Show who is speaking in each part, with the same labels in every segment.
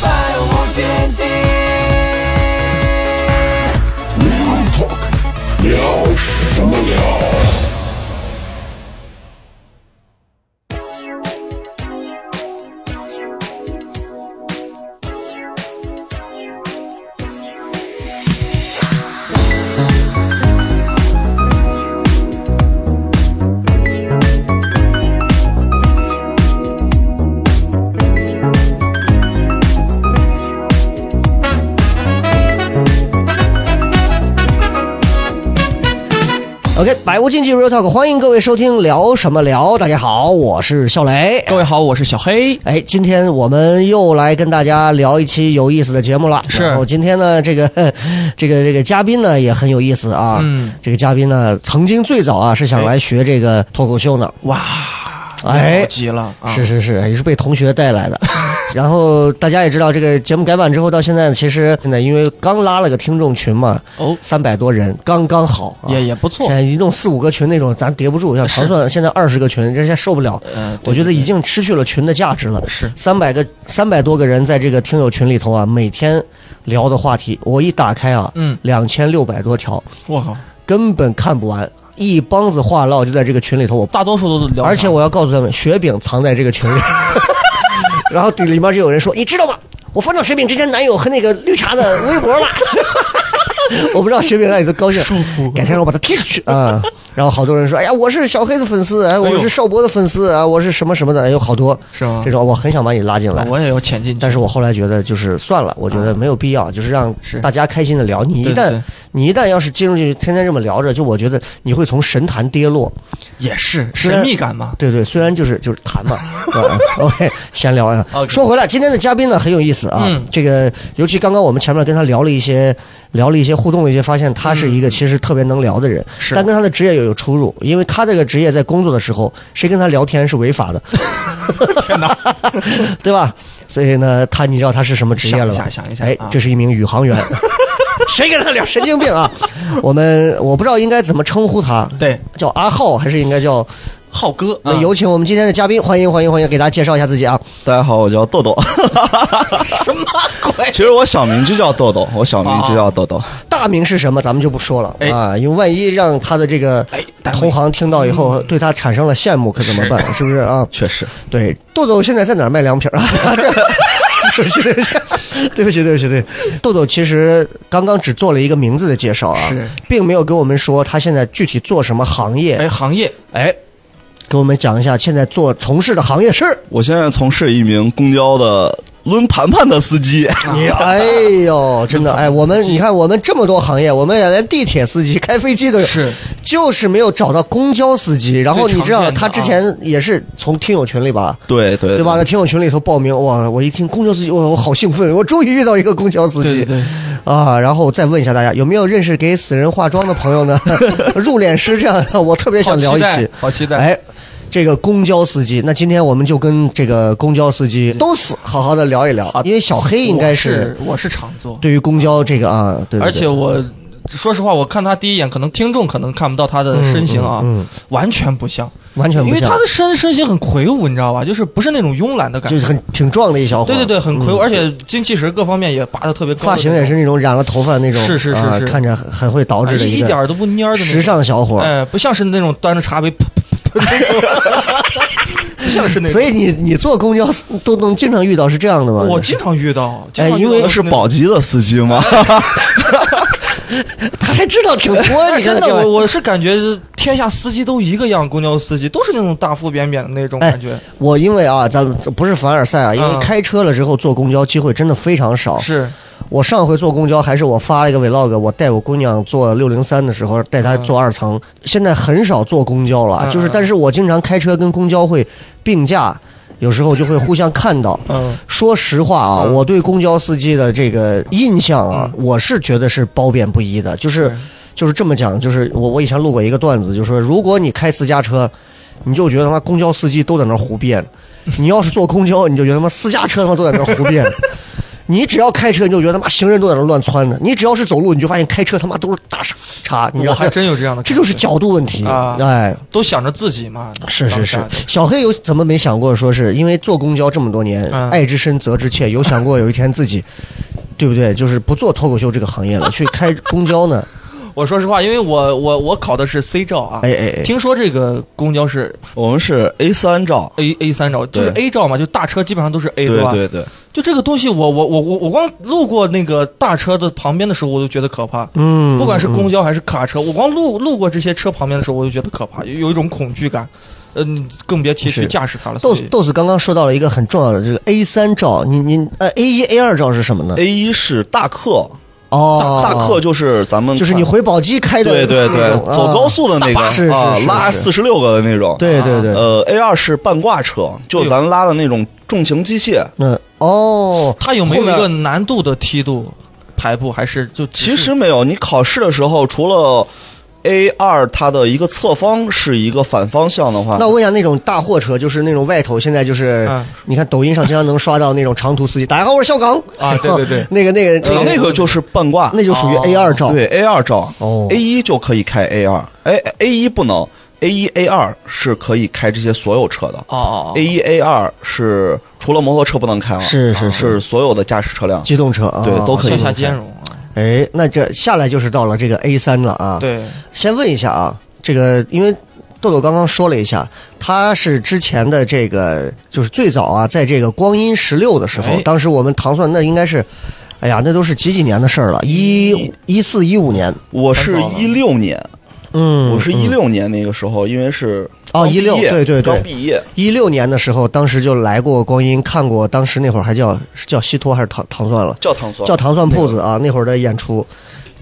Speaker 1: 百无禁忌。
Speaker 2: OK，百无禁忌 Real Talk，欢迎各位收听聊什么聊。大家好，我是笑雷。
Speaker 3: 各位好，我是小黑。
Speaker 2: 哎，今天我们又来跟大家聊一期有意思的节目了。
Speaker 3: 是
Speaker 2: 然后今天呢，这个这个这个嘉宾呢也很有意思啊。
Speaker 3: 嗯，哎
Speaker 2: 这个嘉宾呢，曾经最早啊是想来学这个脱口秀呢，
Speaker 3: 哇，
Speaker 2: 哎
Speaker 3: 好极了，啊
Speaker 2: 是是是，也是被同学带来 的。然后大家也知道，这个节目改版之后到现在呢，其实现在因为刚拉了个听众群嘛，
Speaker 3: 哦，
Speaker 2: 三百多人，刚刚好、啊。
Speaker 3: 也也不错
Speaker 2: 现。在一弄四五个群那种，咱叠不住。像长算现在二十个群，这现在受不了。
Speaker 3: 呃，对
Speaker 2: 我觉得已经失去了群的价值了。
Speaker 3: 是
Speaker 2: 三百个三百多个人在这个听友群里头啊，每天聊的话题，我一打开啊，
Speaker 3: 嗯，
Speaker 2: 两千六百多条，
Speaker 3: 我靠，
Speaker 2: 根本看不完，一帮子话唠就在这个群里头，我
Speaker 3: 大多数都聊不上，
Speaker 2: 而且我要告诉他们，雪饼藏在这个群里。 然后里面就有人说：“你知道吗？我翻到雪饼之前男友和那个绿茶的微博了。” 我不知道雪饼哪里都高兴，
Speaker 3: 舒服
Speaker 2: 改天我把它踢出 去啊、然后好多人说：“哎呀，我是小黑的粉丝，哎，我是邵博的粉丝啊，我是什么什么的，哎有好多
Speaker 3: 是吗
Speaker 2: 这？种，我很想把你拉进来。
Speaker 3: 啊我也要潜进去，
Speaker 2: 但是我后来觉得就是算了，我觉得没有必要，就是让
Speaker 3: 是
Speaker 2: 大家开心的聊。你一
Speaker 3: 对对
Speaker 2: 旦
Speaker 3: 对
Speaker 2: 你一旦要是进入进去，天天这么聊着，就我觉得你会从神坛跌落。
Speaker 3: 也是
Speaker 2: 虽然
Speaker 3: 神秘感嘛。
Speaker 2: 对对，虽然就是就是谈 嘛，是吧？OK，闲聊啊。说回来，今天的嘉宾呢很有意思啊。
Speaker 3: 嗯
Speaker 2: 这个尤其刚刚我们前面跟他聊了一些，聊了一些互动的一些，发现他是一个其实特别能聊的人，
Speaker 3: 嗯是
Speaker 2: 但跟他的职业又有出入，因为他这个职业在工作的时候，谁跟他聊天是违法的，
Speaker 3: 天哪，
Speaker 2: 对吧？所以呢，他你知道他是什么职业了吧？
Speaker 3: 想一下想一下
Speaker 2: 哎
Speaker 3: 啊，
Speaker 2: 这是一名宇航 员。谁跟他聊神经病啊？我们我不知道应该怎么称呼他，
Speaker 3: 对，
Speaker 2: 叫阿浩还是应该叫？
Speaker 3: 浩哥，
Speaker 2: 那
Speaker 3: 啊
Speaker 2: 有请我们今天的嘉宾，欢迎欢迎欢迎，给大家介绍一下自己啊。
Speaker 4: 大家好，我叫豆豆。
Speaker 3: 什么鬼
Speaker 4: 其？实我小名就叫豆
Speaker 2: 啊
Speaker 4: 豆，我小名就叫豆豆。
Speaker 2: 大名是什么，咱们就不说了、
Speaker 3: 哎
Speaker 2: 啊，因为万一让他的这个
Speaker 3: 哎单位嗯
Speaker 2: 同行听到以后，对他产生了羡慕，可怎么办？是不是啊？
Speaker 4: 确实，
Speaker 2: 对，豆豆现在在哪儿卖凉 皮儿啊？对不起，对不起，对不起，对不起，对不起。豆豆其实刚刚只做了一个名字的介绍啊，
Speaker 3: 是
Speaker 2: 并没有跟我们说他现在具体做什么行业。
Speaker 3: 哎，行业
Speaker 2: 哎，给我们讲一下现在做从事的行业是。
Speaker 4: 我现在从事一名公交的抡盘盘的 司机。
Speaker 3: 啊
Speaker 2: 你哎呦，真的哎，我们你看，我们这么多行业，我们也连地铁司机、 开飞机都有，
Speaker 3: 是
Speaker 2: 就是没有找到公交司机。然后
Speaker 3: 最
Speaker 2: 你
Speaker 3: 常
Speaker 2: 知道，
Speaker 3: 见的啊
Speaker 2: 他之前也是从听友群里吧，
Speaker 4: 对对
Speaker 2: 对吧？在听友群里头报名，哇，我一听公交司机，我我好兴奋，我终于遇到一个公交司
Speaker 3: 对对
Speaker 2: 机
Speaker 3: 对，
Speaker 2: 啊！然后我再问一下大家，有没有认识给死人化妆的朋友 呢？入殓师这样的，我特别想聊一
Speaker 3: 好期
Speaker 2: 起
Speaker 3: 待，好期待
Speaker 2: 哎。这个公交司机，那今天我们就跟这个公交司机都死好好的聊一聊，因为小黑应该
Speaker 3: 我
Speaker 2: 是
Speaker 3: 是我是常做，
Speaker 2: 对于公交这个啊，对对对
Speaker 3: 而且我说实话，我看他第一眼，可能听众可能看不到他
Speaker 2: 嗯
Speaker 3: 的身形啊，完全不像，
Speaker 2: 完全
Speaker 3: 因
Speaker 2: 不
Speaker 3: 为
Speaker 2: 像
Speaker 3: 他，的身身形很魁梧，你知道吧？就是不是那种慵懒的感
Speaker 2: 就
Speaker 3: 觉
Speaker 2: 是，很挺壮的一小伙，嗯
Speaker 3: 对对对，，很魁梧，而且精气神各方面也拔得特别高，
Speaker 2: 发型也是那种染了头发那种，
Speaker 3: 是是是
Speaker 2: 啊
Speaker 3: 是哎
Speaker 2: 看着很很会捯饬的
Speaker 3: 一一点
Speaker 2: 个
Speaker 3: 儿都不蔫儿的那种
Speaker 2: 时，尚小伙。
Speaker 3: 哎，不像是那种端着茶杯，噗噗噗噗不像是那种
Speaker 2: 所。以你你坐公交都能经常遇到是这样的吗？
Speaker 3: 我经常遇到，经
Speaker 2: 哎
Speaker 3: 常遇
Speaker 2: 因为
Speaker 3: 到
Speaker 4: 我
Speaker 3: 的
Speaker 4: 是
Speaker 3: 那
Speaker 4: 宝鸡的司机吗？
Speaker 2: 他还知道挺多， 你看
Speaker 3: 真
Speaker 2: 看
Speaker 3: 的，
Speaker 2: 这玩意
Speaker 3: 我
Speaker 2: 儿
Speaker 3: 我是感觉天下司机都一个样，公交司机都是那种大腹便便的那种
Speaker 2: 哎
Speaker 3: 感觉，
Speaker 2: 我因为啊，咱们不是凡尔赛啊，因为
Speaker 3: 嗯
Speaker 2: 开车了之后坐公交机会真的非常少。
Speaker 3: 是
Speaker 2: 我上回坐公交还是我发了一个 vlog，我带我姑娘坐六零三的时候带她坐二层，现在很少坐公交了，
Speaker 3: 嗯
Speaker 2: 就是
Speaker 3: 嗯
Speaker 2: 但是我经常开车跟公交会并驾。有时候就会互相看到。
Speaker 3: 嗯，
Speaker 2: 说实话啊，我对公交司机的这个印象啊，
Speaker 3: 嗯
Speaker 2: 我是觉得是褒贬不一的，就是就是这么讲，就是我我以前录过一个段子，就是说如果你开私家车，你就觉得他妈公交司机都在那儿胡编；你要是坐公交，你就觉得他妈私家车他妈都在那儿胡 编。你只要开车，你就觉得他妈行人都在那儿乱窜的；你只要是走路，你就发现开车他妈都是大傻叉，你知
Speaker 3: 我
Speaker 2: 道
Speaker 3: 还
Speaker 2: 吗？
Speaker 3: 真有这样的感觉，
Speaker 2: 这就是角度问题，
Speaker 3: 啊
Speaker 2: 哎，
Speaker 3: 都想着自己嘛。
Speaker 2: 是是是
Speaker 3: 当下，
Speaker 2: 小黑有怎么没想过说是因为坐公交这么多年，
Speaker 3: 嗯
Speaker 2: 爱之深责之切，有想过有一天自己，对不对？就是不做脱口秀这个行业了，去开公交呢？
Speaker 3: 我说实话，因为我我我考的是 C 照啊，
Speaker 2: 哎哎哎，
Speaker 3: 听说这个公交是
Speaker 4: 我们是 A 三照，
Speaker 3: A A 三照，就是
Speaker 4: 对
Speaker 3: A 照嘛，就大车基本上都是 A
Speaker 4: 对
Speaker 3: 吧？
Speaker 4: 对对，
Speaker 3: 就这个东西我，我我我我光路过那个大车的旁边的时候，我就觉得可怕。
Speaker 2: 嗯，
Speaker 3: 不管是公交还是卡车，我光路路过这些车旁边的时候，我就觉得可怕，有有一种恐惧感。呃，你更别提
Speaker 2: 是
Speaker 3: 去驾驶它了。
Speaker 2: 豆
Speaker 3: 所
Speaker 2: 子
Speaker 3: 以
Speaker 2: 豆子刚刚说到了一个很重要的这个 A 三照，你你呃 A 一 A 二照是什么呢？
Speaker 4: A 一是大客，
Speaker 2: 哦，
Speaker 4: 大客就是咱们
Speaker 2: 就是你
Speaker 4: 看
Speaker 2: 回宝鸡开的那
Speaker 4: 对
Speaker 2: 种，
Speaker 4: 对对，走
Speaker 2: 啊
Speaker 4: 高速的那
Speaker 2: 大巴
Speaker 4: 个
Speaker 2: 是是
Speaker 4: 啊
Speaker 2: 是，
Speaker 4: 拉
Speaker 2: 是
Speaker 4: 四十六个的那种。
Speaker 2: 对对
Speaker 3: 啊
Speaker 2: 哎对，
Speaker 4: 呃，A 二是半挂车，就咱拉的那种重型机械。
Speaker 2: 那哦，
Speaker 3: 它有没有一
Speaker 4: 后
Speaker 3: 个
Speaker 4: 面
Speaker 3: 难度的梯度排布，还是就只
Speaker 4: 其
Speaker 3: 是
Speaker 4: 实没有，你考试的时候除了 A 二它的一个侧方是一个反方向的话，
Speaker 2: 那我问一下，那种大货车，就是那种外头，现在就是、
Speaker 3: 嗯
Speaker 2: 你看抖音上经常能刷到那种长途司机，大家好，我是小刚
Speaker 3: 啊对对对
Speaker 2: 那个那个
Speaker 4: 呃
Speaker 2: 那
Speaker 4: 那
Speaker 2: 个
Speaker 4: 个就是半挂，
Speaker 2: 那就属于
Speaker 3: 哦
Speaker 2: A 二照，
Speaker 4: 对 A 二照
Speaker 2: 哦
Speaker 4: ，A 一就可以开 A 二，哎 A 一不能，A 一 A 二是可以开这些所有车的。
Speaker 3: 哦哦哦
Speaker 4: A 一 A 二是除了摩托车不能开了，
Speaker 2: 是是是
Speaker 4: 是所有的驾驶车辆。
Speaker 2: 机动车啊，
Speaker 4: 对都可以
Speaker 3: 向下兼容啊？
Speaker 2: 哎，那这下来就是到了这个 A 三了啊。，
Speaker 3: 对，
Speaker 2: 先问一下啊，这个因为豆豆刚刚说了一下，他是之前的这个就是最早啊，在这个光阴十六的时候，
Speaker 3: 哎
Speaker 2: 当时我们唐算那应该是。哎呀，那都是几几年的事儿了，一一四一五年，
Speaker 4: 我是
Speaker 3: 很早了
Speaker 4: 一六年，
Speaker 2: 嗯
Speaker 4: 我是一六年那个时候，因为是
Speaker 2: 哦
Speaker 4: 刚毕业
Speaker 2: 16对对对
Speaker 4: 刚毕业，
Speaker 2: 一六年的时候，当时就来过光阴，看过当时那会儿还叫是叫西托还是糖糖蒜了，
Speaker 4: 教堂算
Speaker 2: 叫糖蒜铺子啊，那会儿的演出，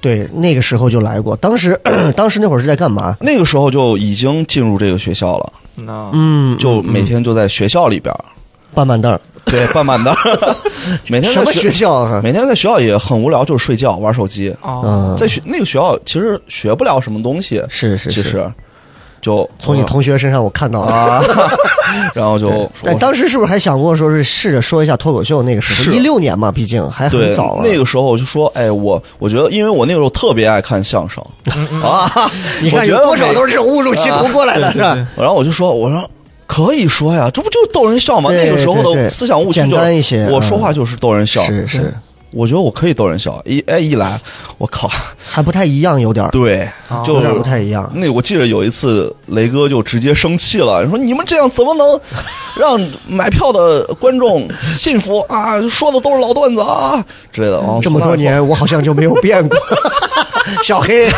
Speaker 2: 对，那个时候就来过。当时 当时那会儿是在干嘛？
Speaker 4: 那个时候就已经进入这个学校了，
Speaker 3: 那
Speaker 2: 嗯，
Speaker 4: 就每天就在学校里边儿，
Speaker 2: 搬板凳儿，
Speaker 4: 对， 半板凳儿，每天
Speaker 2: 什
Speaker 4: 在
Speaker 2: 么学校啊？
Speaker 4: 每天在学校也很无聊，就是睡觉玩手机。
Speaker 3: 哦，
Speaker 2: 嗯，
Speaker 4: 在学那个学校其实学不了什么东西，
Speaker 2: 是是
Speaker 4: 其
Speaker 2: 是，
Speaker 4: 实就嗯
Speaker 2: 从你同学身上我看到了。
Speaker 4: 啊， 然后就
Speaker 2: 但当时是不是还想过说是试着说一下脱口秀？那个时候
Speaker 4: 是
Speaker 2: 一六年嘛，毕竟还很
Speaker 4: 对
Speaker 2: 早了。啊
Speaker 4: 那个时候我就说，哎，我我觉得，因为我那个时候特别爱看相声啊，
Speaker 2: 嗯你
Speaker 4: 我
Speaker 2: 看
Speaker 4: 觉
Speaker 2: 有
Speaker 4: 得
Speaker 2: 多少
Speaker 4: 每
Speaker 2: 都是这种误入歧途过 来的，是吧？
Speaker 4: 然后我就说，我说可以说呀，这不就是逗人笑吗？
Speaker 2: 对
Speaker 4: 那个时候
Speaker 2: 对对
Speaker 4: 的思想误区
Speaker 2: 简
Speaker 4: 就
Speaker 2: 单一
Speaker 4: 是
Speaker 2: 些，嗯
Speaker 4: 我说话就是逗人笑，
Speaker 2: 是是，
Speaker 4: 我觉得我可以逗人笑。一哎一来，我 靠，
Speaker 2: 还不太一样，有点儿，
Speaker 4: 对，
Speaker 3: 哦
Speaker 4: 就
Speaker 2: 有点儿不太一样。
Speaker 4: 那我记得有一次雷哥就直接生气了，说你们这样怎 么能让买票的观众信服啊？说的都是老段子啊之类的啊。
Speaker 2: 这么多年，我好像就没有变 过。小黑，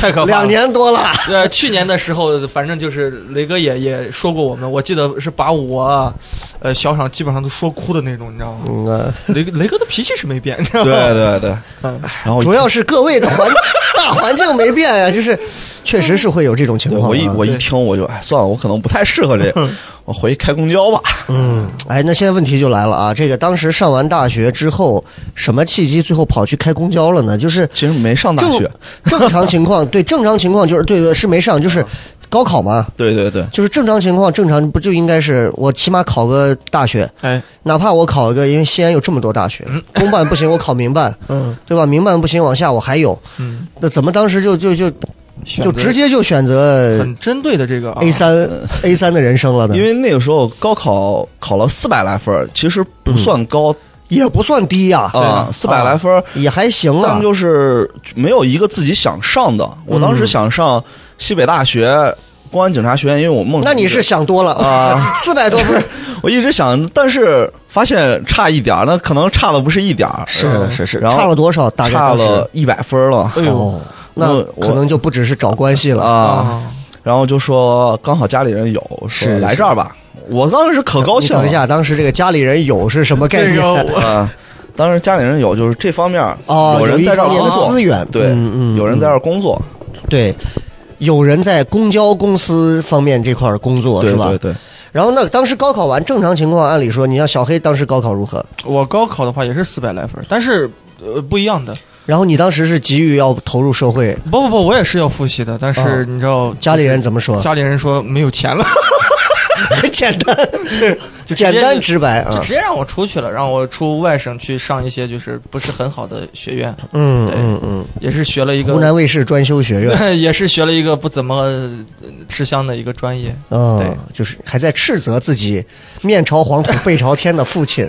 Speaker 3: 太可怕了
Speaker 2: 两年多了，
Speaker 3: 呃，去年的时候，反正就是雷哥也也说过我们，我记得是把我，呃，小厂基本上都说哭的那种，你知道吗？
Speaker 2: 嗯、呃
Speaker 3: 雷雷哥的脾气是没变，你知道
Speaker 4: 从
Speaker 3: 吗？
Speaker 4: 来不对对对，
Speaker 3: 嗯
Speaker 4: 然后
Speaker 2: 主要是各位的 环大环境没变呀、就是确实是会有这种情
Speaker 4: 对
Speaker 2: 况、啊。
Speaker 4: 我一我一听我就哎算了，我可能不太适合 这个，我回去开公交吧。
Speaker 2: 嗯，哎，那现在问题就来了啊，这个当时上完大学之后，什么契机最后跑去开公交了呢？就是
Speaker 4: 其实没上大
Speaker 2: 正
Speaker 4: 学，
Speaker 2: 正常情况，对正常情况就是对对是没上，就是高考嘛。
Speaker 4: 对对对，
Speaker 2: 就是正常情况，正常不就应该是我起码考个大学，
Speaker 3: 哎，
Speaker 2: 哪怕我考一个，因为西安有这么多大 学，公办不行，我考民办，
Speaker 3: 嗯
Speaker 2: 对吧？民办不行，往下我还有，
Speaker 3: 嗯，
Speaker 2: 那怎么当时就就就就
Speaker 3: 选择
Speaker 2: 直接就选择
Speaker 3: 很针对的这个啊
Speaker 2: A 三 A 三的人生了呢？
Speaker 4: 因为那个时候高考考了四百来分儿，其实不算
Speaker 2: 嗯
Speaker 4: 高
Speaker 2: 也不算低呀、
Speaker 4: 啊，四百来分儿，
Speaker 2: 也还行啊
Speaker 4: 但。就是没有一个自己想上的。我
Speaker 2: 嗯
Speaker 4: 当时想上西北大学公安警察学院，因为我梦想
Speaker 2: 那你是想多了啊， 四百多分，
Speaker 4: 我一直想，但是发现差一点儿，那可能差的不是一点儿，嗯
Speaker 2: 是是是，
Speaker 4: 然后
Speaker 2: 差了多少？大概
Speaker 4: 差
Speaker 2: 当时
Speaker 4: 了一百分儿了
Speaker 3: 哎呦
Speaker 2: 哦，那
Speaker 4: 我
Speaker 2: 可能就不只是找关系了。
Speaker 4: 啊。
Speaker 3: 啊，
Speaker 4: 然后就说刚好家里人有，说
Speaker 2: 是
Speaker 4: 来这儿吧。我当时可高
Speaker 2: 你
Speaker 4: 兴
Speaker 2: 等一
Speaker 4: 了，
Speaker 2: 下，当时这个家里人有是什么概
Speaker 3: 这
Speaker 2: 念
Speaker 3: 个？我
Speaker 4: 啊，当时家里人有，就是这方面
Speaker 2: 哦，
Speaker 4: 有人
Speaker 2: 一
Speaker 4: 在这儿
Speaker 2: 方面
Speaker 4: 工
Speaker 2: 的
Speaker 4: 作
Speaker 2: 资，源，
Speaker 4: 对
Speaker 2: 嗯嗯，，嗯
Speaker 4: 有人在这儿工作，
Speaker 2: 对，有人在公交公司方面这块儿工作
Speaker 4: 对
Speaker 2: 是吧
Speaker 4: 对？对，
Speaker 2: 然后呢，当时高考完，正常情况按理说，你像小黑当时高考如何？
Speaker 3: 我高考的话也是四百来分，但是呃不一样的。
Speaker 2: 然后你当时是急于要投入社会，
Speaker 3: 不不不，我也是要复习的，但
Speaker 2: 啊
Speaker 3: 是你知道
Speaker 2: 家里人怎么说？
Speaker 3: 家里人说没有钱了，
Speaker 2: 很 简单，
Speaker 3: 就直接
Speaker 2: 简单直白
Speaker 3: 就
Speaker 2: 啊
Speaker 3: 直。接让我出去了，让我出外省去上一些就是不是很好的学院，
Speaker 2: 嗯
Speaker 3: 对
Speaker 2: 嗯嗯，
Speaker 3: 也是学了一
Speaker 2: 湖
Speaker 3: 个，
Speaker 2: 南卫视专修学院
Speaker 3: 也是学了一个不怎么呃吃香的一个专业。
Speaker 2: 啊
Speaker 3: 对，
Speaker 2: 就是还在斥责自己面朝黄土背朝天的父 亲。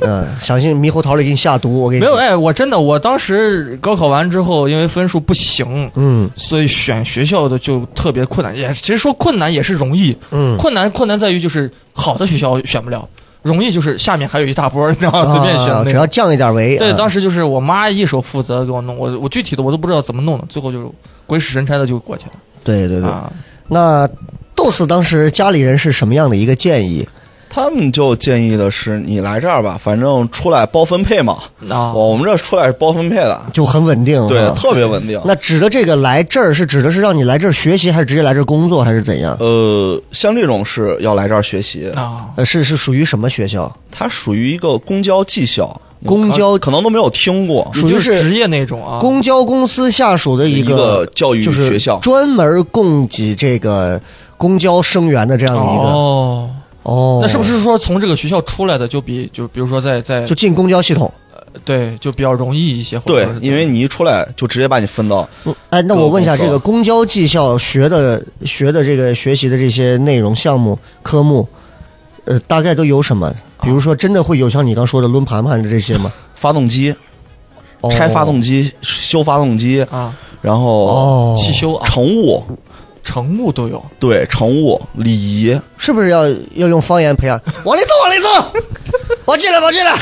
Speaker 2: 嗯，相信猕猴桃里给你下毒，我给你
Speaker 3: 没有哎，我真的我当时高考完之后，因为分数不行，
Speaker 2: 嗯
Speaker 3: 所以选学校的就特别困难。也其实说困难也是容易，
Speaker 2: 嗯，
Speaker 3: 困难困难在于就是好的学校选不了，容易就是下面还有一大波，你知道吗？随便选
Speaker 2: 啊
Speaker 3: 的 那
Speaker 2: 只
Speaker 3: 种。
Speaker 2: 要降一点维。
Speaker 3: 对，
Speaker 2: 啊
Speaker 3: 当时就是我妈一手负责给我弄，我我具体的我都不知道怎么弄的，最后就是鬼使神差的就过去了。
Speaker 2: 对对对。
Speaker 3: 啊，
Speaker 2: 那豆子当时家里人是什么样的一个建议？
Speaker 4: 他们就建议的是你来这儿吧，反正出来包分配嘛。
Speaker 3: 啊
Speaker 4: 我们这出来是包分配的，
Speaker 2: 就很稳定。
Speaker 4: 对，
Speaker 2: 啊
Speaker 4: 特别稳定。
Speaker 2: 那指的这个来这儿是指的是让你来这儿学习，还是直接来这儿工作，还是怎样？
Speaker 4: 呃，像这种是要来这儿学习，
Speaker 3: 啊，
Speaker 2: 呃，是是属于什么学校？
Speaker 4: 它属于一个公交技校，
Speaker 2: 公交
Speaker 4: 可能都没有听过。
Speaker 2: 哦属于
Speaker 3: 就是职业那种啊，
Speaker 2: 公交公司下属的
Speaker 4: 一
Speaker 2: 个
Speaker 4: 教育
Speaker 2: 就是
Speaker 4: 学校，
Speaker 2: 专门供给这个公交生源的这样的一个
Speaker 3: 哦，
Speaker 2: 哦
Speaker 3: 那是不是说从这个学校出来的就比就比如说在在
Speaker 2: 就进公交系统？
Speaker 3: 对就比较容易一些？或者
Speaker 4: 对
Speaker 3: 是怎，么
Speaker 4: 因为你一出来就直接把你分到
Speaker 2: 嗯哎，那我问一下，
Speaker 4: 各个公司啊
Speaker 2: 这个公交技校学的学的这个学习的这些内容项目科目，呃，大概都有什么？比如说，真的会有像你刚说的抡盘盘的这些吗？
Speaker 4: 发动机、
Speaker 2: 哦
Speaker 4: 拆发动机、修发动机，
Speaker 3: 啊，
Speaker 4: 然后
Speaker 2: 哦，
Speaker 3: 汽修啊，
Speaker 4: 乘务，
Speaker 3: 乘务都有，
Speaker 4: 对，乘务礼仪，
Speaker 2: 是不是要要用方言培养？往里走，往里走，往进来，往进来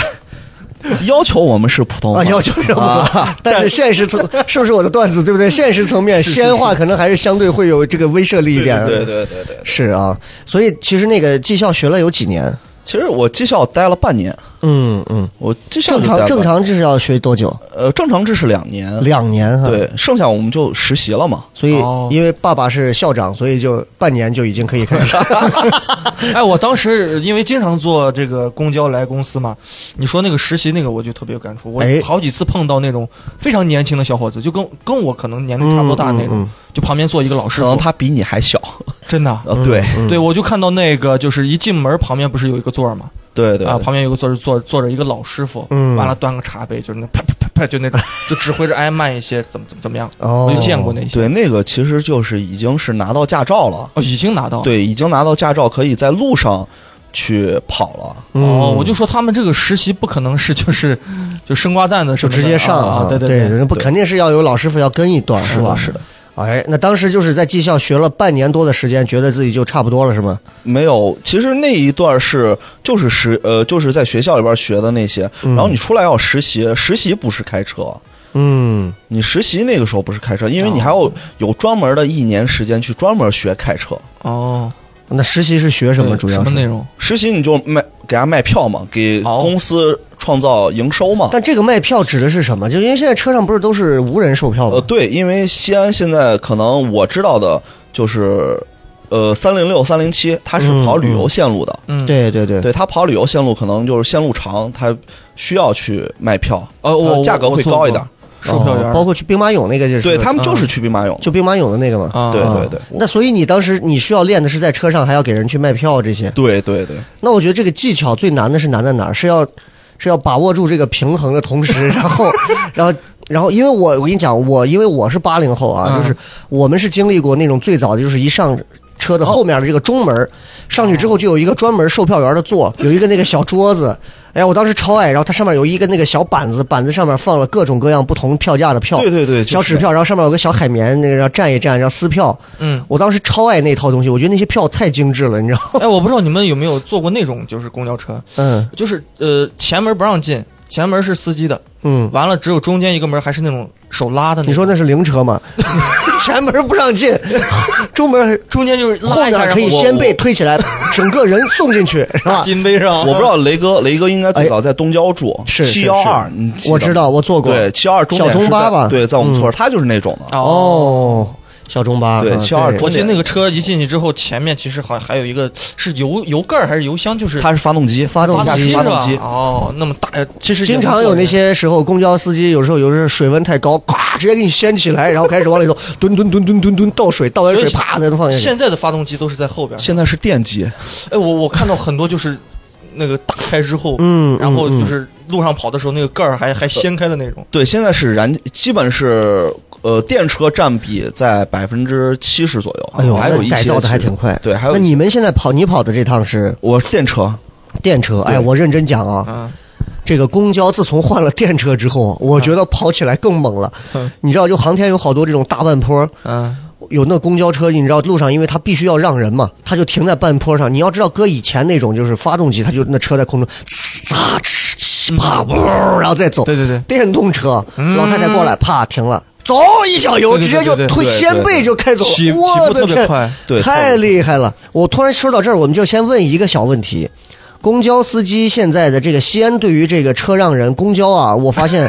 Speaker 4: 要求我们是普通话
Speaker 2: 啊！，要求这么多， 但是现实层是不是我的段子对不对？现实层面，西安话可能还是相对会有这个威慑力一点。
Speaker 4: 对对对对。
Speaker 2: 是啊，所以其实那个技校学了有几年？
Speaker 4: 其实我技校待了半年，
Speaker 2: 嗯嗯，
Speaker 4: 我技校
Speaker 2: 正
Speaker 4: 就待
Speaker 2: 常
Speaker 4: 了
Speaker 2: 正常这是要学多久？
Speaker 4: 呃正常这是两年，
Speaker 2: 两年哈。，
Speaker 4: 对，剩下我们就实习了嘛。
Speaker 2: 所以
Speaker 3: 哦
Speaker 2: 因为爸爸是校长，所以就半年就已经可以开始。
Speaker 3: 哎，我当时因为经常坐这个公交来公司嘛，你说那个实习那个，我就特别有感触。我
Speaker 2: 哎
Speaker 3: 好几次碰到那种非常年轻的小伙子，就跟跟我可能年龄差不多大那
Speaker 2: 嗯
Speaker 3: 种，
Speaker 2: 嗯嗯
Speaker 3: 就旁边坐一个老师
Speaker 4: 可
Speaker 3: 傅，
Speaker 4: 能他比你还小，
Speaker 3: 真的。
Speaker 4: 呃， 对
Speaker 2: 嗯
Speaker 3: 对，我就看到那个，就是一进门旁边不是有一个座儿嘛，
Speaker 4: 对对
Speaker 3: 啊，旁边有个座儿坐坐着一个老师傅，
Speaker 2: 嗯
Speaker 3: 完了端个茶杯，就是那啪啪啪啪，就那种，就指挥着哎慢一些，怎么怎么怎么样，
Speaker 2: 哦
Speaker 3: 我就见过那些，
Speaker 4: 对，那个其实就是已经是拿到驾照了，
Speaker 3: 哦，已经拿
Speaker 2: 啊
Speaker 3: 到了，
Speaker 4: 对，已经拿到驾照，可以在路上去跑了。
Speaker 3: 哦，
Speaker 2: 嗯
Speaker 3: 我就说他们这个实习不可能是就是就生瓜蛋子什
Speaker 2: 就
Speaker 3: 么的，
Speaker 2: 直接上
Speaker 3: 啊，啊对
Speaker 2: 对
Speaker 3: 对，
Speaker 2: 人不
Speaker 4: 对
Speaker 2: 肯定是要有老师傅要跟一段，是吧？
Speaker 4: 是的，
Speaker 2: 哎，那当时就是在技校学了半年多的时间，觉得自己就差不多了，是吗？
Speaker 4: 没有，其实那一段是就是实呃就是在学校里边学的那些，然后你出来要实习，实习不是开车。
Speaker 2: 嗯，
Speaker 4: 你实习那个时候不是开车，因为你
Speaker 2: 啊
Speaker 4: 还要有专门的一年时间去专门学开车。
Speaker 3: 哦，
Speaker 2: 那实习是学什么？
Speaker 3: 对
Speaker 2: 主要
Speaker 3: 什么
Speaker 2: 是
Speaker 3: 内容？
Speaker 4: 实习你就卖给他卖票嘛，给
Speaker 3: 哦
Speaker 4: 公司创造营收嘛。
Speaker 2: 但这个卖票指的是什么？就因为现在车上不是都是无人售票吗？
Speaker 4: 呃，对，因为西安现在可能我知道的就是，呃，三零六、三零七，它
Speaker 2: 嗯
Speaker 4: 是跑旅游线路的。
Speaker 3: 嗯，，
Speaker 2: 对对对，
Speaker 4: 对，它跑旅游线路，可能就是线路长，它需要去卖票，
Speaker 3: 呃，我
Speaker 4: 它价格会高一点。。
Speaker 3: 我做过售票员
Speaker 2: 哦包括去兵马俑那个就是，
Speaker 4: 对他们就是
Speaker 3: 嗯
Speaker 4: 去兵马俑。
Speaker 2: 就兵马俑的那个嘛。
Speaker 3: 啊，
Speaker 4: 对
Speaker 2: 啊
Speaker 4: 对对
Speaker 2: 那所以你当时你需要练的是在车上还要给人去卖票这些。
Speaker 4: 对对对，
Speaker 2: 那我觉得这个技巧最难的是难在哪儿？是要是要把握住这个平衡的同 时，然后然后然后，因为我我跟你讲，我因为我是八零后啊，
Speaker 3: 嗯
Speaker 2: 就是我们是经历过那种最早的，就是一上。车的后面的这个中门
Speaker 4: 哦
Speaker 2: 儿，上去之后就有一个专门售票员的座，有一个那个小桌子。哎呀，我当时超爱，然后它上面有一个那个小板子，板子上面放了各种各样不同票价的票，
Speaker 4: 对对对，就
Speaker 2: 小
Speaker 4: 是
Speaker 2: 纸票，然后上面有个小海绵，那个要蘸一蘸，然后撕票。
Speaker 3: 嗯，
Speaker 2: 我当时超爱那套东西，我觉得那些票太精致了，你知道吗？
Speaker 3: 哎，我不知道你们有没有坐过那种就是公交车，
Speaker 2: 嗯
Speaker 3: 就是呃前门不让进，前门是司机的，
Speaker 2: 嗯，
Speaker 3: 完了只有中间一个门还是那种手拉的那种。
Speaker 2: 你说那是灵车 吗？前门不让进，中门
Speaker 3: 中间就是
Speaker 2: 后
Speaker 3: 拉一下，
Speaker 2: 面可以
Speaker 3: 然后
Speaker 2: 先被推起来，整个人送进 去，是吧？
Speaker 3: 金杯上
Speaker 4: 我不知道雷哥，雷哥应该最早在东郊住，
Speaker 2: 哎是是
Speaker 4: 七幺二，你
Speaker 2: 我知
Speaker 4: 道吗。
Speaker 2: 道，我做过。
Speaker 4: 对，七二中点
Speaker 2: 小中
Speaker 4: 是
Speaker 2: 巴
Speaker 4: 在
Speaker 2: 吧嗯
Speaker 4: 对，在我们村儿，他就是那种的。
Speaker 3: 哦，
Speaker 2: 哦，小中巴，
Speaker 4: 对
Speaker 2: 啊
Speaker 4: 72
Speaker 2: 对
Speaker 4: 中
Speaker 3: 我记得那个车一进去之后，前面其实好像还有一个是油油盖儿还是油箱，就是
Speaker 4: 它是发动机，
Speaker 2: 发动
Speaker 3: 发
Speaker 2: 机
Speaker 3: 机
Speaker 4: 发动
Speaker 3: 是
Speaker 4: 机
Speaker 3: 吧？哦，那么大，其实也
Speaker 2: 经
Speaker 3: 不
Speaker 2: 常
Speaker 3: 错
Speaker 2: 有那些时候，公交司机有时候有时候水温 太高，咵直接给你掀起来，然后开始往里头蹲蹲蹲蹲蹲蹲倒水，倒完水
Speaker 3: 所以
Speaker 2: 啪再放下去。
Speaker 3: 现在的发动机都是在后边儿。
Speaker 4: 现在是电机，
Speaker 3: 哎，我我看到很多就是那个打开之后，
Speaker 2: 嗯，
Speaker 3: 然后
Speaker 2: 嗯
Speaker 3: 就
Speaker 2: 嗯
Speaker 3: 是路上跑的时候，那个盖儿还还掀开的那种。
Speaker 4: 对，现在是燃，基本是呃电车占比在百分之七十左右，
Speaker 2: 哎呦，
Speaker 4: 还有一
Speaker 2: 那
Speaker 4: 些
Speaker 2: 改造的还
Speaker 4: 是
Speaker 2: 挺快。
Speaker 4: 对，还有
Speaker 2: 那你们现在跑，你跑的这趟是
Speaker 4: 我是电车，
Speaker 2: 电车？哎，
Speaker 4: 对
Speaker 2: 我认真讲啊，
Speaker 3: 嗯，
Speaker 2: 这个公交自从换了电车之
Speaker 3: 啊
Speaker 2: 后，我觉得跑起来更猛了
Speaker 3: 嗯。
Speaker 2: 你知道，就航天有好多这种大半坡，
Speaker 3: 嗯，
Speaker 2: 有那公交车，你知道路上，因为它必须要让人嘛，它就停在半坡上。你要知道，搁以前那种就是发动机，它就那车在空中呲啊哧哧啪嗷，然后再走。
Speaker 3: 嗯对对对，
Speaker 2: 电动车，
Speaker 3: 嗯
Speaker 2: 老太太过来，啪停了，走一脚油，
Speaker 3: 对对
Speaker 2: 直接就
Speaker 3: 对对对
Speaker 2: 推
Speaker 4: 对对
Speaker 2: 掀背就开走了。
Speaker 3: 起起
Speaker 2: 我
Speaker 3: 步
Speaker 2: 的
Speaker 3: 特别
Speaker 2: 天，
Speaker 3: 快。
Speaker 4: 对，
Speaker 2: 太厉害了！我突然说到这儿，我们就先问一个小问题：公交司机现在的这个西安对于这个车让人公交啊，我发现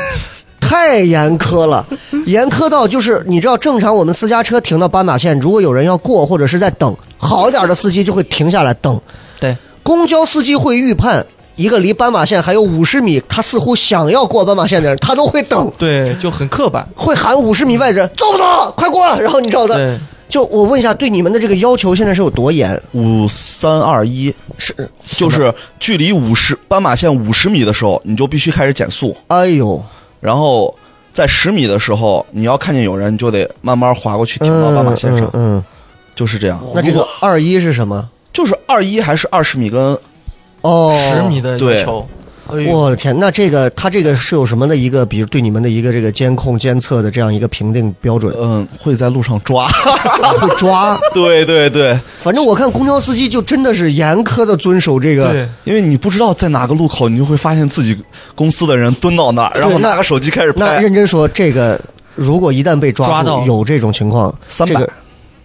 Speaker 2: 太严苛 了，严苛到就是你知道，正常我们私家车停到斑马线，如果有人要过或者是在等，好一点的司机就会停下来等。
Speaker 3: 对，
Speaker 2: 公交司机会预判一个离斑马线还有五十米，他似乎想要过斑马线的人，他都会等，
Speaker 3: 对，就很刻板。
Speaker 2: 会喊五十米外的人走不走，快过。然后你知道的，
Speaker 3: 对，
Speaker 2: 就我问一下，对你们的这个要求现在是有多严？
Speaker 4: 五三二一
Speaker 2: 是，
Speaker 4: 就是距离五十斑马线五十米的时候，你就必须开始减速，
Speaker 2: 哎呦，
Speaker 4: 然后在十米的时候，你要看见有人，你就得慢慢划过去，停到斑马线上，
Speaker 2: 嗯，嗯
Speaker 4: 就是这样。
Speaker 2: 嗯那这
Speaker 4: 如
Speaker 2: 个
Speaker 4: 果
Speaker 2: 二一是什么？
Speaker 4: 就是二一还是二十米跟
Speaker 2: 哦，
Speaker 3: 十米。的
Speaker 4: 对
Speaker 3: 要求。哎呦
Speaker 2: 我的天，那这个他这个是有什么的一个，比如对你们的一个这个监控监测的这样一个评定标准，
Speaker 4: 嗯会在路上抓，
Speaker 2: 会抓。
Speaker 4: 对对对，
Speaker 2: 反正我看公交司机就真的是严苛的遵守这个，
Speaker 3: 对，
Speaker 4: 因为你不知道在哪个路口，你就会发现自己公司的人蹲到那儿，然后
Speaker 2: 那
Speaker 4: 拿个手 机开始
Speaker 2: 那
Speaker 4: 拍，
Speaker 2: 认真说，这个如果一旦被抓住，
Speaker 3: 抓到
Speaker 2: 有这种情况，
Speaker 4: 300
Speaker 2: 这个，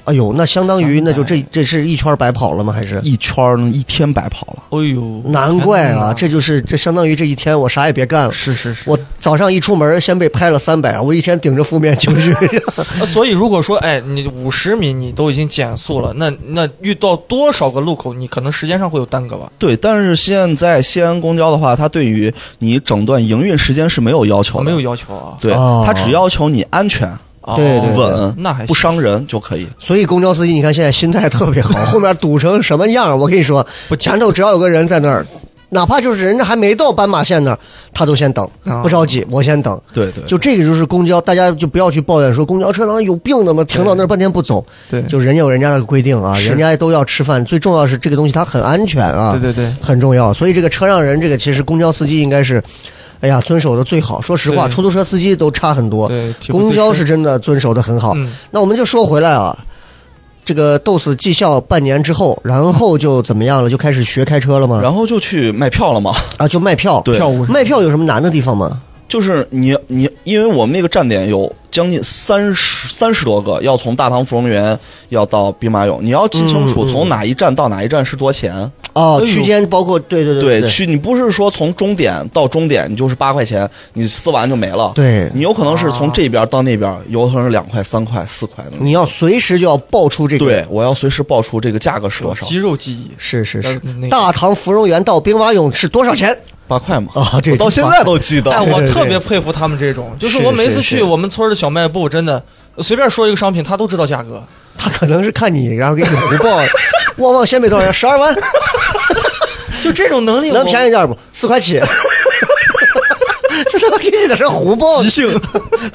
Speaker 2: 哎呦，那相当于
Speaker 3: 300
Speaker 2: 那就这这是一圈白跑了吗？还是？
Speaker 4: 一圈儿能一天白跑了。
Speaker 3: 哎呦，
Speaker 2: 难怪
Speaker 3: 天
Speaker 2: 啊，
Speaker 3: 哪
Speaker 2: 这就是这相当于这一天我啥也别干了。
Speaker 3: 是是是。
Speaker 2: 我早上一出门先被拍了三百，我一天顶着负面情绪。
Speaker 3: 呃所以如果说，哎，你五十米你都已经减速了，那那遇到多少个路口，你可能时间上会有耽搁吧？
Speaker 4: 对，但是现在西安公交的话，它对于你整段营运时间是没有要求
Speaker 3: 我
Speaker 4: 的，
Speaker 3: 没有要求啊。
Speaker 4: 对，
Speaker 2: 哦
Speaker 4: 它只要求你安全、
Speaker 3: 哦
Speaker 2: 对对对
Speaker 4: 稳、
Speaker 3: 那还行
Speaker 4: 不伤人就可以。
Speaker 2: 所以公交司机，你看现在心态特别好，后面堵成什么样儿，我跟你说，
Speaker 3: 不
Speaker 2: 前头只要有个人在那儿，哪怕就是人家还没到斑马线那儿，他都先等，
Speaker 3: 啊
Speaker 2: 不着急，我先等。
Speaker 4: 对对
Speaker 2: 就这个就是公交，大家就不要去抱怨说公交车他妈有病的吗？停到那儿半天不走，
Speaker 3: 对，
Speaker 2: 就人家有人家的规定啊，
Speaker 3: 是
Speaker 2: 人家都要吃饭，最重要是这个东西它很安全啊，
Speaker 3: 对对对，
Speaker 2: 很重要。所以这个车让人，这个其实公交司机应该是，哎呀，遵守的最好。说实话，
Speaker 3: 对
Speaker 2: 出租车司机都差很多，
Speaker 3: 对，体会
Speaker 2: 公
Speaker 3: 最
Speaker 2: 交是
Speaker 3: 深
Speaker 2: 真的遵守的很好。
Speaker 3: 嗯，
Speaker 2: 那我们就说回来啊，这个豆子技校半年之后，然后就怎么样了？就开始学开车了吗？
Speaker 4: 然后就去卖票了嘛。
Speaker 2: 啊，就卖票。
Speaker 4: 对
Speaker 3: 跳舞是
Speaker 2: 卖票有什么难的地方吗？
Speaker 4: 就是你你，因为我们那个站点有将近三十三十多个，要从大唐芙蓉园要到兵马俑，你要记清楚
Speaker 2: 嗯嗯
Speaker 4: 从哪一站到哪一站是多钱。
Speaker 2: 哦，
Speaker 3: 哎呦
Speaker 2: 区间包括对对对
Speaker 4: 对，去你不是说从终点到终点你就是八块钱，你撕完就没了。
Speaker 2: 对，啊
Speaker 4: 你有可能是从这边到那边，有可能是两块、三块、四块的。
Speaker 2: 你要随时就要报出这个。
Speaker 4: 对，，我要随时报出这个价格是多少
Speaker 3: 肌，肉记忆。
Speaker 2: 是是是
Speaker 3: 呃那。个
Speaker 2: 大唐芙蓉园到兵马俑是多少钱？
Speaker 4: 八块嘛。
Speaker 2: 啊对
Speaker 4: 我到现在都记得。
Speaker 3: 哎，
Speaker 2: 对
Speaker 3: 我
Speaker 2: 对
Speaker 3: 特
Speaker 2: 对
Speaker 3: 别佩服他们这种，就是
Speaker 2: 是
Speaker 3: 我每
Speaker 2: 是
Speaker 3: 次
Speaker 2: 是
Speaker 3: 去我们村儿的小卖部，真的随便说一个商品，他都知道价格。
Speaker 2: 他可能是看你，然后给你胡报。 旺旺鲜贝多少钱？十二万，
Speaker 3: 就这 种能力，
Speaker 2: 能便宜点儿不？四块 起。这他妈给你在这胡报
Speaker 3: 我？即兴，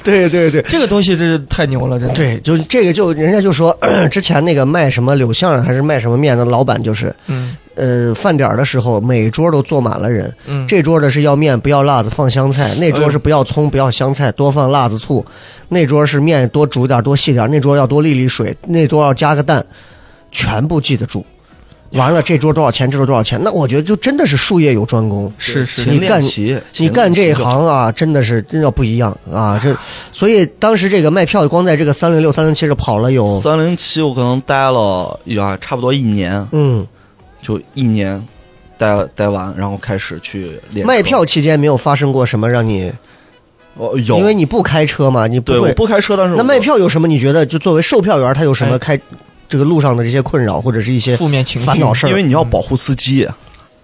Speaker 2: 对对对，
Speaker 3: 这个东西真是太牛了，真的。
Speaker 2: 对，就这个就人家就说， 之前那个卖什么柳巷儿还是卖什么面的老板就是，
Speaker 3: 嗯
Speaker 2: 呃，饭点儿的时候每桌都坐满了人，
Speaker 3: 嗯，
Speaker 2: 这桌的是要面不要辣子放香菜，那桌是不要葱不要香菜多放辣子醋，那桌是面多煮点儿多细点儿，那桌要多沥沥水，那桌要加个蛋，全部记得住。完了，这桌多少钱？这桌多少钱？那我觉得就真的是术业有专攻，
Speaker 3: 是是
Speaker 4: 勤
Speaker 2: 你干
Speaker 4: 练习，
Speaker 2: 你
Speaker 4: 勤
Speaker 2: 干这一
Speaker 4: 练习就
Speaker 2: 行啊，真的是真要不一样啊！这，所以当时这个卖票，光在这个三零六、三零七这跑了有，
Speaker 4: 三零七，我可能待了呀，差不多一年，
Speaker 2: 嗯，
Speaker 4: 就一年待待完，然后开始去练车
Speaker 2: 卖票。期间没有发生过什么让你
Speaker 4: 哦，有，
Speaker 2: 因为你不开车嘛，你不
Speaker 4: 对我
Speaker 2: 会。
Speaker 4: 不开车，但是
Speaker 2: 那
Speaker 4: 我哎
Speaker 2: 卖票有什么？你觉得就作为售票员，他有什么开这个路上的这些困扰，或者是一些
Speaker 3: 负面情绪
Speaker 2: 烦恼事
Speaker 4: 因为
Speaker 2: 儿？
Speaker 4: 你要保护司机，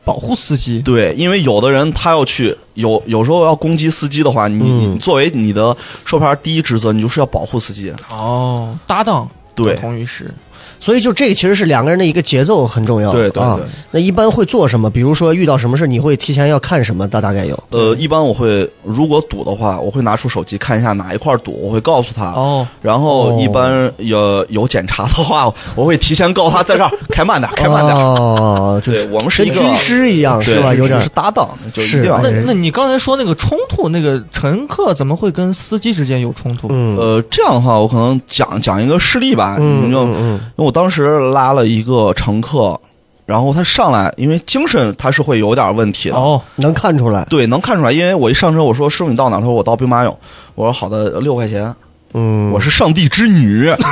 Speaker 3: 保护司机，
Speaker 4: 对，因为有的人他要去，有有时候要攻击司机的话，你、
Speaker 2: 嗯
Speaker 4: 你作为你的售票员第一职责，你就是要保护司机。
Speaker 3: 哦，搭档，
Speaker 4: 对
Speaker 3: 感同于时，
Speaker 2: 所以就这个其实是两个人的一个节奏很重要。
Speaker 4: 对对
Speaker 2: 啊
Speaker 4: 对，
Speaker 2: 那一般会做什么？比如说遇到什么事，你会提前要看什么？大大概有。
Speaker 4: 呃，一般我会如果堵的话，我会拿出手机看一下哪一块堵，我会告诉他。
Speaker 3: 哦，
Speaker 4: 然后一般有有检查的话，我会提前告诉他在这儿开慢点， 开慢点。
Speaker 2: 哦，就
Speaker 4: 对
Speaker 2: 是
Speaker 4: 我们是一
Speaker 2: 跟
Speaker 4: 个
Speaker 2: 军师一样
Speaker 4: 对
Speaker 2: 哦是吧？有点
Speaker 4: 是搭档，就一
Speaker 2: 是
Speaker 4: 定要
Speaker 3: 那
Speaker 2: 哎
Speaker 3: 那你刚才说那个冲突，那个乘客怎么会跟司机之间有冲突？
Speaker 2: 嗯
Speaker 4: 呃，这样的话，我可能讲讲一个事例吧。
Speaker 2: 嗯
Speaker 4: 你就
Speaker 2: 嗯嗯
Speaker 4: 因为我当时拉了一个乘客，然后他上来，因为精神他是会有点问题的。
Speaker 3: 哦，
Speaker 2: 能看出来。
Speaker 4: 对，能看出来，因为我一上车，我说师傅你到哪儿？他说我到兵马俑。我说好的，六块钱。
Speaker 2: 嗯，
Speaker 4: 我是上帝之女。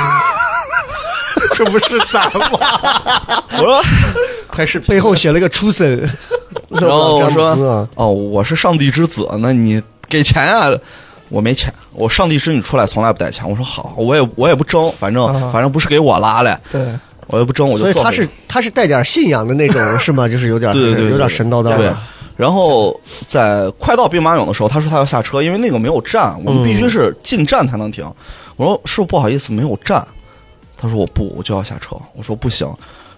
Speaker 2: 这不是咱们
Speaker 4: 我说
Speaker 3: 拍视频
Speaker 2: 背后写了个出森，然
Speaker 4: 后我说
Speaker 2: 啊
Speaker 4: 哦，我是上帝之子，那你给钱啊？我没钱，我上帝之女出来从来不带钱。我说好，我也我也不争，反正、
Speaker 3: 啊
Speaker 4: 反正不是给我拉嘞，
Speaker 3: 对，
Speaker 4: 我也不争，我就
Speaker 2: 所以
Speaker 4: 做
Speaker 2: 他
Speaker 4: 给
Speaker 2: 是他是带点信仰的那种是吗？就是有点
Speaker 4: 对对对，
Speaker 2: 有点
Speaker 4: 对
Speaker 2: 神叨叨
Speaker 4: 对
Speaker 2: 的，，
Speaker 4: 然后在快到兵马俑的时候，他说他要下车，因为那个没有站，我们必须是进站才能停。我说师傅不好意思，没有站。他说我不，我就要下车。我说不行，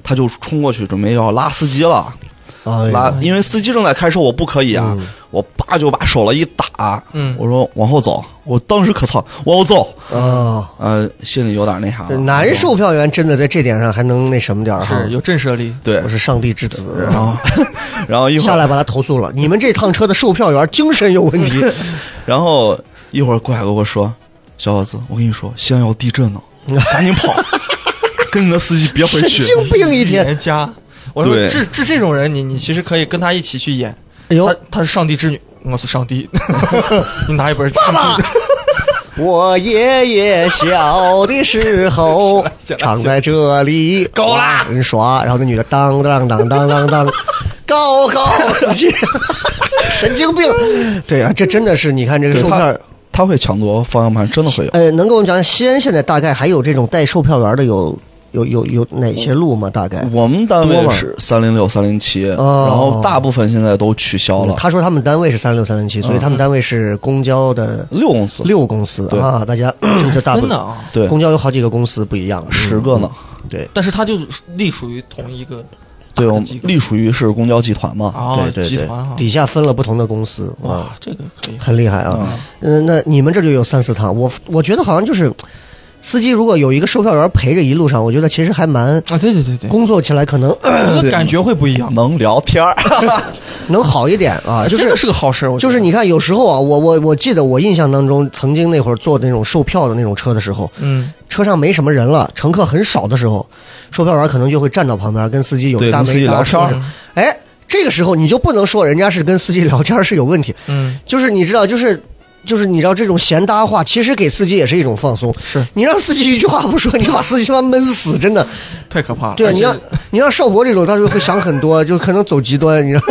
Speaker 4: 他就冲过去准备要拉司机了，
Speaker 2: 哎呀嗯
Speaker 4: 拉，因为司机正在开车，我不可以啊。我叭就把手了一打，
Speaker 3: 嗯
Speaker 4: 我说往后走。我当时可操，往后走，
Speaker 2: 哦，
Speaker 4: 呃，心里有点那啥
Speaker 2: 这
Speaker 4: 了。
Speaker 2: 男售票员真的在这点上还能那什么点儿哈
Speaker 3: 是。有震慑力。
Speaker 4: 对
Speaker 2: 我，是上帝之子，啊
Speaker 4: 然后然后一会
Speaker 2: 下
Speaker 4: 儿，
Speaker 2: 来把他投诉 了。你们这趟车的售票员精神有问题，
Speaker 4: 然后一会儿过来跟我说，小伙子，我跟你说，西安要地 震了。赶紧跑，跟你的司机别回
Speaker 2: 神
Speaker 4: 去。
Speaker 2: 经病一
Speaker 3: 预
Speaker 2: 天。
Speaker 3: 言家，我说
Speaker 4: 对
Speaker 3: 这这这种人，你你其实可以跟他一起去演，
Speaker 2: 哎呦
Speaker 3: 他，他是上帝之女，我是上帝，你拿一本上帝之
Speaker 2: 我爷爷小的时 候
Speaker 3: 起来起来
Speaker 2: 常在这里
Speaker 3: 高啦
Speaker 2: 玩耍，然后那女的当当当当当当， 高高司机，神经病。对啊，这真的是你看这个
Speaker 4: 对
Speaker 2: 售票
Speaker 4: 他，他会抢夺方向盘，真的会有。
Speaker 2: 呃，能跟我们讲西安现在大概还有这种带售票员的有有有有哪些路吗？大概？
Speaker 4: 我们单
Speaker 2: 哎多
Speaker 4: 位
Speaker 2: 吗
Speaker 4: 是三零六、三零七，然
Speaker 2: 哦
Speaker 4: 后大部分现在都取消了。
Speaker 2: 他说他们单位是三六三零七，所以他们单位是公交的
Speaker 4: 六公司，
Speaker 2: 六公司
Speaker 4: 对
Speaker 2: 啊，大家 就大部
Speaker 3: 分的
Speaker 2: 分
Speaker 3: 啊，
Speaker 4: 对，
Speaker 2: 公交有好几个公司嗯不一样，
Speaker 4: 十个呢。
Speaker 2: 对。
Speaker 3: 但是他就隶属于同一个
Speaker 4: 对我们
Speaker 3: 几个
Speaker 4: 隶属于是公交集团嘛。
Speaker 3: 啊
Speaker 2: 对对
Speaker 3: 集
Speaker 2: 对
Speaker 3: 团啊，，
Speaker 2: 底下分了不同的公司啊，
Speaker 3: 哇，这个可以，
Speaker 2: 很厉害啊。嗯、那你们这就有三四趟，我我觉得好像就是司机如果有一个售票员陪着一路上，我觉得其实还蛮
Speaker 3: 啊，对对对对，
Speaker 2: 工作起来可能、
Speaker 3: 那个感觉会不一样，
Speaker 4: 能聊天儿，
Speaker 2: 能好一点啊，就
Speaker 3: 这
Speaker 2: 是
Speaker 3: 个。是个好事，我觉
Speaker 2: 就
Speaker 3: 得
Speaker 2: 是你看，有时候啊，我我我记得我印象当中，曾经那会儿坐那种售票的那种车的时候，
Speaker 3: 嗯，
Speaker 2: 车上没什么人了，乘客很少的时候，售票员可能就会站到旁边跟司机有
Speaker 4: 对
Speaker 2: 大
Speaker 4: 跟司
Speaker 2: 眉
Speaker 4: 机
Speaker 2: 大
Speaker 4: 聊天
Speaker 2: 眼
Speaker 4: 儿
Speaker 2: 儿。哎，这个时候你就不能说人家是跟司机聊天儿是有问题，
Speaker 3: 嗯，
Speaker 2: 就是你知道，就是就是你知道这种闲搭话，其实给司机也是一种放松。
Speaker 3: 是
Speaker 2: 你让司机一句话不说，你把司机他妈闷死，真的。
Speaker 3: 太可怕了。
Speaker 2: 对啊，
Speaker 3: 而且
Speaker 2: 你让你让邵博这种，他就会想很多，就可能走极端，你知道。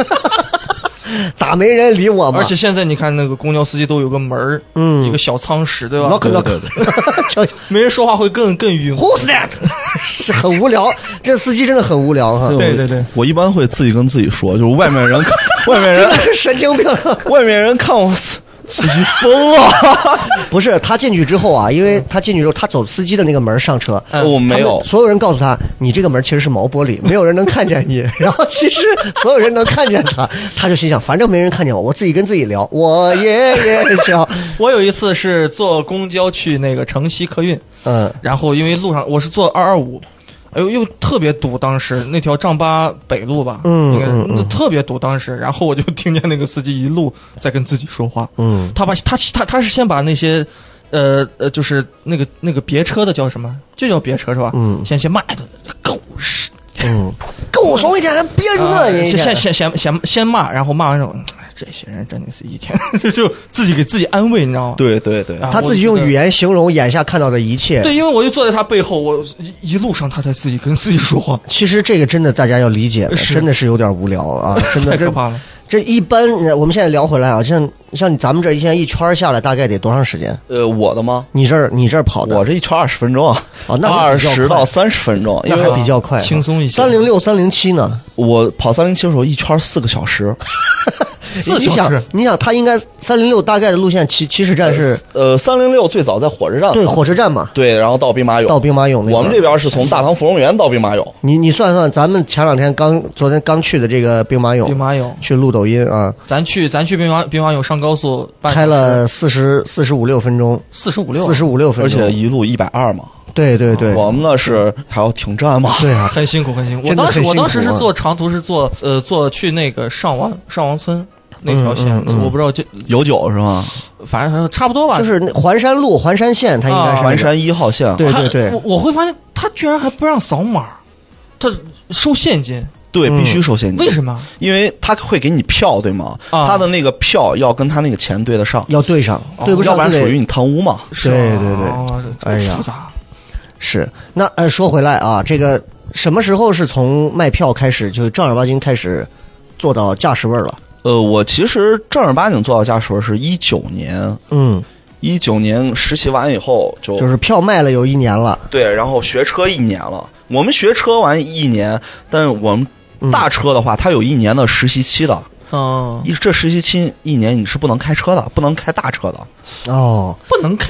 Speaker 2: 咋没人理我嘛？
Speaker 3: 而且现在你看那个公交司机都有个门儿，
Speaker 2: 嗯
Speaker 3: 一个小仓室，对吧？
Speaker 2: knock knock，叫
Speaker 3: 没人说话会更更晕。
Speaker 2: Who's that？是 很无聊，这司机真的很无聊哈，
Speaker 3: 对对对，
Speaker 4: 我一般会自己跟自己说，就是外面人， 外面
Speaker 2: 真
Speaker 4: 人
Speaker 2: 的，是神经病。
Speaker 4: 外面人看我司司机疯了。
Speaker 2: 不是他进去之后啊，因为他进去之后，他走司机的那个门上车，
Speaker 4: 我哦没
Speaker 2: 他
Speaker 4: 有
Speaker 2: 们，所有人告诉他，你这个门其实是毛玻璃，没有人能看见你。 然后其实所有人能看见他，他就心想，反正没人看见我，我自己跟自己聊。我爷爷笑，
Speaker 3: 我有一次是坐公交去那个城西客运，
Speaker 2: 嗯，
Speaker 3: 然后因为路上我是坐二二五，哎呦又特别堵，当时那条丈八北路吧，
Speaker 2: 嗯
Speaker 3: 应该
Speaker 2: 嗯嗯
Speaker 3: 那特别堵，当时，然后我就听见那个司机一路在跟自己说话，
Speaker 2: 嗯，
Speaker 3: 他把他他他是先把那些。呃呃，就是那个那个别车的叫什么？就叫别车是吧？
Speaker 2: 嗯
Speaker 3: 先先骂一顿，狗屎！
Speaker 2: 嗯，够怂一点，还憋
Speaker 3: 啊
Speaker 2: 着你
Speaker 3: 先先先先先先骂，然后骂完之后，哎这些人真的是一天 就就自己给自己安慰，你知道吗？
Speaker 4: 对对对，
Speaker 3: 啊
Speaker 2: 他自己用语。
Speaker 3: 我就觉
Speaker 2: 言形容眼下看到的一切
Speaker 3: 得。对，因为我就坐在他背后，我一一路上他在自己跟自己说话，
Speaker 2: 其实这个真的大家要理解的，
Speaker 3: 是
Speaker 2: 真的是有点无聊啊，真的
Speaker 3: 太可
Speaker 2: 这
Speaker 3: 怕了。
Speaker 2: 这一般，呃我们现在聊回来啊，像像你咱们这现在一圈儿下来大概得多长时间？
Speaker 4: 呃，我的吗？
Speaker 2: 你这儿你这儿跑的，
Speaker 4: 我这一圈二十分钟啊，
Speaker 2: 哦那还
Speaker 4: 二
Speaker 2: 比较
Speaker 4: 十
Speaker 2: 快
Speaker 4: 到三十分钟，因
Speaker 2: 那
Speaker 4: 为
Speaker 2: 还比较快，
Speaker 3: 啊轻松一些。
Speaker 2: 三零六、三零七呢？
Speaker 4: 我跑三零七的时候一圈四个 小时，
Speaker 3: 四
Speaker 2: 你
Speaker 3: 小
Speaker 2: 想
Speaker 3: 时，，
Speaker 2: 你想，他应该三零六大概的路线起起始站是
Speaker 4: 呃，三零六最早在火车站，
Speaker 2: 对火车站嘛，
Speaker 4: 呃对，然后到兵马
Speaker 2: 到
Speaker 4: 俑，
Speaker 2: 兵马俑那块儿
Speaker 4: 我们这边是从大唐芙蓉园到兵马俑，
Speaker 2: 你你算算，咱们前两天刚昨天刚去的这个兵马
Speaker 3: 兵
Speaker 2: 俑，
Speaker 3: 马俑，
Speaker 2: 去录抖音啊，
Speaker 3: 咱去咱去兵马兵马俑上高速，
Speaker 2: 开了四十四十五六分钟，
Speaker 3: 四十五六，
Speaker 2: 四十五六 分
Speaker 4: 而
Speaker 2: 钟，
Speaker 4: 且一路一百二嘛，
Speaker 2: 对对对
Speaker 4: 我们 那是还要停站嘛，
Speaker 2: 对啊，
Speaker 3: 很辛苦，很辛苦。我
Speaker 2: 真的
Speaker 3: 当时
Speaker 2: 很
Speaker 3: 我
Speaker 2: 辛
Speaker 3: 当时
Speaker 2: 苦
Speaker 3: 是
Speaker 2: 啊
Speaker 3: 坐长途，是坐呃坐去那个上王上王村那条线，
Speaker 2: 嗯嗯嗯
Speaker 3: 我不知道就
Speaker 4: 有酒是吗？
Speaker 3: 反正差不多吧。
Speaker 2: 就是那环山路环山线，它应该是
Speaker 3: 啊
Speaker 4: 环，山一号线，
Speaker 2: 对
Speaker 3: 他
Speaker 2: 对对
Speaker 3: 我，我会发现他居然还不让扫码，他收现金，
Speaker 4: 对，
Speaker 2: 嗯
Speaker 4: 必须收现金
Speaker 3: 为，什么？
Speaker 4: 因为他会给你票对吗？
Speaker 3: 啊
Speaker 4: 他的那个票要跟他那个钱对得上，
Speaker 2: 要对上，
Speaker 3: 哦
Speaker 2: 对不
Speaker 4: 要
Speaker 2: 上
Speaker 4: 不然
Speaker 2: 就
Speaker 4: 属
Speaker 2: 得
Speaker 4: 于你贪污嘛。
Speaker 3: 是
Speaker 2: 对
Speaker 3: 吧
Speaker 2: 对对
Speaker 3: 哦
Speaker 2: 哎呀
Speaker 3: 复杂。
Speaker 2: 是。那呃，说回来啊，这个什么时候是从卖票开始，就正儿八经开始坐到驾驶位儿了？
Speaker 4: 呃，我其实正儿八经做到驾驶位是一九年，
Speaker 2: 嗯，
Speaker 4: 一九年实习完以后就
Speaker 2: 就是票卖了有一年了，
Speaker 4: 对，然后学车一年了。我们学车完一年，但是我们
Speaker 2: 嗯
Speaker 4: 大车的话，它有一年的实习期的。
Speaker 3: 嗯，
Speaker 4: 一这实习期一年你是不能开车的，不能开大车的，
Speaker 2: 哦
Speaker 3: 不能开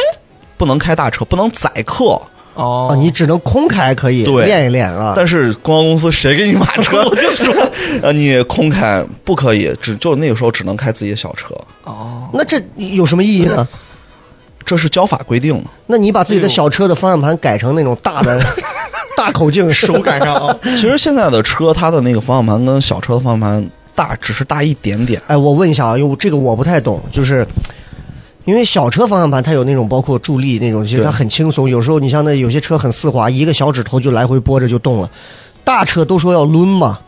Speaker 4: 不能开大车，不能载客。
Speaker 3: 哦
Speaker 2: 哦，你只能空开可以
Speaker 4: 对
Speaker 2: 练一练啊。
Speaker 4: 但是公关公司谁给你买车？ 我就说，呃，你空开不可以，只就那个时候只能开自己的小车，
Speaker 3: 哦，
Speaker 2: 那这有什么意义 呢？
Speaker 4: 这是交法规定的。
Speaker 2: 那你把自己
Speaker 4: 哎
Speaker 2: 的小车的方向盘改成那种大 的、大口径，手感上啊。
Speaker 4: 其实现在的车，它的那个方向盘跟小车的方向盘大，只是大一点点。
Speaker 2: 哎，我问一下啊，因为这个我不太懂，就是因为小车方向盘它有那种包括助力那种，其实它
Speaker 4: 对
Speaker 2: 很轻松。有时候你像那有些车很丝滑，一个小指头就来回拨着就动了。大车都说要抡嘛，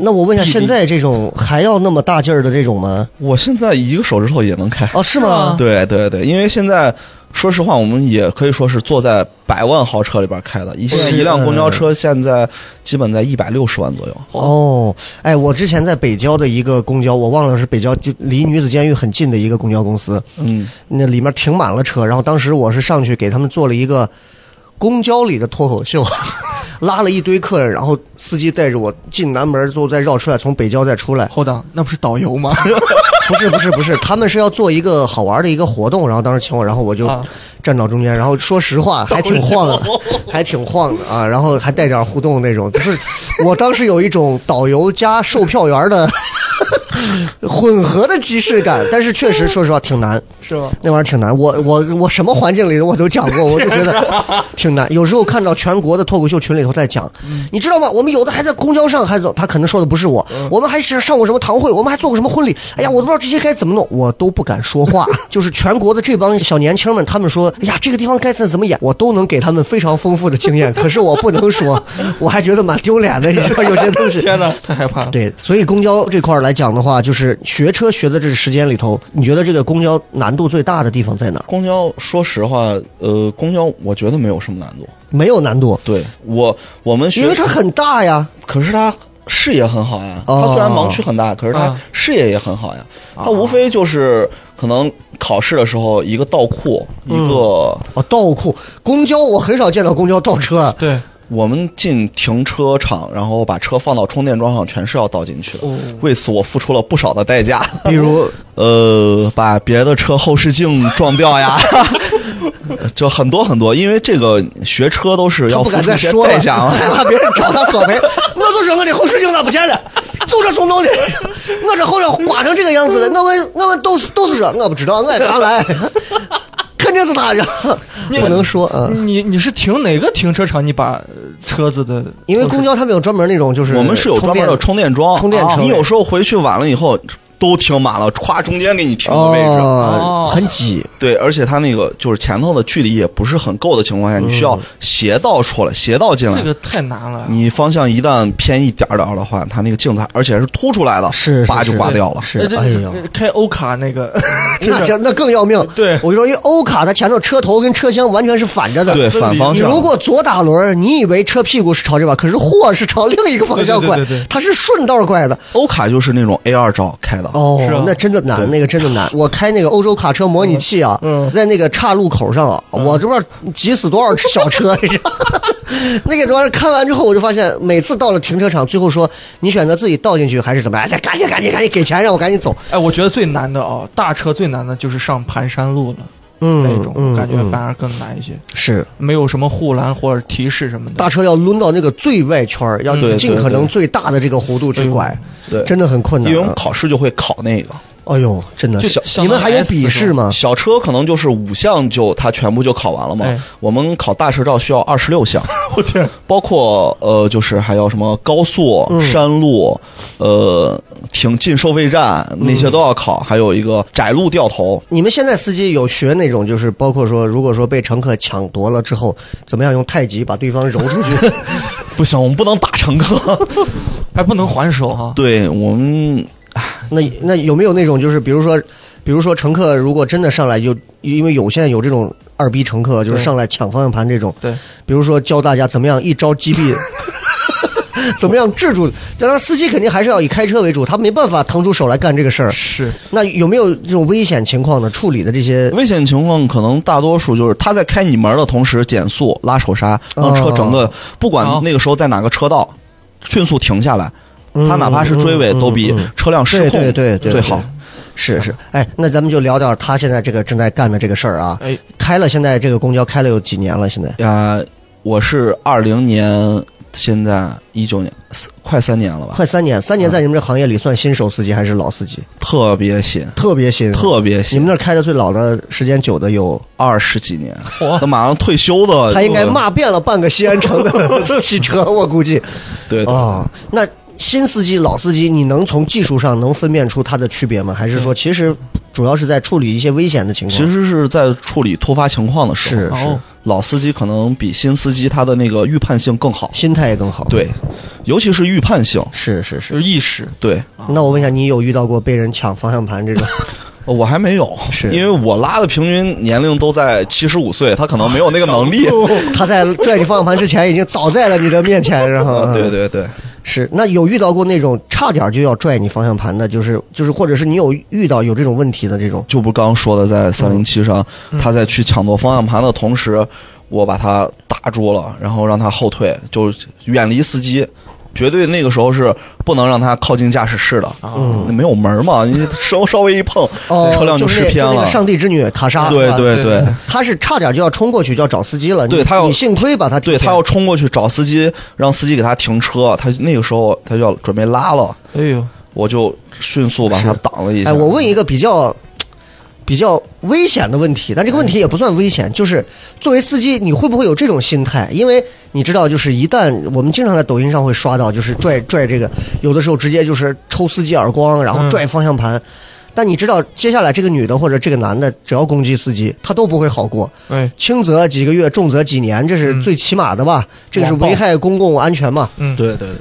Speaker 2: 那我问一下，
Speaker 4: 臂力
Speaker 2: 现在这种还要那么大劲儿的这种吗？
Speaker 4: 我现在一个手指头也能开。
Speaker 2: 哦，是
Speaker 3: 是
Speaker 2: 吗
Speaker 3: 吗？
Speaker 4: 对对对，因为现在说实话，我们也可以说是坐在百万豪车里边开的，一
Speaker 2: 哦是嗯
Speaker 4: 一辆公交车现在基本在一百六十万左右。
Speaker 2: 哦，哎，我之前在北郊的一个公交，我忘了是北郊，就离女子监狱很近的一个公交公司，
Speaker 4: 嗯，
Speaker 2: 那里面停满了车，然后当时我是上去给他们做了一个公交里的脱口秀， 拉了一堆客人，然后司机带着我进南门，最后再绕出来，从北郊再出来。
Speaker 3: 后等，那不是导游吗？
Speaker 2: 不是不是不是，他们是要做一个好玩的一个活动，然后当时请我，然后我就
Speaker 3: 啊
Speaker 2: 站到中间，然后说实话还挺晃的，还挺晃的啊，然后还带点互动那种，就是我当时有一种导游加售票员的 混合的即视感，但是确实说实话挺难。
Speaker 3: 是吗？
Speaker 2: 那玩意儿挺难，我我我什么环境里的我都讲过，我就觉得挺难。有时候看到全国的脱口秀群里头在讲，你知道吗？我们有的还在公交上还走，他可能说的不是我，我们还是上过什么堂会，我们还做过什么婚礼，哎呀，我都不知道这些该怎么弄，我都不敢说话。就是全国的这帮小年轻们，他们说，哎呀，这个地方该怎怎么演，我都能给他们非常丰富的经验，可是我不能说，我还觉得蛮丢脸的，你知道有些东西。
Speaker 3: 天哪，太害
Speaker 4: 啊
Speaker 3: 怕了。
Speaker 2: 对，所以公交这块儿来讲的话，就是学车学的这时间里头，你觉得这个公交难度最大的地方在哪儿？
Speaker 4: 公交说实话，呃，公交我觉得没有什么难度。
Speaker 2: 没有难度，
Speaker 4: 对我，我们学
Speaker 2: 因为它很大呀。
Speaker 4: 可是他视野很好呀，
Speaker 2: 哦啊
Speaker 4: 他虽然盲区很大，可是他
Speaker 3: 啊
Speaker 4: 视野也很好呀。他无非就是可能考试的时候一个倒库，一个
Speaker 2: 哦，倒库公交我很少见到公交倒车，
Speaker 3: 对，
Speaker 4: 我们进停车场，然后把车放到充电桩上，全是要倒进去的
Speaker 3: 哦。
Speaker 4: 为此我付出了不少的代价，
Speaker 2: 比如
Speaker 4: 呃，把别的车后视镜撞掉呀， 就很多很多。因为这个学车都是
Speaker 2: 他
Speaker 4: 要
Speaker 2: 不敢
Speaker 4: 付出
Speaker 2: 再
Speaker 4: 一些
Speaker 2: 说
Speaker 4: 代
Speaker 2: 了，
Speaker 4: 价嘛。
Speaker 2: 害怕别人找他索赔。我就说我的后视镜咋不见了？就这送东西， 我这后头刮成这个样
Speaker 4: 嗯
Speaker 2: 子的，我们我们都是都是这，我不知道，我也刚来， 肯定是他呀，不能说啊。嗯
Speaker 3: 你你是停哪个停车场？你把呃车子的，
Speaker 2: 因为公交他们有专门那种，就是
Speaker 4: 我们是有专门的充电桩，
Speaker 2: 充电车
Speaker 4: 啊你有时候回去晚了以后都停满了，咵中间给你停个位置。
Speaker 2: 哦
Speaker 3: 哦，
Speaker 2: 很挤，
Speaker 4: 对，而且它那个就是前头的距离也不是很够的情况下，你需要斜道出来，斜道进来。
Speaker 3: 这个太难了。
Speaker 4: 你方向一旦偏一点儿点儿的话，它那个镜子还而且还是凸出来的，
Speaker 2: 是是
Speaker 4: 叭就是刮掉了。
Speaker 2: 是
Speaker 3: 呃那，这
Speaker 2: 哎呦，
Speaker 3: 开欧卡那个，
Speaker 2: 那这那更要命。
Speaker 3: 对
Speaker 2: 我就说，因为欧卡它前头车头跟车厢完全是反着的。
Speaker 4: 对，反方
Speaker 2: 你
Speaker 4: 向。
Speaker 2: 如果左打轮，你以为车屁股是朝这边，可是货是朝另一个方向拐
Speaker 3: 对对对对对，
Speaker 2: 它是顺道拐的。
Speaker 4: 欧卡就是那种 A 二照开的，的。
Speaker 2: 哦
Speaker 3: 是啊，
Speaker 2: 那真的难，
Speaker 4: 对
Speaker 2: 那个真的难。我开那个欧洲卡车模拟器啊，
Speaker 3: 嗯嗯嗯
Speaker 2: 在那个岔路口上啊，我都不知道挤死多少只小 车。你知道吗那个玩意儿看完之后，我就发现，每次到了停车场，最后说你选择自己倒进去还是怎么样，哎赶紧赶紧赶紧给钱，让我赶紧走。
Speaker 3: 哎，我觉得最难的啊，大车最难的就是上盘山路了，
Speaker 2: 嗯，
Speaker 3: 那种
Speaker 2: 嗯
Speaker 3: 感觉
Speaker 2: 嗯
Speaker 3: 反而更难一些，
Speaker 2: 是
Speaker 3: 没有什么护栏或者提示什么的。
Speaker 2: 大车要抡到那个最外圈儿，要
Speaker 3: 嗯对
Speaker 2: 尽
Speaker 4: 对
Speaker 2: 可能
Speaker 4: 对
Speaker 2: 最大的这个弧度去拐，
Speaker 4: 对，
Speaker 2: 真的很困
Speaker 4: 因
Speaker 2: 难
Speaker 4: 为我们
Speaker 2: 啊。
Speaker 4: 考试就会考那个
Speaker 2: 哎呦，真的，
Speaker 3: 就是相
Speaker 2: 你们还
Speaker 3: 当于
Speaker 2: 有
Speaker 3: S
Speaker 2: 笔试
Speaker 3: 种
Speaker 2: 吗？
Speaker 4: 小车，可能就是五项就它全部就考完了嘛。
Speaker 3: 哎
Speaker 4: 我们考大车照需要二十六项，
Speaker 3: 我天，
Speaker 4: 包括呃，就是还有什么高速、山路，呃，停进收费站那些都要考，还有一个窄路掉头。
Speaker 2: 你们现在司机有学那种，就是包括说，如果说被乘客抢夺了之后，怎么样用太极把对方揉出 去？
Speaker 4: 不行，我们不能打乘客。
Speaker 3: 还不能还手哈、
Speaker 4: 对我们
Speaker 2: 那那有没有那种就是，比如说，比如说乘客如果真的上来就，因为有现在有这种二逼乘客，就是
Speaker 3: 对
Speaker 2: 上来抢方向盘这种，
Speaker 3: 对，
Speaker 2: 比如说教大家怎么样一招击毙。 怎么样制住？当然，司机肯定还是要以开车为主，他没办法腾出手来干这个事儿。
Speaker 3: 是
Speaker 2: 那有没有这种危险情况呢？处理的这些
Speaker 4: 危险情况可能大多数就是他在开你门的同时减速拉手刹，让车整个不管
Speaker 3: 好
Speaker 4: 那个时候在哪个车道，迅速停下来。
Speaker 2: 嗯
Speaker 4: 他哪怕是追尾，
Speaker 2: 嗯
Speaker 4: 都比
Speaker 2: 嗯嗯
Speaker 4: 车辆失控
Speaker 2: 对对对对
Speaker 4: 最好。
Speaker 2: 是是，哎，那咱们就聊点他现在这个正在干的这个事儿啊。
Speaker 3: 哎，
Speaker 2: 开了现在这个公交开了有几年了？现在
Speaker 4: 呀，呃我是二零年，现在一九年，四快三年了吧，
Speaker 2: 快三年，三年在你们这行业里算新手司机还是老司机？
Speaker 4: 特别新，
Speaker 2: 特别新，啊
Speaker 4: 特别
Speaker 2: 你
Speaker 4: 新，
Speaker 2: 们那儿开的最老的时间久的有，
Speaker 4: 二十几年，
Speaker 3: 嚯
Speaker 4: 他马上退休的，
Speaker 2: 他应该骂遍了半个西安城 的汽车，我估计
Speaker 4: 对。对
Speaker 2: 啊。那新司机、老司机，你能从技术上能分辨出它的区别吗？还是说其实主要是在处理一些危险的情况？
Speaker 4: 嗯其实是在处理突发情况的时
Speaker 2: 是
Speaker 4: 候，
Speaker 3: 是哦
Speaker 4: 老司机可能比新司机他的那个预判性更好，
Speaker 2: 心态也更好。，
Speaker 4: 对，尤其是预判性，
Speaker 2: 是是。
Speaker 3: 就是是意识，
Speaker 4: 对
Speaker 2: 那我问一下，你有遇到过被人抢方向盘 这种？
Speaker 4: 呃我还没有，
Speaker 2: 是
Speaker 4: 因为我拉的平均年龄都在七十五岁，他可能没有那个能力，
Speaker 2: 他在拽你方向盘之前已经倒在了你的面前，然后嗯
Speaker 4: 呃 对对对。
Speaker 2: 是那有遇到过那种差点就要拽你方向盘的，就是就是或者是你有遇到有这种问题的这种，
Speaker 4: 就不刚说的，在三零七上，
Speaker 2: 嗯
Speaker 4: 他在去抢夺方向盘的同时，我把他打住了，然后让他后退，就远离司机。绝对那个时候是不能让他靠近驾驶室的，
Speaker 2: 啊
Speaker 3: 啊
Speaker 4: 嗯，没有门 嘛，你稍稍微一碰，
Speaker 2: 哦，
Speaker 4: 车辆
Speaker 2: 就
Speaker 4: 识
Speaker 2: 是那
Speaker 4: 偏
Speaker 2: 就那
Speaker 4: 了
Speaker 2: 个。上帝之女卡莎，
Speaker 4: 对
Speaker 2: 是吧
Speaker 4: 对
Speaker 3: 对
Speaker 4: 对
Speaker 3: 对
Speaker 2: 他是差点就要冲过去就要找司机了，
Speaker 4: 对
Speaker 2: 你
Speaker 4: 他要
Speaker 2: 你幸亏把他提
Speaker 4: 对，
Speaker 2: 前
Speaker 4: 他要冲过去找司机，让司机给他停车，他那个时候他就要准备拉了，
Speaker 3: 哎呦，
Speaker 4: 我就迅速把他挡了一下。
Speaker 2: 哎，我问一个比较比较危险的问题，但这个问题也不算危险，就是作为司机，你会不会有这种心态？因为你知道，就是一旦我们经常在抖音上会刷到，就是拽拽这个，有的时候直接就是抽司机耳光，然后
Speaker 3: 嗯
Speaker 2: 拽方向盘。但你知道，接下来这个女的或者这个男的，只要攻击司机，他都不会好过。
Speaker 3: 哎，
Speaker 2: 轻则几个月，重则几年，这是
Speaker 3: 嗯
Speaker 2: 最起码的吧？这个是
Speaker 4: 网暴
Speaker 2: 危害公共安全嘛？
Speaker 3: 嗯，
Speaker 4: 对对对，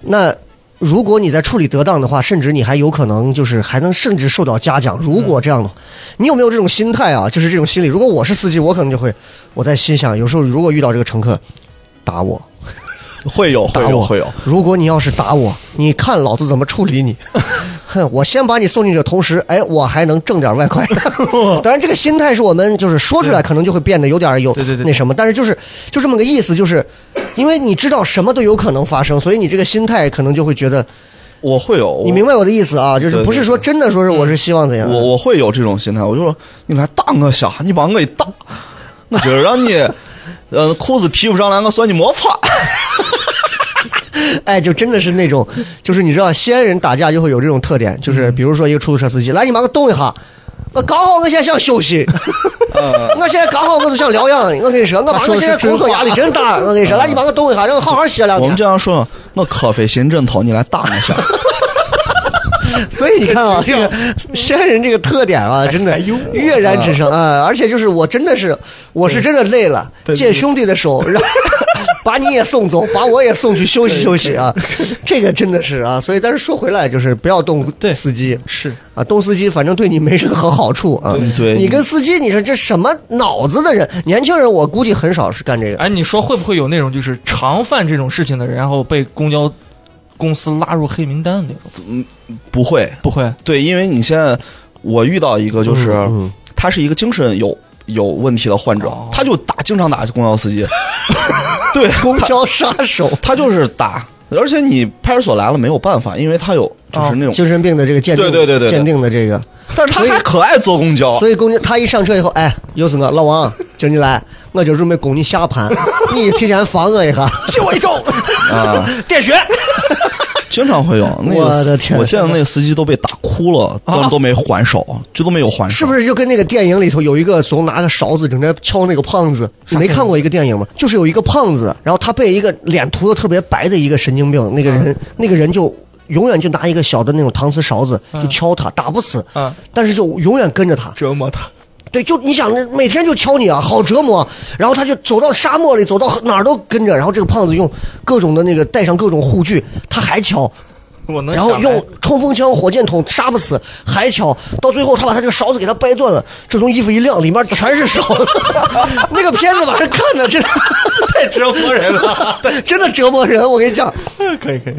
Speaker 2: 那如果你在处理得当的话，甚至你还有可能就是还能甚至受到嘉奖。如果这样的，你有没有这种心态啊？就是这种心理。如果我是司机，我可能就会我在心想，有时候如果遇到这个乘客打我，
Speaker 4: 会有会
Speaker 2: 打
Speaker 4: 有
Speaker 2: 我
Speaker 4: 会有，
Speaker 2: 如果你要是打我，你看老子怎么处理你！哼，我先把你送进去的同时，哎，我还能挣点外快。 当然，这个心态是我们就是说出来，可能就会变得有点有
Speaker 3: 对对对
Speaker 2: 那什么，但是就是就这么个意思，就是因为你知道什么都有可能发生，所以你这个心态可能就会觉得。
Speaker 4: 我会有，
Speaker 2: 你明白我的意思啊？就是
Speaker 4: 哦对嗯
Speaker 2: 不是说真的说是我是希望怎样？
Speaker 4: 我我会有这种心态，我就说你来打我下，你把我给打，我就让你，呃，裤子提不上来，我算你没法。
Speaker 2: 哎，就真的是那种，就是你知道西安人打架就会有这种特点，
Speaker 4: 嗯
Speaker 2: 就是比如说一个出租车司机，来你妈给我动一下，我刚好我现在想休息，
Speaker 4: 嗯
Speaker 2: 我现在刚好我都想疗养，我跟你说，我妈
Speaker 3: 他
Speaker 2: 我
Speaker 3: 说的
Speaker 2: 现
Speaker 3: 是
Speaker 2: 在工作
Speaker 3: 真
Speaker 2: 压力真大，我跟你说，来你妈给我动一下，让我好好歇两
Speaker 4: 我们
Speaker 2: 天
Speaker 4: 这。样说，我可费心枕头，你来打我下。
Speaker 2: 所以你看啊，这个西安人这个特点
Speaker 4: 哎
Speaker 2: 啊，真的跃然纸上啊！而且就是我真的是，我是真的累了，借兄弟的手，让 把你也送走，把我也送去休息休息啊！这个真的是啊，所以但是说回来，就是不要动
Speaker 3: 对
Speaker 2: 司机
Speaker 3: 是
Speaker 2: 啊，动司机反正对你没任何好处啊。
Speaker 4: 对对
Speaker 2: 你跟司机，你说这什么脑子的人？年轻人我估计
Speaker 4: 哎
Speaker 2: 很少是干这个。
Speaker 3: 哎，你说会不会有那种就是常犯这种事情的人，然后被公交公司拉入黑名单那种？
Speaker 4: 不会，
Speaker 3: 不会，
Speaker 4: 对，因为你现在我遇到一个就是、
Speaker 2: 嗯
Speaker 4: 他是一个精神有有问题的患者，
Speaker 3: 哦
Speaker 4: 他就打经常打公交司机，对，
Speaker 2: 公交杀 手，
Speaker 4: 他就是打，而且你派出所来了没有办法，因为他有就是那种，
Speaker 2: 精神病的这个鉴定，
Speaker 4: 对对对对对
Speaker 2: 鉴定的这个，
Speaker 4: 但是他还可爱坐公交，
Speaker 2: 所以公交他一上车以后，哎，有是我老王，今儿你来，我就准备供你下盘，你提前防我一下，
Speaker 4: 借我一周啊，电学。经常会有 那个，
Speaker 2: 我的天啊
Speaker 4: 见的那个司机都被打哭了，但都没还手，就都没有还手，
Speaker 2: 是不
Speaker 4: 是？
Speaker 2: 是就跟那个电影里头有一个总拿个勺子整天敲那个胖子？你没看过一个电影吗？就是有一个胖子，然后他被一个脸涂的特别白的一个神经病，那个人、那个人就永远就拿一个小的那种搪瓷勺子就敲他，打不死，
Speaker 3: 嗯
Speaker 2: 但是就永远跟着他。
Speaker 3: 折磨他。
Speaker 2: 对，就你想，那每天就敲你啊，好折磨。然后他就走到沙漠里，走到哪儿都跟着。然后这个胖子用各种的那个带上各种护具，他还敲，
Speaker 3: 我能
Speaker 2: 然后
Speaker 3: 想来
Speaker 2: 用冲锋枪、火箭筒杀不死，还敲。到最后，他把他这个勺子给他掰断了，这从衣服一晾，里面全是勺。 那个片子晚上看的，真的
Speaker 3: 太折磨人了。对，
Speaker 2: 真的折磨人。我跟你讲，
Speaker 3: 可以可以，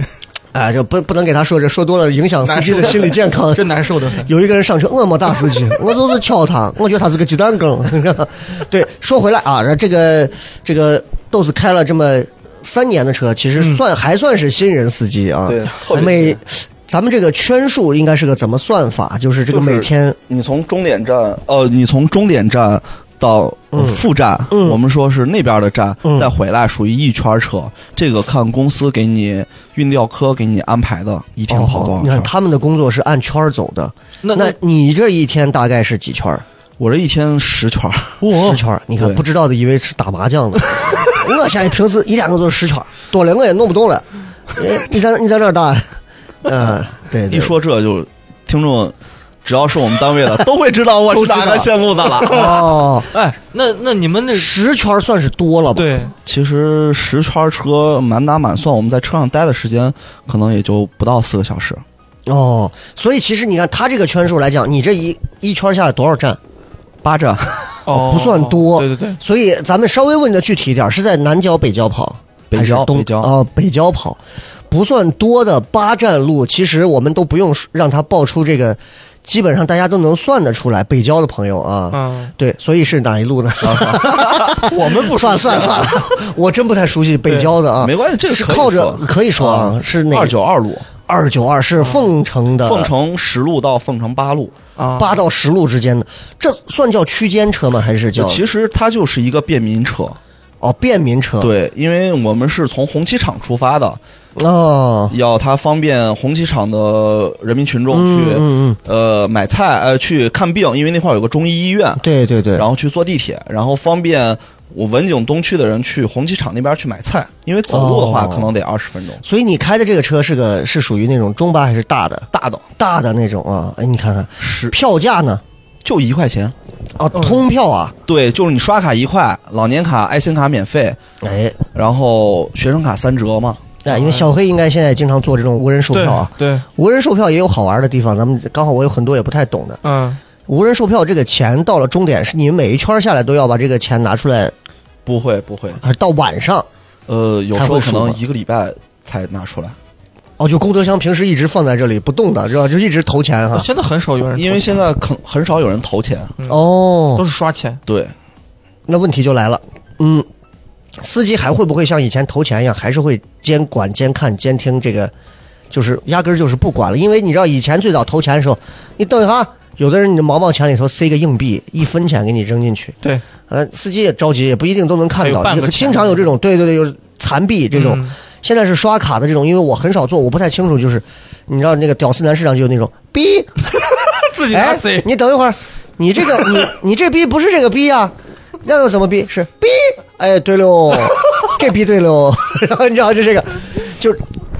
Speaker 2: 哎，就不不能给他说这，说多了影响司机的心理健康。
Speaker 3: 真难受的很。
Speaker 2: 有一个人上车，我没打司 机，我就是敲他，我觉得他是个鸡蛋羹。 对，说回来啊，然后这个这个豆子开了这么三年的车，其实算、还算是新人司机啊。
Speaker 4: 嗯对特别
Speaker 2: 每
Speaker 4: 新
Speaker 2: 咱们这个圈数应该是个怎么算法？就是这个
Speaker 4: 就是
Speaker 2: 每天
Speaker 4: 你从终点站，呃，你从终点站到呃副站，
Speaker 2: 嗯
Speaker 4: 我们说是那边的站，
Speaker 2: 嗯
Speaker 4: 再回来属于一圈车。这个看公司给你运调科给你安排的一天跑多
Speaker 2: 哦
Speaker 4: 少
Speaker 2: 你
Speaker 4: 圈儿。
Speaker 2: 看他们的工作是按圈儿走的，
Speaker 3: 那
Speaker 2: 那你这一天大概是几圈儿？
Speaker 4: 我这一天十圈儿，
Speaker 2: 十圈儿，你看
Speaker 4: 对
Speaker 2: 不知道的以为是打麻将 呢。我现在平时一天我就十圈儿，多了我也弄不 动了。哎你在你在哪儿打？嗯，对对
Speaker 4: 一说这就听众，只要是我们单位 的都会知道我是哪个线路的了。
Speaker 2: 哦，
Speaker 3: 哎，那那你们那
Speaker 2: 十圈儿算是多了吧？，
Speaker 3: 对
Speaker 4: 其实十圈车满打满算，我们在车上待的时间可能也就不到四个小时。
Speaker 2: 哦，所以其实你看他这个圈数来讲，你这一一圈儿下来多少站？
Speaker 4: 八站，
Speaker 2: 哦不算多
Speaker 3: 对对对，
Speaker 2: 所以咱们稍微问的具体一点儿，是在南郊、北郊跑，
Speaker 4: 北
Speaker 2: 还
Speaker 4: 郊
Speaker 2: 是东
Speaker 4: 北郊
Speaker 2: 啊、北郊跑，不算多的八站路，其实我们都不用让它报出这个，基本上大家都能算得出来。北郊的朋友啊，
Speaker 3: 嗯，
Speaker 2: 对，所以是哪一 路呢？
Speaker 4: 我们不
Speaker 2: 算了算了算了，我真不太熟悉北郊的啊。
Speaker 4: 没关系，这个
Speaker 2: 是
Speaker 4: 可以
Speaker 2: 靠着
Speaker 4: 说
Speaker 2: 可以说啊，是哪
Speaker 4: 二九二路，
Speaker 2: 二九二是凤城的
Speaker 4: 凤城十路到凤城八路，
Speaker 3: 啊，
Speaker 2: 八到十路之间的，这算叫区间车吗？还是叫
Speaker 4: 呃其实它就是一个便民车。
Speaker 2: 哦便民车？
Speaker 4: 对，因为我们是从红旗场出发的，
Speaker 2: 哦，
Speaker 4: 要它方便红旗场的人民群众
Speaker 2: 嗯
Speaker 4: 去、
Speaker 2: 嗯嗯，
Speaker 4: 呃买菜，呃去看病，因为那块儿有个中医医院，
Speaker 2: 对对对，
Speaker 4: 然后去坐地铁，然后方便。我文景东区的人去红旗场那边去买菜，因为走路的话
Speaker 2: 哦
Speaker 4: 可能得二十分钟。
Speaker 2: 所以你开的这个车是个是属于那种中巴还是大的？
Speaker 4: 大的
Speaker 2: 大的那种啊，哎，你看看
Speaker 4: 十
Speaker 2: 票价呢？
Speaker 4: 就一块钱，
Speaker 2: 啊，通票啊，
Speaker 4: 对，就是你刷卡一块，老年卡、爱心卡免费，
Speaker 2: 哎，
Speaker 4: 然后学生卡三折嘛。
Speaker 2: 哎，因为小黑应该现在经常做这种无人售
Speaker 3: 对
Speaker 2: 票啊，
Speaker 3: 对，
Speaker 2: 无人售票也有好玩的地方，咱们刚好我有很多也不太懂的。
Speaker 3: 嗯，
Speaker 2: 无人售票这个钱到了终点是你们每一圈下来都要把这个钱拿出来，
Speaker 4: 不会不会，
Speaker 2: 啊到晚上
Speaker 4: 呃，有
Speaker 2: 才
Speaker 4: 时
Speaker 2: 会
Speaker 4: 候可
Speaker 2: 数
Speaker 4: 能
Speaker 2: 吗
Speaker 4: 一个礼拜才拿出来，
Speaker 2: 哦，就功德箱平时一直放在这里不动的，知道吧就一直投钱哈。
Speaker 3: 现在很少有人，
Speaker 4: 因为现在很很少有人投钱。
Speaker 3: 都
Speaker 2: 哦，
Speaker 3: 是刷钱。
Speaker 4: 对，
Speaker 2: 那问题就来了，嗯，司机还会不会像以前投钱一样，还是会监管、监看、监听这个，就是压根儿就是不管了？因为你知道以前最早投钱的时候，你等一下，啊有的人你的毛毛钱里头塞个硬币，一分钱给你扔进去，
Speaker 3: 对，
Speaker 2: 呃，司机也着急，也不一定都能看
Speaker 3: 还有
Speaker 2: 到，
Speaker 3: 半个
Speaker 2: 也
Speaker 3: 钱
Speaker 2: 经常有这种，对对对，有残币这种。
Speaker 3: 嗯
Speaker 2: 现在是刷卡的这种，因为我很少做，我不太清楚。就是你知道那个屌丝男市场就有那种逼，
Speaker 3: 自己拿
Speaker 2: 哎
Speaker 3: 贼，，
Speaker 2: 你等一会儿，你这个你你这逼不是这个逼啊，那又怎么逼？是逼？哎，对喽，这逼对喽。然后你知道就这个，就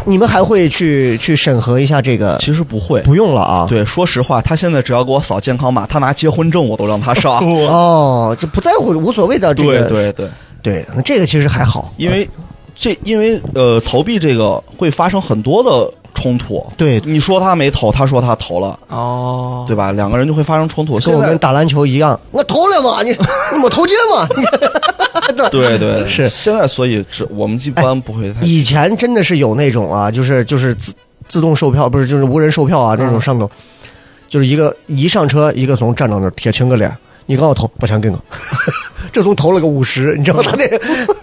Speaker 2: 你们还会去去审核一下这个，
Speaker 4: 其实不会。
Speaker 2: 不用了啊。
Speaker 4: 对，说实话，他现在只要给我扫健康码，他拿结婚证我都让 他上。
Speaker 2: 哦，就不在乎，无所谓的这
Speaker 4: 对
Speaker 2: 个，
Speaker 4: 对对，
Speaker 2: 对那这个其实还好，
Speaker 4: 因为这因为呃投币这个会发生很多的冲突。
Speaker 2: 对
Speaker 4: 你说他没投，他说他投了，
Speaker 3: 哦，
Speaker 4: 对吧？两个人就会发生冲突。
Speaker 2: 跟
Speaker 4: 现
Speaker 2: 我们
Speaker 4: 在
Speaker 2: 打篮球一样，我投了嘛，你你没投进嘛，对
Speaker 4: 对对，
Speaker 2: 是哎
Speaker 4: 现在所以只我们一般不会太
Speaker 2: 以前真的是有那种啊，就是就是自自动售票，不是就是无人售票
Speaker 3: 嗯
Speaker 2: 啊，这种上头，就是一个一上车，一个怂站到那儿铁青个脸，你跟我投， 不想给我，这怂投了个五十，你知道他 那，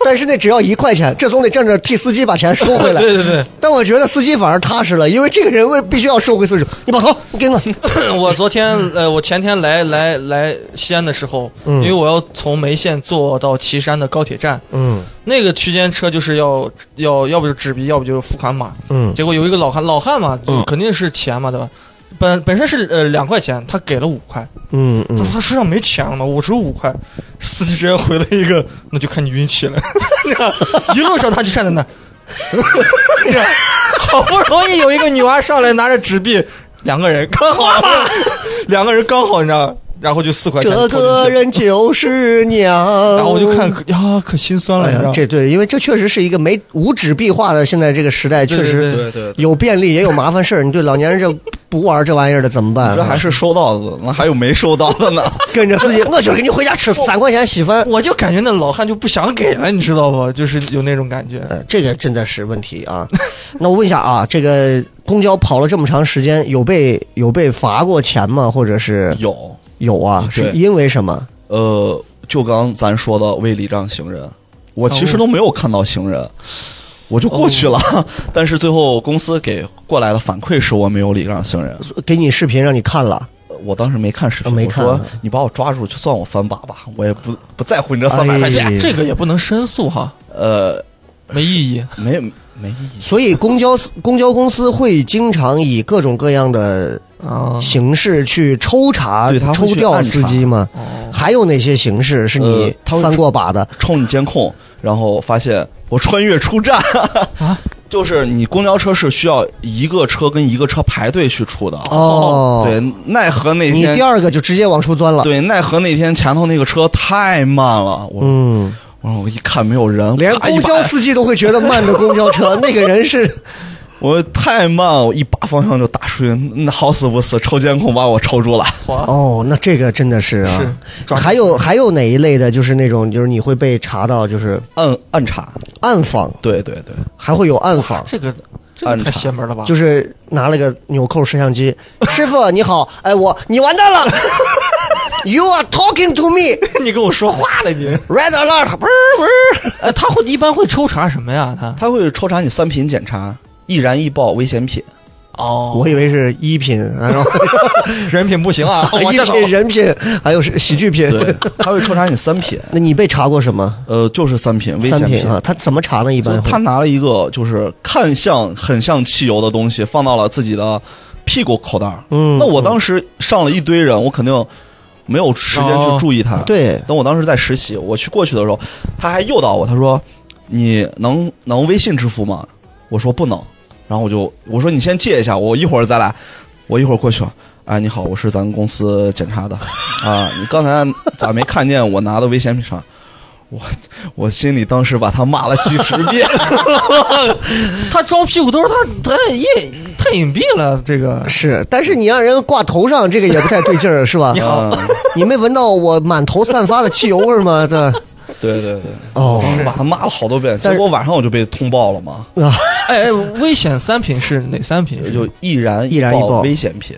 Speaker 2: 但是那只要一块钱，这总得站这儿替司机把钱收回来。
Speaker 3: 对对对，
Speaker 2: 但我觉得司机反而踏实了，因为这个人为必须要收回四十，你把头，你给我，
Speaker 3: 我昨天呃，我前天来来来西安的时候，
Speaker 2: 嗯
Speaker 3: 因为我要从眉县坐到岐山的高铁站，
Speaker 2: 嗯
Speaker 3: 那个区间车就是要要要不就纸币，要不就是付款码。
Speaker 2: 嗯，
Speaker 3: 结果有一个老汉，老汉嘛，就肯定是钱嘛，对吧？本本身是呃两块钱，他给了五块，
Speaker 2: 嗯
Speaker 3: 他
Speaker 2: 嗯
Speaker 3: 说，他身上没钱了嘛，我只有五块，司机直接回了一个，那就看你运气了。 一路上他就站在那儿， 好不容易有一个女娃上来拿着纸币，两个人刚好吧，两个人刚好你知道，然后就四块钱
Speaker 2: 这
Speaker 3: 投进
Speaker 2: 个
Speaker 3: 去了，
Speaker 2: 人就是娘。
Speaker 3: 然后我就看呀，可心酸了，
Speaker 2: 哎
Speaker 3: 你知
Speaker 2: 呀
Speaker 3: 道，。
Speaker 2: 这对，因为这确实是一个没无纸币化的现在这个时代，
Speaker 3: 对
Speaker 2: 确
Speaker 3: 对
Speaker 2: 实
Speaker 3: 对
Speaker 4: 对对。
Speaker 2: 有便利也有麻烦事儿。你对老年人这不玩这玩意儿的怎么办？啊
Speaker 4: 这还是收到的，那还有没收到的呢？
Speaker 2: 跟着司机，我就是给你回家吃三块钱稀
Speaker 4: 哦
Speaker 2: 饭。
Speaker 3: 我就感觉那老汉就不想给了，你知道不？就是有那种感觉。
Speaker 2: 呃，这个真的是问题啊。那我问一下啊，这个公交跑了这么长时间，有被有被罚过钱吗？或者是
Speaker 4: 有，
Speaker 2: 有啊？
Speaker 4: 对
Speaker 2: 是因为什么？
Speaker 4: 呃，就刚咱说的未礼让行人，我其实都没有看到行人，我就过去了。
Speaker 2: 哦
Speaker 4: 但是最后公司给过来的反馈是我没有礼让行人，
Speaker 2: 给你视频让你看了，
Speaker 4: 呃我当时没看视频，
Speaker 2: 啊没看
Speaker 4: 我
Speaker 2: 啊
Speaker 4: 说你把我抓住就算我翻把吧，我也不不在乎你这三百块钱。
Speaker 2: 哎
Speaker 3: 这个也不能申诉哈，
Speaker 4: 呃，
Speaker 3: 没意义。
Speaker 4: 没没意义。
Speaker 2: 所以公交公交公司会经常以各种各样的
Speaker 3: 啊，
Speaker 2: 形式去抽查、
Speaker 4: 对他会
Speaker 2: 抽
Speaker 4: 去
Speaker 2: 调
Speaker 4: 暗
Speaker 2: 司
Speaker 4: 查
Speaker 2: 机吗？
Speaker 3: 哦，
Speaker 2: 还有哪些形式是
Speaker 4: 呃
Speaker 2: 你
Speaker 4: 他会
Speaker 2: 翻
Speaker 4: 出
Speaker 2: 过把的？
Speaker 4: 冲你监控，然后发现我穿越出站，
Speaker 3: 啊
Speaker 4: 就是你公交车是需要一个车跟一个车排队去出的。
Speaker 2: 哦
Speaker 4: 对，奈何那
Speaker 2: 你第
Speaker 4: 天
Speaker 2: 二个就直接往出钻了。
Speaker 4: 对奈何那天前头那个车太慢了，我、
Speaker 2: 嗯，
Speaker 4: 我我一看没有人，
Speaker 2: 连
Speaker 4: 啪一
Speaker 2: 公交
Speaker 4: 把
Speaker 2: 司机都会觉得慢的公交 车，那个人是
Speaker 4: 我太慢了，我一把方向就打出去，那好死不死抽监控把我抽住了。
Speaker 3: 好，
Speaker 2: 哦，那这个真的是啊。
Speaker 3: 是抓
Speaker 2: 还有还有哪一类的，就是那种就是你会被查到，就是
Speaker 4: 暗暗查，
Speaker 2: 暗访，
Speaker 4: 对对对，
Speaker 2: 还会有暗访。
Speaker 3: 啊这个这个
Speaker 4: 暗
Speaker 3: 太
Speaker 4: 查
Speaker 3: 邪门
Speaker 4: 啊
Speaker 3: 了吧？
Speaker 2: 就是拿了个纽扣摄像机，师傅你好，哎我你完蛋 了，You are talking to me,
Speaker 3: 你跟我说话了你。
Speaker 2: red alert，不是 不是，
Speaker 3: 哎，他会一般会抽查什么呀？他
Speaker 4: 他会抽查你三品检查，易燃易爆危险品。
Speaker 3: 哦
Speaker 2: 我以为是一品，然 后，
Speaker 3: 人品不行啊
Speaker 2: 一
Speaker 3: 这
Speaker 2: 品、人品，还有是喜剧品。
Speaker 4: 对， 他会抽查你三品，
Speaker 2: 那你被查过什么？
Speaker 4: 呃，就是三品危
Speaker 2: 三
Speaker 4: 险
Speaker 2: 品啊？他怎么查呢？一
Speaker 4: 就
Speaker 2: 般会
Speaker 4: 他拿了一个就是看像很像汽油的东西，放到了自己的屁股口袋儿。
Speaker 2: 嗯
Speaker 4: 那我当时上了一堆人，我肯定没有时间
Speaker 2: 哦
Speaker 4: 去注意他。，
Speaker 2: 对，
Speaker 4: 等我当时在实习，我去过去的时候，他还诱导我，他说：“你能能微信支付吗？”我说不能，然后我就我说你先借一下，我一会儿再来，我一会儿过去了。哎，你好，我是咱公司检查的，啊，你刚才咋没看见我拿的危险品啥？我我心里当时把他骂了几十 遍。
Speaker 3: 他装屁股兜儿，他他也太隐蔽了。这个
Speaker 2: 是，但是你让人挂头上，这个也不太对劲儿，是吧？你
Speaker 4: 嗯，
Speaker 2: 没闻到我满头散发的汽油味儿吗？ 这
Speaker 4: 对对对，
Speaker 2: 哦
Speaker 4: 我把他骂了好多遍，
Speaker 2: 但
Speaker 4: 结
Speaker 2: 是
Speaker 4: 果晚上我就被通报了嘛，
Speaker 2: 啊，
Speaker 3: 哎哎，危险三品是哪三
Speaker 2: 嗯
Speaker 3: 品？
Speaker 4: 就易燃
Speaker 2: 易燃易爆
Speaker 4: 爆危险品、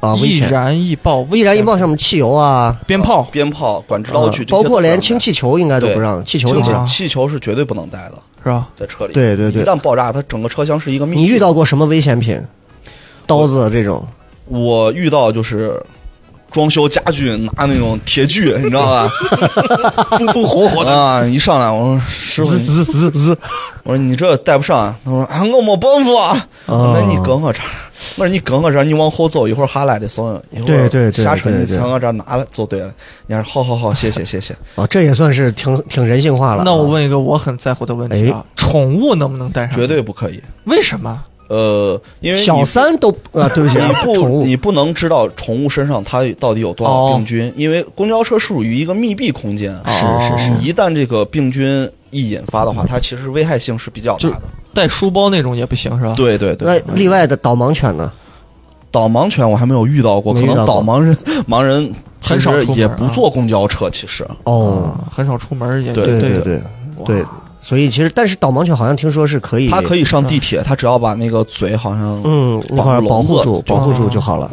Speaker 2: 啊，危
Speaker 3: 易
Speaker 2: 险！
Speaker 3: 燃易爆，
Speaker 2: 易燃易爆，
Speaker 3: 危
Speaker 2: 什么汽油啊，
Speaker 3: 险鞭炮。
Speaker 4: 鞭炮、管制
Speaker 2: 啊
Speaker 4: 刀具，这些
Speaker 2: 包括
Speaker 4: 都不让
Speaker 2: 连
Speaker 4: 带
Speaker 2: 氢气球应该都不
Speaker 4: 对
Speaker 2: 让，气球
Speaker 4: 氢
Speaker 2: 都
Speaker 4: 气
Speaker 2: 不让。
Speaker 4: 气球是绝对不能带的，
Speaker 3: 是吧？
Speaker 4: 在车里。
Speaker 2: 对对对
Speaker 4: 一旦爆炸，它整个车厢是一个密。
Speaker 2: 你遇？到过什么危险品？刀子这种，
Speaker 4: 我遇到就是装修家具拿那种铁锯，你知 道吧？风风火火的啊！一上来我说师傅，
Speaker 2: 滋滋
Speaker 4: 你
Speaker 2: 滋滋，
Speaker 4: 我说你这带不上，他说啊，我没办法。
Speaker 2: 哦
Speaker 4: 那你跟我这儿，我说你跟我这儿，你往后走，一会儿哈来的时候，一会
Speaker 2: 对
Speaker 4: 儿
Speaker 2: 对对
Speaker 4: 下车
Speaker 2: 对
Speaker 4: 你
Speaker 2: 对
Speaker 4: 从我这儿拿了就对了。你说好好好，谢谢 谢谢。
Speaker 2: 哦，这也算是挺挺人性化了啊。哎
Speaker 3: 那我问一个我很在乎的问题啊， 宠物能不能带上？
Speaker 4: 绝对不可以。
Speaker 3: 为什么？
Speaker 4: 呃，因为你
Speaker 2: 小三都啊，对不起啊， 宠
Speaker 4: 你不
Speaker 2: 物哦
Speaker 4: 你不能知道宠物身上它到底有多少病菌，因为公交车属于一个密闭空间，啊
Speaker 2: 哦
Speaker 3: 是是是
Speaker 4: 一旦这个病菌一引发的话，它其实危害性是比较大的。
Speaker 3: 带书包那种也不行是吧？
Speaker 4: 对对
Speaker 2: 那
Speaker 4: 对，
Speaker 2: 例外的导盲犬呢？
Speaker 4: 导盲犬我还没有遇到过，
Speaker 2: 没
Speaker 4: 可
Speaker 2: 遇到
Speaker 4: 能
Speaker 2: 过
Speaker 4: 导盲人盲人其
Speaker 3: 很少
Speaker 4: 实
Speaker 3: 出门
Speaker 4: 也
Speaker 3: 啊
Speaker 4: 不
Speaker 2: 嗯
Speaker 4: 坐公交车，其实
Speaker 2: 哦，
Speaker 3: 嗯很少出门也
Speaker 4: 对
Speaker 2: 对
Speaker 3: 对
Speaker 2: 对对对，所以其实但是导盲犬好像听说是可以，
Speaker 4: 他可以上地铁，他只要把那个嘴好像
Speaker 2: 嗯，那块儿保护住，保护住就好了。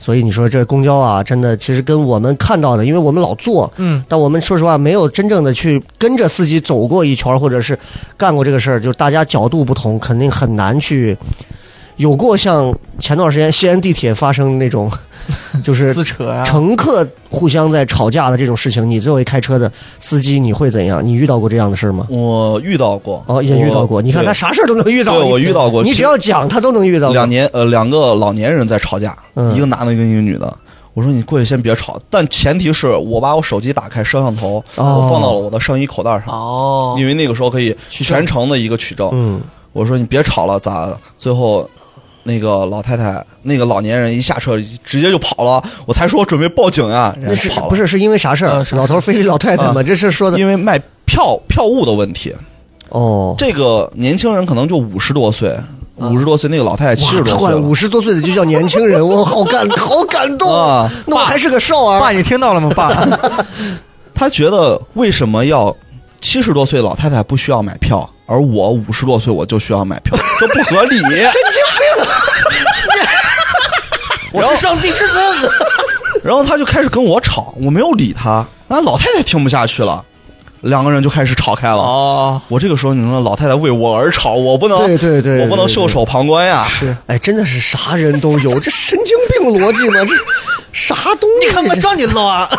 Speaker 2: 所以你说这公交啊，真的其实跟我们看到的，因为我们老坐，
Speaker 3: 嗯，
Speaker 2: 但我们说实话没有真正的去跟着司机走过一圈儿，或者是干过这个事儿，就是大家角度不同，肯定很难去。有过像前段时间西安地铁发生那 种，就是
Speaker 3: 撕扯啊，
Speaker 2: 乘客互相在吵架的这种事情，你作为开车的司机，你会怎样？你遇到过这样的事儿吗？
Speaker 4: 我遇到过，
Speaker 2: 哦，也遇到过。
Speaker 4: 我
Speaker 2: 你看他
Speaker 4: 对
Speaker 2: 啥事儿都能遇到，
Speaker 4: 对
Speaker 2: 你
Speaker 4: 我遇到过
Speaker 2: 你只要讲他都能遇到。
Speaker 4: 两年呃两个老年人在吵架，
Speaker 2: 嗯
Speaker 4: 一个男的跟一个女的。我说你过去先别吵，但前提是我把我手机打开，摄像头、
Speaker 2: 哦
Speaker 4: 我放到了我的上衣口袋上，
Speaker 3: 哦
Speaker 4: 因为那个时候可以全程的一个取证。
Speaker 2: 嗯，
Speaker 4: 我说你别吵了，咋的？最后那个老太太、那个老年人一下车直接就跑了，我才说准备报警呀、人
Speaker 2: 那
Speaker 4: 家
Speaker 2: 是
Speaker 4: 跑了。
Speaker 2: 不是是因为啊啥事儿
Speaker 3: 呃？啥
Speaker 2: 老头儿非礼老太太嘛，
Speaker 4: 啊
Speaker 2: 这事儿说的
Speaker 4: 因为卖票票务的问题，
Speaker 2: 哦。
Speaker 4: 这个年轻人可能就五十多岁，五十多岁那个老太太七
Speaker 2: 哇
Speaker 4: 十，
Speaker 2: 他
Speaker 4: 多岁
Speaker 2: 管
Speaker 4: 了
Speaker 2: 五十多岁的就叫年轻人，我好 感好感动
Speaker 4: 啊！
Speaker 2: 那我还是个少儿
Speaker 3: 爸，你听到了吗？爸，
Speaker 4: 他觉得为什么要七十多岁老太太不需要买票，而我五十多岁我就需 要买票，这不合理。
Speaker 2: 我是上帝之子。
Speaker 4: 然后他就开始跟我吵，我没有理他，那老太太听不下去了，两个人就开始吵开了。
Speaker 3: 哦，
Speaker 4: 我这个时候，你说老太太为我而吵，我不能，
Speaker 2: 对对对
Speaker 4: 我不能
Speaker 2: 对对
Speaker 4: 袖手旁观呀。
Speaker 3: 是，
Speaker 2: 哎，真的是啥人都有，这神经病逻辑吗？这啥东西？
Speaker 3: 让你
Speaker 2: 啊
Speaker 3: 拉，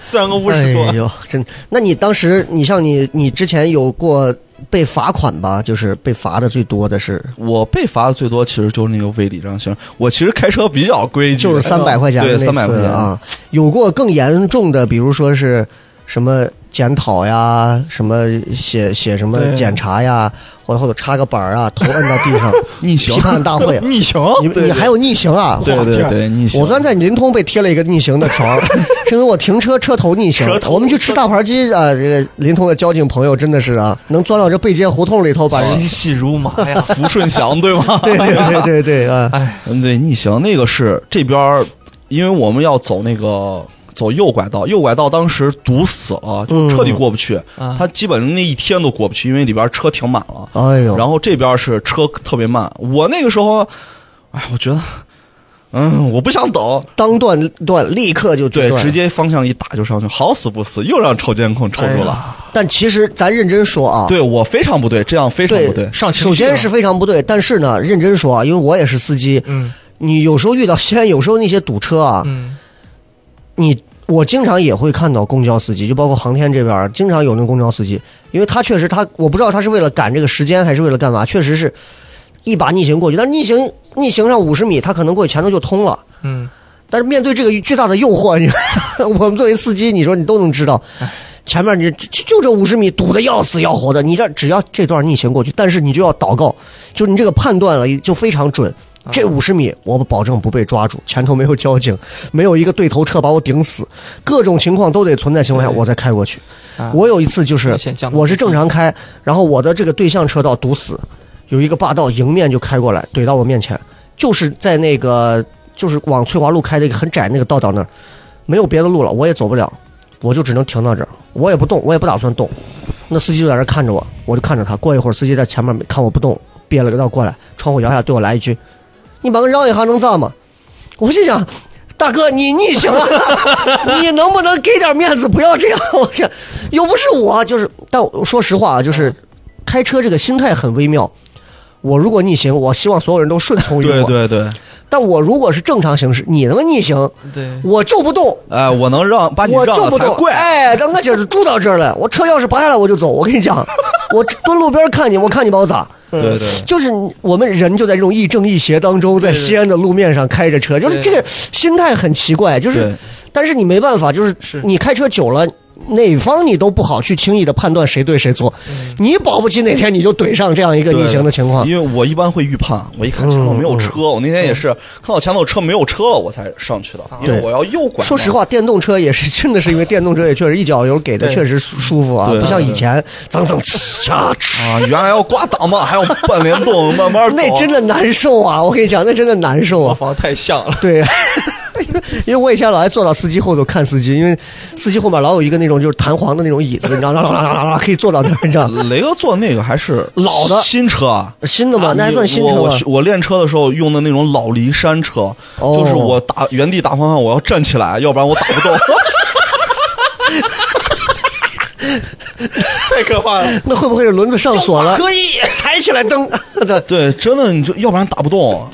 Speaker 3: 三个五
Speaker 2: 哎呦，真。那你当时，你像你，你之前有过被罚款吧？就是被罚的最多的是，
Speaker 4: 我被罚的最多其实就是那个违礼让行。我其实开车比较规矩，
Speaker 2: 就是三百块钱的
Speaker 4: 对，
Speaker 2: 那
Speaker 4: 三百块
Speaker 2: 次
Speaker 4: 钱。
Speaker 2: 啊。有过更严重的，比如说是什么检讨呀，什么写写什么
Speaker 3: 对
Speaker 2: 检查呀，或者或者插个板儿啊，头摁到地上，
Speaker 4: 逆行
Speaker 2: 批判大会。
Speaker 3: 逆行，
Speaker 2: 你你还有逆行啊？
Speaker 4: 对对对，逆行。
Speaker 2: 我昨天在临通被贴了一个逆行的条 儿，是因为我停车车头逆行
Speaker 3: 车。头
Speaker 2: 我们去吃大盘鸡啊，这个临通的交警朋友真的是啊，能钻到这背街胡同里头把人。
Speaker 3: 心细如麻 呀，
Speaker 4: 福顺祥对吗？
Speaker 2: 对对对对对 啊！
Speaker 4: 嗯，对，逆行那个是这边儿，因为我们要走那个走右拐道，右拐道当时堵死了，
Speaker 2: 嗯
Speaker 4: 就彻底过不去。
Speaker 3: 啊
Speaker 4: 他基本上那一天都过不去，因为里边车停满了。
Speaker 2: 哎呦，
Speaker 4: 然后这边是车特别慢，我那个时候，哎，我觉得，嗯，我不想等，
Speaker 2: 当断断，立刻就决
Speaker 4: 对，
Speaker 2: 断
Speaker 4: 直。接方向一打就上去，好死不死又让抽监控抽
Speaker 2: 哎
Speaker 4: 住了。
Speaker 2: 但其实咱认真说啊，
Speaker 4: 对我非常不对，这样非常不对。
Speaker 3: 上情
Speaker 2: 首
Speaker 3: 绪啊了
Speaker 2: 先是非常不对，但是呢，认真说啊，因为我也是司机，
Speaker 3: 嗯
Speaker 2: 你有时候遇到西安有时候那些堵车啊，
Speaker 3: 嗯，
Speaker 2: 你我经常也会看到公交司机，就包括航天这边儿，啊经常有那公交司机，因为他确实他我不知道他是为了赶这个时间还是为了干嘛，确实是一把逆行过去，但是逆行逆行上五十米，他可能过去前头就通了。
Speaker 3: 嗯，
Speaker 2: 但是面对这个巨大的诱惑，你 我们作为司机，你说你都能知道，前面你就就这五十米堵得要死要活的，你这只要这段逆行过去，但是你就要祷告，就是你这个判断了就非常准。
Speaker 3: 啊
Speaker 2: 这五十米，我保证不被抓住，前头没有交警，没有一个对头车把我顶死，各种情况都得存在情况下，
Speaker 3: 对
Speaker 2: 我再开过去。
Speaker 3: 啊
Speaker 2: 我有一次就是
Speaker 3: 危险降，到
Speaker 2: 我是正常开，然后我的这个对向车道堵死，有一个霸道迎面就开过来，怼到我面前，就是在那个就是往翠华路开的一个很窄那个道道那儿，没有别的路了，我也走不了，我就只能停到这儿，我也不动，我也不打算动。那司机就在那儿看着我，我就看着他。过一会儿，司机在前面看我不动，憋了个道过来，窗户摇下对我来一句：“你把门让一下能咋吗？”我心想。大哥，你逆行了， 你能不能给点面子，不要这样？ 我天，又不是我，就是，但我说实话啊，就是开车这个心态很微妙。我如果逆行，我希望所有人都顺从于我。
Speaker 4: 对对对，
Speaker 2: 但我如果是正常行驶，你他妈逆行，
Speaker 3: 对，
Speaker 2: 我就不动，
Speaker 4: 哎，我能让把你
Speaker 2: 我
Speaker 4: 让
Speaker 2: 就
Speaker 4: 了
Speaker 2: 不
Speaker 4: 才
Speaker 2: 动。
Speaker 4: 怪。
Speaker 2: 哎，那我今儿就住到这儿了，我车钥匙拔下来我就走。我跟你讲，我蹲路边看你，我看你把我咋？
Speaker 4: 对对，
Speaker 2: 就是我们人就在这种亦正亦邪当中，在西安的路面上开着车，就是
Speaker 3: 对
Speaker 2: 这个心态很奇怪，就是
Speaker 4: 对，
Speaker 2: 但是你没办法，就是
Speaker 3: 是
Speaker 2: 你开车久了，哪方你都不好去轻易的判断谁对谁错，你保不齐哪天你就怼上这样一个
Speaker 4: 嗯对
Speaker 2: 逆行的情况。嗯
Speaker 4: 因为我一般会预判，我一看前头没有车，我那天也是看到前头车没有车了，我才上去的，因为
Speaker 2: 对
Speaker 4: 我要右拐
Speaker 2: 啊
Speaker 4: 嘛。
Speaker 2: 说实话，电动车也是真的是因为电动车也确实一脚油给的
Speaker 3: 对
Speaker 2: 确实舒舒服啊，
Speaker 4: 对
Speaker 2: 不像以前脏脏嚓嚓，
Speaker 4: 啊，原来要挂档嘛， 还要半联 动，慢慢
Speaker 2: 啊
Speaker 4: 走。
Speaker 2: 那真的难受啊！我跟你讲，那真的难受
Speaker 3: 我
Speaker 2: 啊。
Speaker 3: 房太像了，
Speaker 2: 对， 因为我以前老爱坐到司机后头看司机，因为司机后面老有一个那种就是弹簧的那种椅子，你知道啦啦啦啦啦，可以坐到那儿，你知道。
Speaker 4: 雷哥坐那个还是
Speaker 2: 老的
Speaker 4: 新车啊，
Speaker 2: 新的嘛，
Speaker 4: 啊
Speaker 2: 那还
Speaker 4: 你
Speaker 2: 算新车
Speaker 4: 我
Speaker 2: 吧
Speaker 4: 我？我练车的时候用的那种老骊山车，
Speaker 2: 哦
Speaker 4: 就是我打原地打方向，我要站起来，要不然我打 不动。太可 怕了！
Speaker 2: 那会不会是轮子上锁了？
Speaker 3: 可以，
Speaker 2: 抬起来 蹬，这
Speaker 4: 对，真的，你就要不然打不动。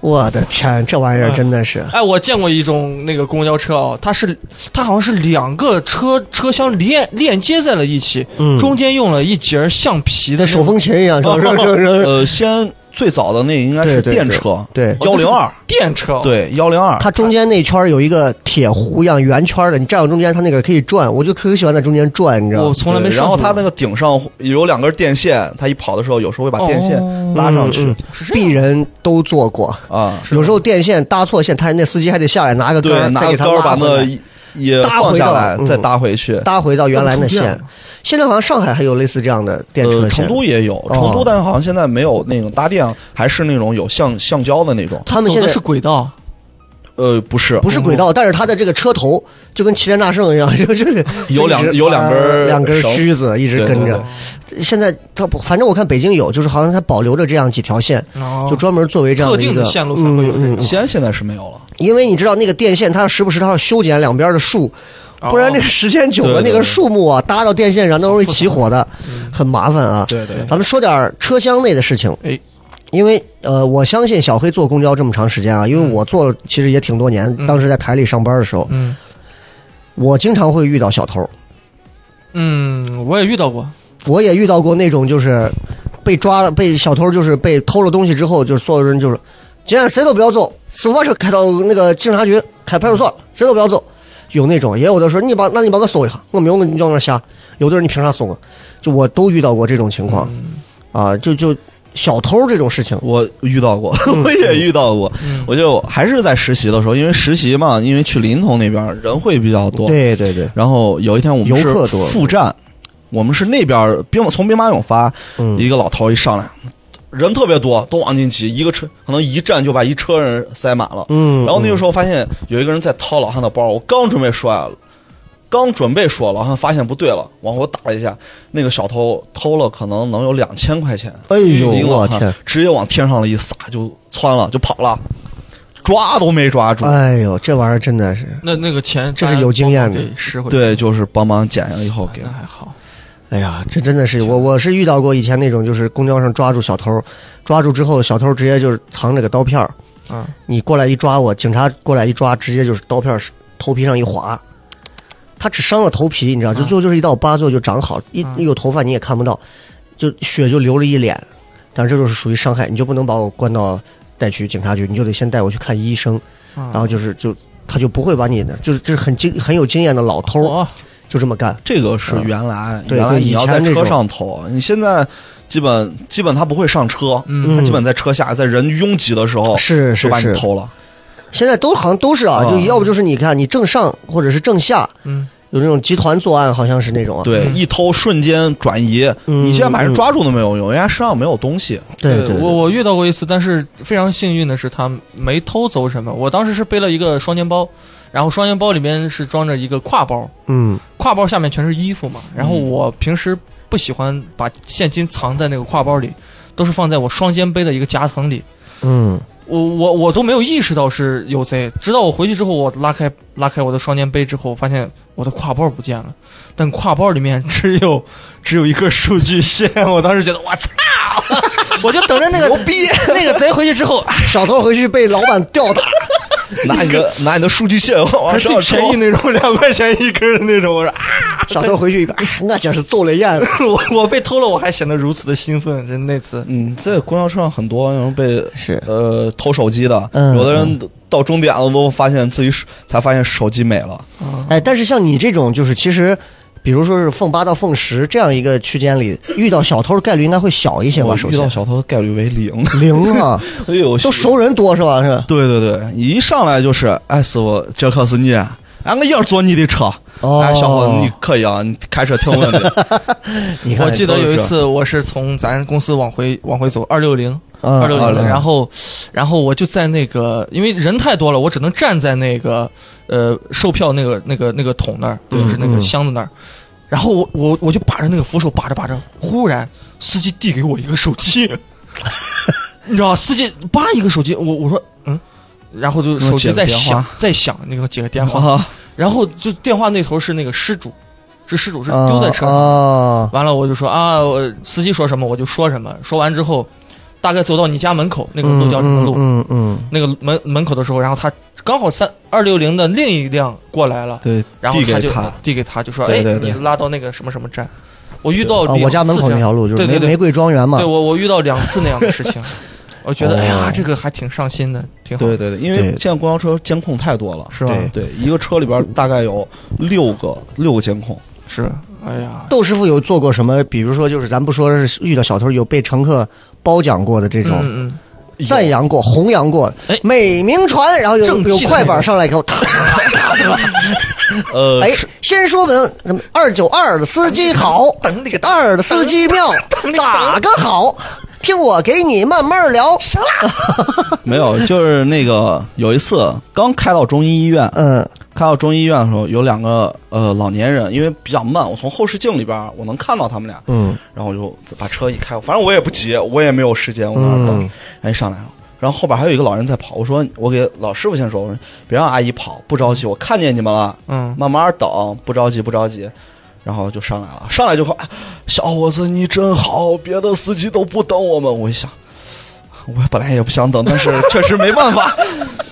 Speaker 2: 我的天，这玩意儿真的是。
Speaker 3: 哎，我见过一种那个公交车哦，它是它好像是两个车车厢连链接在了一起，
Speaker 2: 嗯
Speaker 3: 中间用了一节儿橡皮的
Speaker 2: 跟手风琴 一样， 是吧？是吧是吧是吧
Speaker 4: 呃，先最早的那应该是
Speaker 2: 对对
Speaker 4: 电车，
Speaker 2: 对
Speaker 4: 幺零二，
Speaker 3: 电车，，哦
Speaker 4: 对幺零二，
Speaker 2: 它中间那圈儿有一个铁弧一样圆圈儿的，你站到中间，它那个可以转，我就可喜欢在中间转，你知道
Speaker 3: 我
Speaker 2: 吗？
Speaker 3: 从来没
Speaker 4: 对
Speaker 3: 上
Speaker 4: 然后
Speaker 3: 过。
Speaker 4: 它那个顶上有两根电线，它一跑的时候，有时候会把电线
Speaker 3: 哦
Speaker 4: 拉上去
Speaker 2: 嗯
Speaker 3: 是这样
Speaker 2: 鄙人都坐过，
Speaker 4: 啊。
Speaker 2: 有时候电线搭错线，他那司机还得下来拿个杆
Speaker 4: 对，
Speaker 2: 儿，
Speaker 4: 拿
Speaker 2: 哦再给
Speaker 4: 个
Speaker 2: 他
Speaker 4: 杆儿把
Speaker 2: 拉回
Speaker 4: 那
Speaker 2: 来
Speaker 4: 也
Speaker 2: 搭
Speaker 4: 放
Speaker 2: 回
Speaker 4: 下
Speaker 2: 到
Speaker 4: 来，
Speaker 2: 嗯
Speaker 4: 再搭回去。
Speaker 2: 搭回到原来的
Speaker 3: 那不是这样
Speaker 2: 线。现在好像上海还有类似这样的电车
Speaker 4: 呃，
Speaker 2: 线，哦
Speaker 4: 成都也有，成都但是好像现在没有那种搭电，还是那种有橡橡胶的那种。
Speaker 2: 他们
Speaker 3: 走
Speaker 2: 现
Speaker 3: 的
Speaker 2: 在
Speaker 3: 是轨道，
Speaker 4: 呃，不是，
Speaker 2: 不是轨道，但是它的这个车头就跟齐天大圣一样， 就这个
Speaker 4: 有两有两根儿
Speaker 2: 两根儿
Speaker 4: 绳
Speaker 2: 须子一直
Speaker 4: 对
Speaker 2: 跟
Speaker 4: 对
Speaker 2: 着。现在它不反正我看北京有，就是好像它保留着这样几条线，
Speaker 3: 哦
Speaker 2: 就专门作为这样一个
Speaker 3: 特定的线路才会有这
Speaker 2: 嗯嗯
Speaker 3: 种
Speaker 2: 嗯
Speaker 4: 西安现在是没有了。
Speaker 2: 因为你知道那个电线，它时不时它要修剪两边的树，
Speaker 3: 哦
Speaker 2: 不然那个时间久了，
Speaker 4: 对对
Speaker 2: 那个树木啊搭到电线上都容易起火的，很麻烦啊。
Speaker 4: 对对
Speaker 2: 咱们说点儿车厢内的事情。
Speaker 3: 哎，
Speaker 2: 因为呃，我相信小黑坐公交这么长时间啊，因为我坐了其实也挺多年，
Speaker 3: 嗯
Speaker 2: 当时在台里上班的时候，
Speaker 3: 嗯
Speaker 2: 我经常会遇到小偷，
Speaker 3: 嗯，我也遇到过，
Speaker 2: 我也遇到过那种就是被抓了，被小偷就是被偷了东西之后，就是所有人就是，今天谁都不要走，死把车开到那个警察局、开派出所，谁都不要走。有那种，也有的说你帮，那你帮我搜一下，我没有，你叫我瞎。有的人你凭啥搜我？就我都遇到过这种情况，啊，就就小偷这种事情，
Speaker 4: 我遇到过，
Speaker 2: 嗯
Speaker 4: 我也遇到过。
Speaker 3: 嗯，
Speaker 4: 我就还是在实习的时候，因为实习嘛，因为去临潼那边人会比较多。。
Speaker 2: 对对对，
Speaker 4: 然后有一天我们
Speaker 2: 游客
Speaker 4: 是
Speaker 2: 多
Speaker 4: 副站，我们是那边兵从兵马俑发，
Speaker 2: 嗯
Speaker 4: 一个老头一上来，人特别多，都往进挤，一个车可能一站就把一车人塞满了。
Speaker 2: 嗯，
Speaker 4: 然后那个时候发现有一个人在掏老汉的包，我刚准备说呀，刚准备说，老汉发现不对了，往后打了一下，那个小偷偷了可能能有两千块钱，
Speaker 2: 哎呦
Speaker 4: 一个老
Speaker 2: 我
Speaker 4: 汉
Speaker 2: 天，
Speaker 4: 直接往天上了一撒就窜了就跑了，抓都没抓住。
Speaker 2: 哎呦，这玩意儿真的是，
Speaker 3: 那那个钱
Speaker 2: 这是
Speaker 3: 当然
Speaker 2: 有经验的
Speaker 3: 包括给实惠，
Speaker 4: 对，就是帮忙捡了以后给
Speaker 3: 那还好，
Speaker 2: 哎呀，这真的是我我是遇到过以前那种，就是公交上抓住小偷，抓住之后，小偷直接就是藏着个刀片儿，
Speaker 3: 嗯，
Speaker 2: 你过来一抓我，警察过来一抓，直接就是刀片儿头皮上一划，他只伤了头皮，你知道，就
Speaker 3: 啊
Speaker 2: 最后就是一道疤，最后就长好，一
Speaker 3: 嗯
Speaker 2: 一有头发你也看不到，就血就流了一脸，但是这就是属于伤害，你就不能把我关到带去警察局，你就得先带我去看医生，
Speaker 3: 然
Speaker 2: 然后就是就他就不会把你的，就是这是很经很有经验的老偷，
Speaker 3: 哦，
Speaker 2: 就这么干，
Speaker 4: 这个是原来，
Speaker 2: 嗯对
Speaker 4: 原来
Speaker 2: 对
Speaker 4: 你
Speaker 2: 以
Speaker 4: 要
Speaker 2: 前
Speaker 4: 在
Speaker 2: 那
Speaker 4: 车
Speaker 2: 种
Speaker 4: 上投，你现在基本基本他不会上车，
Speaker 3: 嗯
Speaker 4: 他基本在车下，在人拥挤的时候
Speaker 2: 是是
Speaker 4: 哦就把你
Speaker 2: 是，啊
Speaker 4: 偷了。
Speaker 2: 现在都好像都是啊，
Speaker 4: 啊
Speaker 2: 就要不就是你看你正上或者是正下
Speaker 3: 嗯，
Speaker 2: 有那种集团作案，好像是那种啊，
Speaker 4: 对，
Speaker 3: 嗯
Speaker 4: 一偷瞬间转移，
Speaker 2: 嗯
Speaker 4: 你现在把人抓住都没有用，人家身上没有 东西。
Speaker 2: 对对对，
Speaker 3: 我我遇到过一次，但是非常幸运的是，他没偷走什么。我当时是背了一个双肩包，然后双肩包里面是装着一个挎包，
Speaker 2: 嗯
Speaker 3: 挎包下面全是衣服嘛。然后
Speaker 4: 嗯
Speaker 3: 我平时不喜欢把现金藏在那个挎包里，都是放在我双肩背的一个夹层里。
Speaker 2: 嗯，
Speaker 3: 我我我都没有意识到是有贼，直到我回去之后，我拉开拉开我的双肩背之后，我发现我的挎包不见了，但挎包里面只有只有一根数据线，我当时觉得我操， 我就等着那个牛逼那个贼回去之 后，啊
Speaker 2: 小偷回去被老板吊打，
Speaker 4: 拿你的拿你的数据线往
Speaker 3: 还是
Speaker 4: 上
Speaker 3: 最
Speaker 4: 抽，
Speaker 3: 便宜那种两块钱一根的那种，我说啊，
Speaker 2: 小偷回去一个，哎，我真是走了眼了。
Speaker 3: 我我被偷了，我还显得如此的兴奋，真那次
Speaker 4: 嗯，在公交车上很多人被
Speaker 2: 是
Speaker 4: 呃偷手机的，
Speaker 2: 嗯
Speaker 4: 有的人到终点了都发现自己手才发现手机没了。
Speaker 2: 哎，但是像你这种，就是其实，比如说是凤八到凤十这样一个区间里，遇到小偷的概率应该会小一些吧？
Speaker 4: 我
Speaker 2: 首
Speaker 4: 哦遇到
Speaker 2: 先
Speaker 4: 小偷的概率为零。
Speaker 2: 零啊，
Speaker 4: 哎呦，
Speaker 2: 都熟人多是吧？是吧
Speaker 4: 对对对，一上来就是，哎，师傅，这可是你，俺我也坐你的车。
Speaker 2: 哦
Speaker 4: 哎，小伙子，你可以啊，你开车挺稳的。
Speaker 2: 你看，
Speaker 3: 我记得有一
Speaker 4: 都是
Speaker 3: 次，我是从咱公司往回往回走二六零，260
Speaker 4: 啊
Speaker 2: 嗯
Speaker 3: 二六零
Speaker 4: 260
Speaker 3: 然后，然后我就在那个，因为人太多了，我只能站在那个呃售票那个那个那个桶那儿，就是那个
Speaker 2: 嗯
Speaker 3: 箱子那儿。然后我我我就把着那个扶手，把着把着，忽然司机递给我一个手 机，你知道，司机叭一个手机，我我说嗯，然后就
Speaker 4: 给我
Speaker 3: 手机
Speaker 4: 接个
Speaker 3: 在
Speaker 4: 电
Speaker 3: 响
Speaker 4: 话
Speaker 3: 在响，你给我接个电话，
Speaker 4: 啊，
Speaker 3: 然后就电话那头是那个失主，是失主是
Speaker 2: 啊
Speaker 3: 丢在车上。
Speaker 2: 啊，
Speaker 3: 完了我就说啊，我司机说什么我就说什么。说完之后，大概走到你家门口那个路叫什么路？
Speaker 2: 嗯嗯嗯
Speaker 3: 那个门门口的时候，然后他刚好三二六零的另一辆过来了，
Speaker 4: 对，
Speaker 3: 然后
Speaker 4: 递
Speaker 3: 他
Speaker 4: 给
Speaker 3: 就嗯
Speaker 4: 他
Speaker 3: 递给他，就说
Speaker 4: 对对
Speaker 3: 哎，
Speaker 4: 对
Speaker 3: 你拉到那个什么什么站。我遇到
Speaker 2: 嗯啊
Speaker 3: 两
Speaker 2: 我家门
Speaker 3: 次
Speaker 2: 口
Speaker 3: 这
Speaker 2: 那
Speaker 3: 样
Speaker 2: 条路就是
Speaker 3: 对对
Speaker 2: 玫
Speaker 3: 对
Speaker 2: 玫瑰庄园嘛
Speaker 3: 对。我我遇到两次那样的事情，我觉得哎
Speaker 2: 哦
Speaker 3: 呀，这个还挺上心的，挺好
Speaker 4: 对。对对，因为
Speaker 2: 对
Speaker 4: 现在公交车监控太多了，
Speaker 3: 是吧？
Speaker 2: 对
Speaker 4: 对，一个车里边大概有六个六个监控，
Speaker 3: 是，哎呀，
Speaker 2: 窦师傅有做过什么？比如说，就是咱不说是遇到小偷，有被乘客褒奖过的这种，
Speaker 3: 嗯嗯
Speaker 2: 赞扬过、弘扬过
Speaker 3: 哎，
Speaker 2: 美名传，然后有
Speaker 3: 正气
Speaker 2: 有
Speaker 3: 的
Speaker 2: 快
Speaker 3: 那
Speaker 2: 板
Speaker 3: 种
Speaker 2: 上来给我咔
Speaker 4: 呃，
Speaker 2: 哎，先说明什么？二九二的司机好，
Speaker 3: 等你个
Speaker 2: 二的司机妙，咋个好？听我给你慢慢聊。
Speaker 4: 没有，就是那个有一次刚开到中医医院，
Speaker 2: 嗯
Speaker 4: 开到中医医院的时候，有两个呃老年人，因为比较慢，我从后视镜里边我能看到他们俩，
Speaker 2: 嗯
Speaker 4: 然后我就把车一开，反正我也不急，我也没有时间，我在那儿等，
Speaker 2: 嗯
Speaker 4: 哎上来了。然后后边还有一个老人在跑，我说我给老师傅先说，我说别让阿姨跑，不着急，我看见你们了，
Speaker 3: 嗯，
Speaker 4: 慢慢等，不着急，不着急。然后就上来了，上来就说：“哎小伙子，你真好，别的司机都不等我们。”我一想，我本来也不想等，但是确实没办法。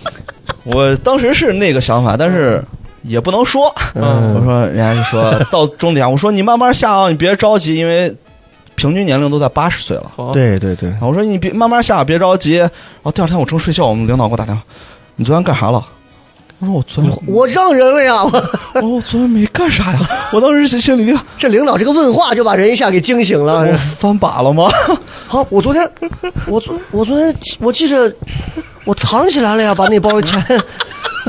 Speaker 4: 我当时是那个想法，但是也不能说。
Speaker 3: 嗯
Speaker 4: 我说，人家就说到终点，我说你慢慢下啊，你别着急，因为平均年龄都在八十岁了。
Speaker 3: 好，
Speaker 2: 对对对，
Speaker 4: 我说你别慢慢下，别着急。然后第二天我正睡觉，我们领导给我打电话：“你昨天干啥了？”我说：“我昨天
Speaker 2: 我让人了呀！我
Speaker 4: 我说我哦昨天没干 啥呀，我当时心心里就
Speaker 2: 这领导这个问话就把人一下给惊醒了。
Speaker 4: 我翻把了吗？
Speaker 2: 好，啊我昨天，我昨我昨天记我记着，我藏起来了呀，把那包 钱。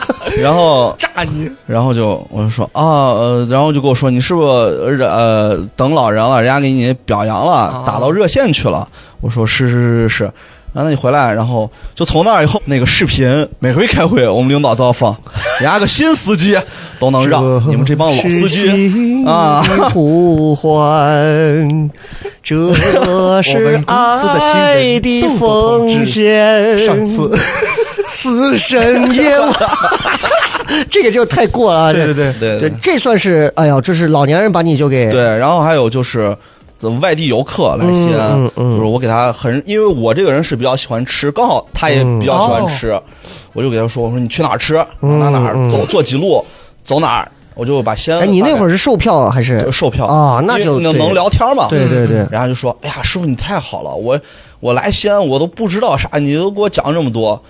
Speaker 4: 然后
Speaker 3: 炸你！
Speaker 4: 然后就我就说啊呃，然后就跟我说你是不是呃等老人了，人家给你表扬了
Speaker 3: 啊，
Speaker 4: 打到热线去了。我说是是是是是。然后你回来，然后就从那以后，那个视频每回开会，我们领导都要放，人家个新司机都能让
Speaker 2: 这
Speaker 4: 你们这哦帮老司
Speaker 2: 是
Speaker 4: 机，
Speaker 2: 心
Speaker 4: 啊
Speaker 2: 的呼唤， 这是爱的奉献。
Speaker 3: 上次
Speaker 2: 死神夜 晚，这个就太过了啊。
Speaker 3: 对
Speaker 2: 这
Speaker 3: 对对，
Speaker 4: 对
Speaker 2: 对，这算是哎呀，这是老年人把你就给
Speaker 4: 对，然后还有就是怎么外地游客来西安，
Speaker 2: 嗯嗯嗯
Speaker 4: 就是我给他很，因为我这个人是比较喜欢吃，刚好他也比较喜
Speaker 2: 哦
Speaker 4: 欢吃，我就给他说，我说你去哪儿吃，
Speaker 2: 嗯
Speaker 4: 哪哪哪儿、
Speaker 2: 嗯
Speaker 4: 走坐几路，走哪儿，我就把西安。
Speaker 2: 哎，你那会儿是售票还
Speaker 4: 就是售票
Speaker 2: 啊那就
Speaker 4: 因为
Speaker 2: 对
Speaker 4: 能聊天嘛，
Speaker 2: 对对对，
Speaker 4: 然后就说：“哎呀，师傅你太好了，我我来西安我都不知道啥，你都给我讲这么多。”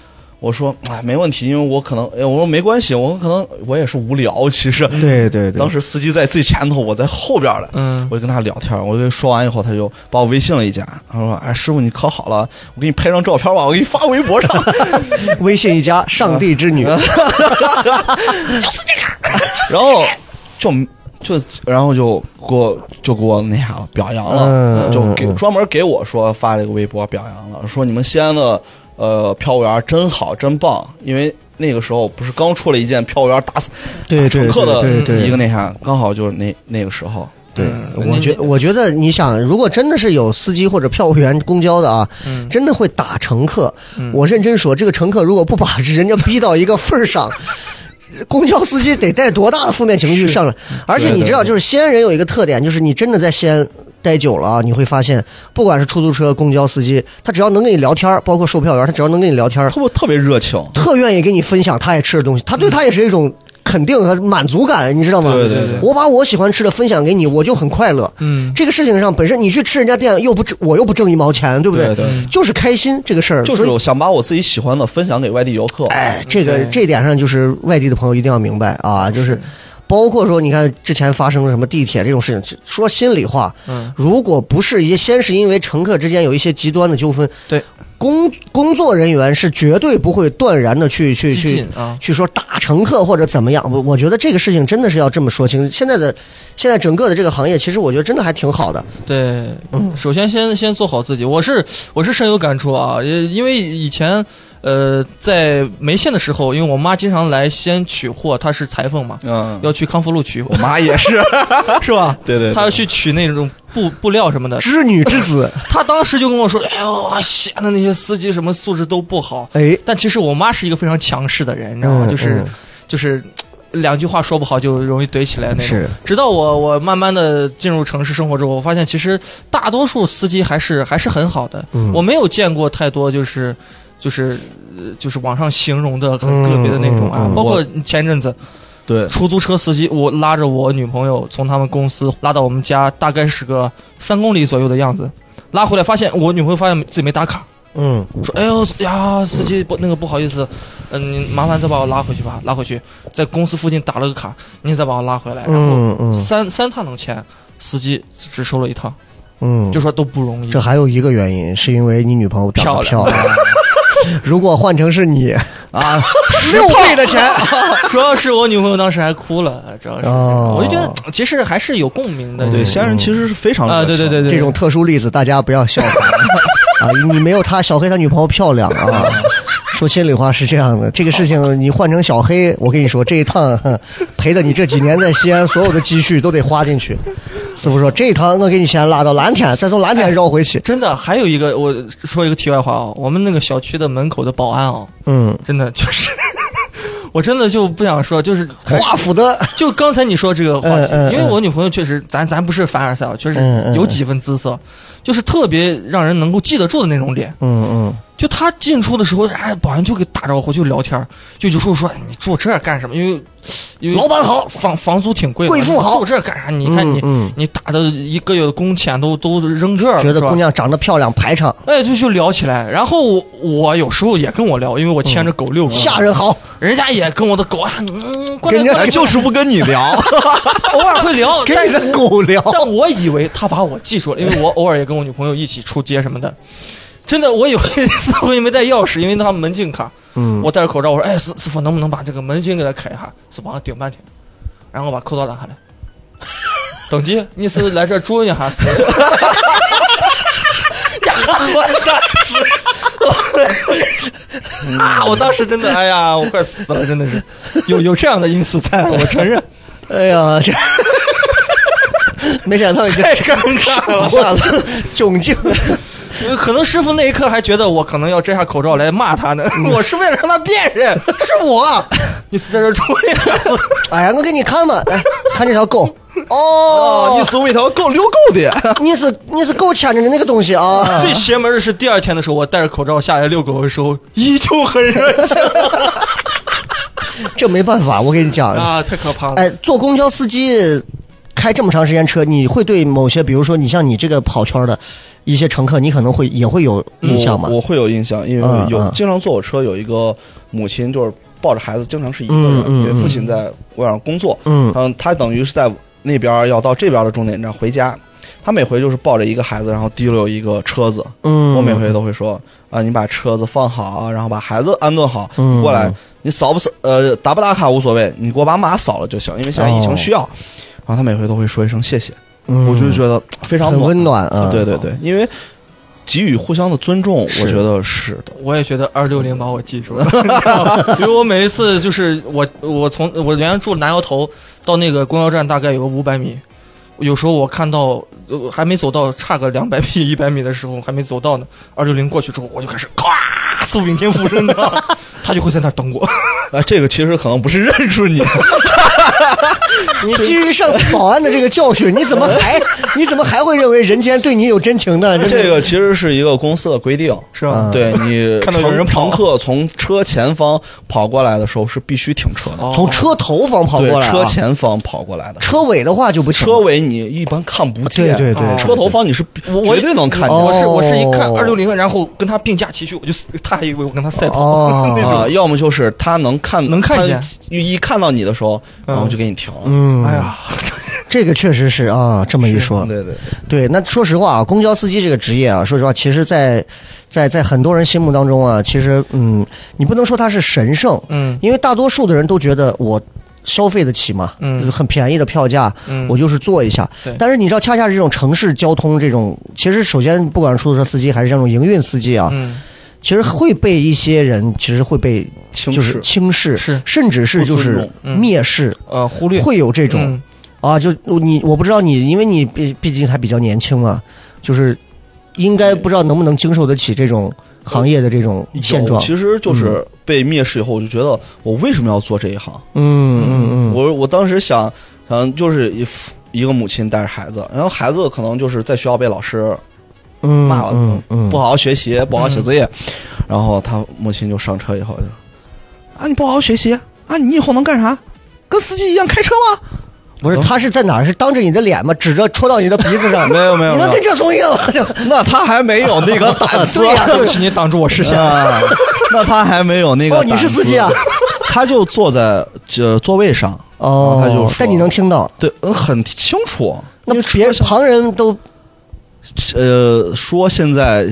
Speaker 4: 我说：“哎，没问题，因为我可能，哎，我说没关系，我可能我也是无聊，其实。”
Speaker 2: 对对对
Speaker 4: 当，时司机在最前头，我在后边了。
Speaker 3: 嗯
Speaker 4: 我就跟他聊天，我就说完以后，他就把我微信了一加，他说：“哎，师傅你可好了，我给你拍张照片吧，我给你发微博上。
Speaker 2: 微信一加上帝之女，”
Speaker 4: 然后就就然后就给我就给我那啥了，表扬了，
Speaker 2: 嗯
Speaker 4: 就给
Speaker 2: 嗯嗯
Speaker 4: 专门给我说发这个微博表扬了，说你们西安的呃票务员真好真棒，因为。那个时候不是刚出了一件票务员打死
Speaker 2: 对对
Speaker 4: 乘客的
Speaker 2: 对对
Speaker 4: 一个那啥，刚好就是那那个时候，
Speaker 2: 对，
Speaker 3: 嗯
Speaker 2: 我
Speaker 3: 那
Speaker 2: 觉
Speaker 3: 你
Speaker 2: 我觉得你想，如果真的是有司机或者票务员、公交的啊，
Speaker 4: 嗯
Speaker 2: 真的会打乘客。我认真说，这个乘客如果不把 人家逼到一个份儿 上。公交司机得带多大的负面情绪上来？而且你知道，就是西安人有一个特点，就是你真的在西安待久了啊，你会发现，不管是出租车、公交司机，他只要能跟你聊天儿，包括售票员，他只要能跟你聊 天儿，
Speaker 4: 特别特别热情，
Speaker 2: 特愿意给你分享他爱吃的东西，他对他也是一种肯定和满足感，你知道吗？
Speaker 4: 对对对
Speaker 2: 我把我喜欢吃的分享给你，我就很快乐。
Speaker 3: 嗯，
Speaker 2: 这个事情上本身你去吃人家店又不挣，我又不挣一毛钱，对不
Speaker 4: 对对
Speaker 3: 嗯
Speaker 2: 就是开心这个事儿，
Speaker 4: 就是
Speaker 2: 所以
Speaker 4: 我想把我自己喜欢的分享给外地游客。
Speaker 2: 哎，这个
Speaker 3: 对
Speaker 2: 这点上就是外地的朋友一定要明白啊，就是。包括说，你看之前发生了什么地铁这种事情，说心里话，
Speaker 3: 嗯
Speaker 2: 如果不是一些先是因为乘客之间有一些极端的纠纷，
Speaker 3: 对，
Speaker 2: 工工作人员是绝对不会断然的去去
Speaker 3: 激
Speaker 2: 去
Speaker 3: 进啊，
Speaker 2: 去说打乘客或者怎么样。我我觉得这个事情真的是要这么说清。现在的现在整个的这个行业，其实我觉得真的还挺好的。
Speaker 3: 对，
Speaker 4: 嗯
Speaker 3: 首先先先做好自己，我是我是深有感触啊，也因为以前呃在梅县的时候，因为我妈经常来西安取货，她是裁缝嘛，
Speaker 4: 嗯，
Speaker 3: 要去康复路取货
Speaker 4: 我，妈也 是，
Speaker 3: 是吧？
Speaker 4: 对对对
Speaker 3: 她要去取那种布布料什么的，
Speaker 2: 织女之子，
Speaker 3: 她当时就跟我说：“哎呦，西安的那些司机什么素质都不好。”
Speaker 2: 哎，
Speaker 3: 但其实我妈是一个非常强势的人，你知道吗？
Speaker 2: 嗯
Speaker 3: 就是、
Speaker 2: 嗯
Speaker 3: 就是嘖两句话说不好就容易怼起来那种。
Speaker 2: 是
Speaker 3: 直到我我慢慢的进入城市生活之后，我发现其实大多数司机还是还是很好的，
Speaker 2: 嗯
Speaker 3: 我没有见过太多就是就是呃就是网上形容的很个别的那种啊，
Speaker 2: 嗯嗯嗯
Speaker 3: 包括前阵子
Speaker 4: 对，
Speaker 3: 出租车司机，我拉着我女朋友从他们公司拉到我们家，大概是个三公里左右的样子，拉回来发现我女朋友发现自己没打卡。
Speaker 2: 嗯，
Speaker 3: 说：“哎呦呀，司机不那个不好意思，嗯、你麻烦再把我拉回去吧，拉回去，在公司附近打了个卡，您再把我拉回来。”然后
Speaker 2: 嗯嗯
Speaker 3: 三三趟的钱，司机只收了一趟，
Speaker 2: 嗯，
Speaker 3: 就说都不容易
Speaker 2: 这。还有一个原因，是因为你女朋友长得漂
Speaker 3: 漂
Speaker 2: 亮。如果换成是你 啊，六倍的 钱，
Speaker 3: 主要是我女朋友当时还哭了，主要是、
Speaker 2: 哦嗯
Speaker 3: 我就觉得其实还是有共鸣的。
Speaker 4: 对，
Speaker 3: 就
Speaker 4: 西
Speaker 3: 是
Speaker 4: 安人其实是非常
Speaker 3: 啊，
Speaker 4: 热
Speaker 3: 对
Speaker 4: 情
Speaker 3: 对对对，
Speaker 2: 这种特殊例子大家不要效仿 啊！你没有他小黑他女朋友漂亮啊。说心里话是这样的，这个事情你换成小黑，我跟你说，这一趟哼赔的你这几年在西安所有的积蓄都得花进去。师傅说这一趟我给你先拉到蓝天，再从蓝天绕回去。
Speaker 3: 真的还有一个，我说一个题外话啊、我们那个小区的门口的保安哦，
Speaker 2: 嗯，
Speaker 3: 真的就是。 我真的就不想说，就是
Speaker 2: 华府的，
Speaker 3: 就刚才你说这个话题，
Speaker 2: 嗯嗯嗯
Speaker 3: 因为我女朋友确实，咱咱不是凡尔赛啊，确
Speaker 2: 嗯嗯
Speaker 3: 实有几分姿色，就是特别让人能够记得住的那种脸。
Speaker 2: 嗯嗯，
Speaker 3: 就她进出的时候，哎，保安就给打招呼，就聊天儿，就有时候说哎你住这儿干什么？因为因为
Speaker 2: 老板好
Speaker 3: 房房租挺贵嘛，
Speaker 2: 贵妇好
Speaker 3: 你住这儿干啥？你看
Speaker 2: 嗯
Speaker 3: 你、
Speaker 2: 嗯
Speaker 3: 你打的一个月的工钱都都扔这儿了，
Speaker 2: 觉得
Speaker 3: 是吧
Speaker 2: 姑娘长得漂亮排场，
Speaker 3: 哎，就就聊起来。然后我我有时候也跟我聊，因为我牵着狗遛狗，
Speaker 2: 嗯吓人好，
Speaker 3: 人家也跟我的狗啊，嗯，过来
Speaker 2: 跟人
Speaker 3: 过
Speaker 2: 家
Speaker 3: 来，
Speaker 4: 哎就是不跟你聊，
Speaker 3: 偶尔会聊，
Speaker 2: 跟
Speaker 3: 但
Speaker 2: 你的狗聊。
Speaker 3: 但我以为他把我记住了，因为我偶尔也跟我女朋友一起出街什么的。真的， 我有一次我也没带钥匙，因为他门禁卡，
Speaker 2: 嗯
Speaker 3: 我戴着口罩，我说：“哎，师师傅，能不能把这个门禁给他开一下？”师傅啊，顶半天，然后我把口罩拿下来，等级，你是来这儿住呢还是？ 呀，我当时， 啊，我当时真的，哎呀，我快死了，真的是，有有这样的因素在，我承认，
Speaker 2: 哎呀，这没想到你这
Speaker 3: 太尴尬了
Speaker 2: 一。下子窘境。
Speaker 3: 可能师傅那一刻还觉得我可能要摘下口罩来骂他呢， 我是为了让他辨认是我。你死在这儿出来了，
Speaker 2: 哎呀，我给你看嘛，哎，看这条狗。哦，
Speaker 4: 你是为条狗遛狗的，
Speaker 2: 你是你是狗牵着的那个东西啊？
Speaker 3: 最邪门的是第二天的时候，我戴着口罩下来遛狗的时候，依旧很热情
Speaker 2: 这没办法，我跟你讲，
Speaker 3: 啊，太可怕了。
Speaker 2: 哎，坐公交司机开这么长时间车，你会对某些，比如说你像你这个跑圈的一些乘客，你可能会也会有 印象嘛
Speaker 4: 我？我会有印象，因
Speaker 2: 嗯
Speaker 4: 为有
Speaker 2: 嗯
Speaker 4: 经常坐我车有一个母亲，就是抱着孩子，经常是一个
Speaker 2: 嗯
Speaker 4: 人，
Speaker 2: 嗯
Speaker 4: 因为
Speaker 2: 嗯
Speaker 4: 父亲在外上工作，
Speaker 2: 嗯
Speaker 4: 嗯，他等于是在那边儿要到这边儿的终点站回家。他每回就是抱着一个孩子，然后提溜一个车子。
Speaker 2: 嗯，
Speaker 4: 我每回都会说啊，你把车子放好，然后把孩子安顿好，
Speaker 2: 嗯
Speaker 4: 过来。你扫不扫？呃，打不打卡无所谓，你给我把码扫了就行，因为
Speaker 2: 哦
Speaker 4: 现在疫情需要。然后他每回都会说一声谢谢，
Speaker 2: 嗯
Speaker 4: 我就觉得非常
Speaker 2: 很
Speaker 4: 暖
Speaker 2: 温暖啊。
Speaker 4: 对对对，因为给予互相的尊重，我
Speaker 2: 是
Speaker 4: 觉得是的。
Speaker 3: 我也觉得二六零把我记 住了， 因为我每一次就是我我从我原来住南窑头到那个公交站大概有个五百米，有时候我看到呃还没走到差个两百 米一百米的时候还没走到呢，二六零过去之后我就开始咵四五天附身的，他就会在那儿等我。
Speaker 4: 哎，这个其实可能不是认出你，
Speaker 2: 你基于上次保安的这个教训，你怎么还你怎么还会认为人间对你有真情 呢？
Speaker 4: 这个其实是一个公司的规定，
Speaker 3: 是吧
Speaker 2: 嗯
Speaker 4: 对你
Speaker 3: 看到有
Speaker 4: 乘
Speaker 3: 人跑
Speaker 4: 乘客从车前方跑过来的时候是必须停车的，
Speaker 2: 从车头方哦跑
Speaker 4: 对
Speaker 2: 过来、啊，
Speaker 4: 车前方跑过来的。
Speaker 2: 车尾的话就不行了
Speaker 4: 车尾你一般看不
Speaker 2: 对
Speaker 4: 见，
Speaker 2: 对对
Speaker 4: 啊
Speaker 3: 对
Speaker 4: 车头方你是
Speaker 3: 我我
Speaker 4: 绝对能看见
Speaker 2: 哦
Speaker 3: 我是我是一看二六零，然后跟他并驾齐驱，我就 死他还以为我跟他赛跑。
Speaker 2: 哦
Speaker 3: 那
Speaker 4: 啊，
Speaker 3: 种
Speaker 4: 要么就是他能看
Speaker 3: 能看见，嗯
Speaker 4: 他一看到你的时候，然后就给你停了。
Speaker 2: 嗯，
Speaker 3: 哎呀，
Speaker 2: 这个确实是啊，这么一说，
Speaker 5: 对对，
Speaker 2: 对，那说实话啊，公交司机这个职业啊，说实话，其实在，在在很多人心目当中啊，其实嗯，你不能说它是神圣，
Speaker 3: 嗯
Speaker 2: 因为大多数的人都觉得我消费得起嘛，
Speaker 3: 嗯
Speaker 2: 就是很便宜的票价，
Speaker 3: 嗯，
Speaker 2: 我就是坐一下
Speaker 3: 对。
Speaker 2: 但是你知道，恰恰是这种城市交通这种，其实首先不管是出租车司机还是这种营运司机啊，
Speaker 3: 嗯
Speaker 2: 其实会被一些人其实会被
Speaker 4: 轻
Speaker 2: 就是
Speaker 4: 视，
Speaker 2: 轻视，
Speaker 3: 是
Speaker 2: 甚至是就
Speaker 4: 不
Speaker 2: 是
Speaker 4: 尊
Speaker 3: 重嗯
Speaker 2: 蔑视，
Speaker 3: 呃忽略
Speaker 2: 会有这种。
Speaker 3: 嗯
Speaker 2: 啊，就你我不知道你，因为你毕毕竟还比较年轻嘛，就是应该不知道能不能经受得起这种行业的这种
Speaker 4: 有
Speaker 2: 现状。
Speaker 4: 其实就是被蔑视以后，我就觉得我为什么要做这一行？
Speaker 2: 嗯嗯嗯，
Speaker 4: 我我当时想，想就是一父一个母亲带着孩子，然后孩子可能就是在学校被老师
Speaker 2: 我
Speaker 4: 骂了
Speaker 2: 嗯嗯，
Speaker 4: 不好好学习，不好好写作业，然后他母亲就上车以后就，啊，你不好好学习啊，你以后能干啥？跟司机一样开车吗？
Speaker 2: 不是他是在哪儿？是当着你的脸吗？指着戳到你的鼻子
Speaker 3: 嗯
Speaker 2: 上？
Speaker 4: 没有没有
Speaker 2: 你能
Speaker 4: 没
Speaker 2: 跟
Speaker 4: 有
Speaker 2: 这综艺吗？
Speaker 4: 那他还没有那个胆子
Speaker 2: 对呀、
Speaker 3: 对不起，你挡住我视线。
Speaker 4: 啊，那他还没有那个
Speaker 2: 哦，你是
Speaker 4: 胆子
Speaker 2: 司 机啊？？
Speaker 4: 他就坐在这座位上，
Speaker 2: 哦，
Speaker 4: 他就说
Speaker 2: 但你能听到，
Speaker 4: 对，嗯很清楚。
Speaker 2: 那
Speaker 4: 因为车
Speaker 2: 别
Speaker 4: 厢
Speaker 2: 旁人都
Speaker 4: 呃说现在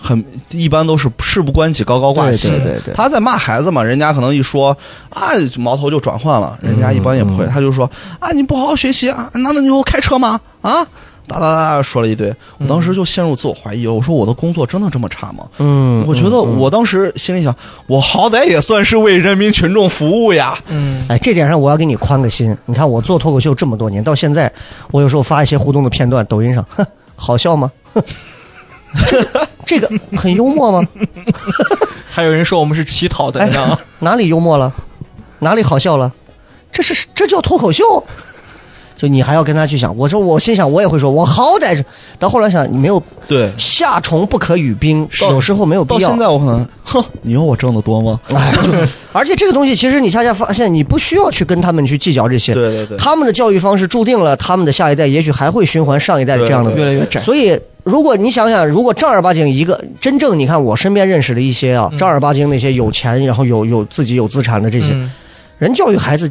Speaker 4: 很一般都是事不关己高高挂起。
Speaker 2: 对对对对
Speaker 4: 他在骂孩子嘛，人家可能一说啊，矛头就转换了，人家一般也不
Speaker 2: 嗯
Speaker 4: 会，他就说啊，你不好好学习啊，那那你以后开车吗？啊，哒哒哒哒说了一堆，我当时就陷入自我怀疑了，我说我的工作真的这么差吗？
Speaker 2: 嗯，
Speaker 4: 我觉得我当时心里想，我好歹也算是为人民群众服务呀，
Speaker 3: 嗯，
Speaker 2: 哎，这点上我要给你宽个心。你看我做脱口秀这么多年，到现在我有时候发一些互动的片段，抖音上，哼，好笑吗？哼 这个很幽默吗？
Speaker 3: 还有人说我们是乞讨的，你知道吗？
Speaker 2: 哎 哪里幽默了？哪里好笑了？这是这叫脱口秀？就你还要跟他去想。我说我心想我也会说，我好歹是到后来想，你没有
Speaker 4: 对。
Speaker 2: 夏虫不可语冰，
Speaker 4: 是
Speaker 2: 有时候没有
Speaker 4: 到
Speaker 2: 必要
Speaker 4: 现。在我可能，哼，你要我挣得多吗？
Speaker 2: 哎，就而且这个东西，其实你恰恰发现，你不需要去跟他们去计较这些。
Speaker 4: 对对对
Speaker 2: 他们的教育方式注定了他们的下一代也许还会循环上一代的这样的。
Speaker 4: 对
Speaker 3: 越
Speaker 4: 对
Speaker 3: 来越窄。
Speaker 2: 所以，如果你想想，如果正儿八经一个真正，你看我身边认识的一些
Speaker 4: 嗯
Speaker 2: 啊，正儿八经那些有钱，然后有有自己有资产的这些、
Speaker 3: 嗯
Speaker 2: 人，教育孩子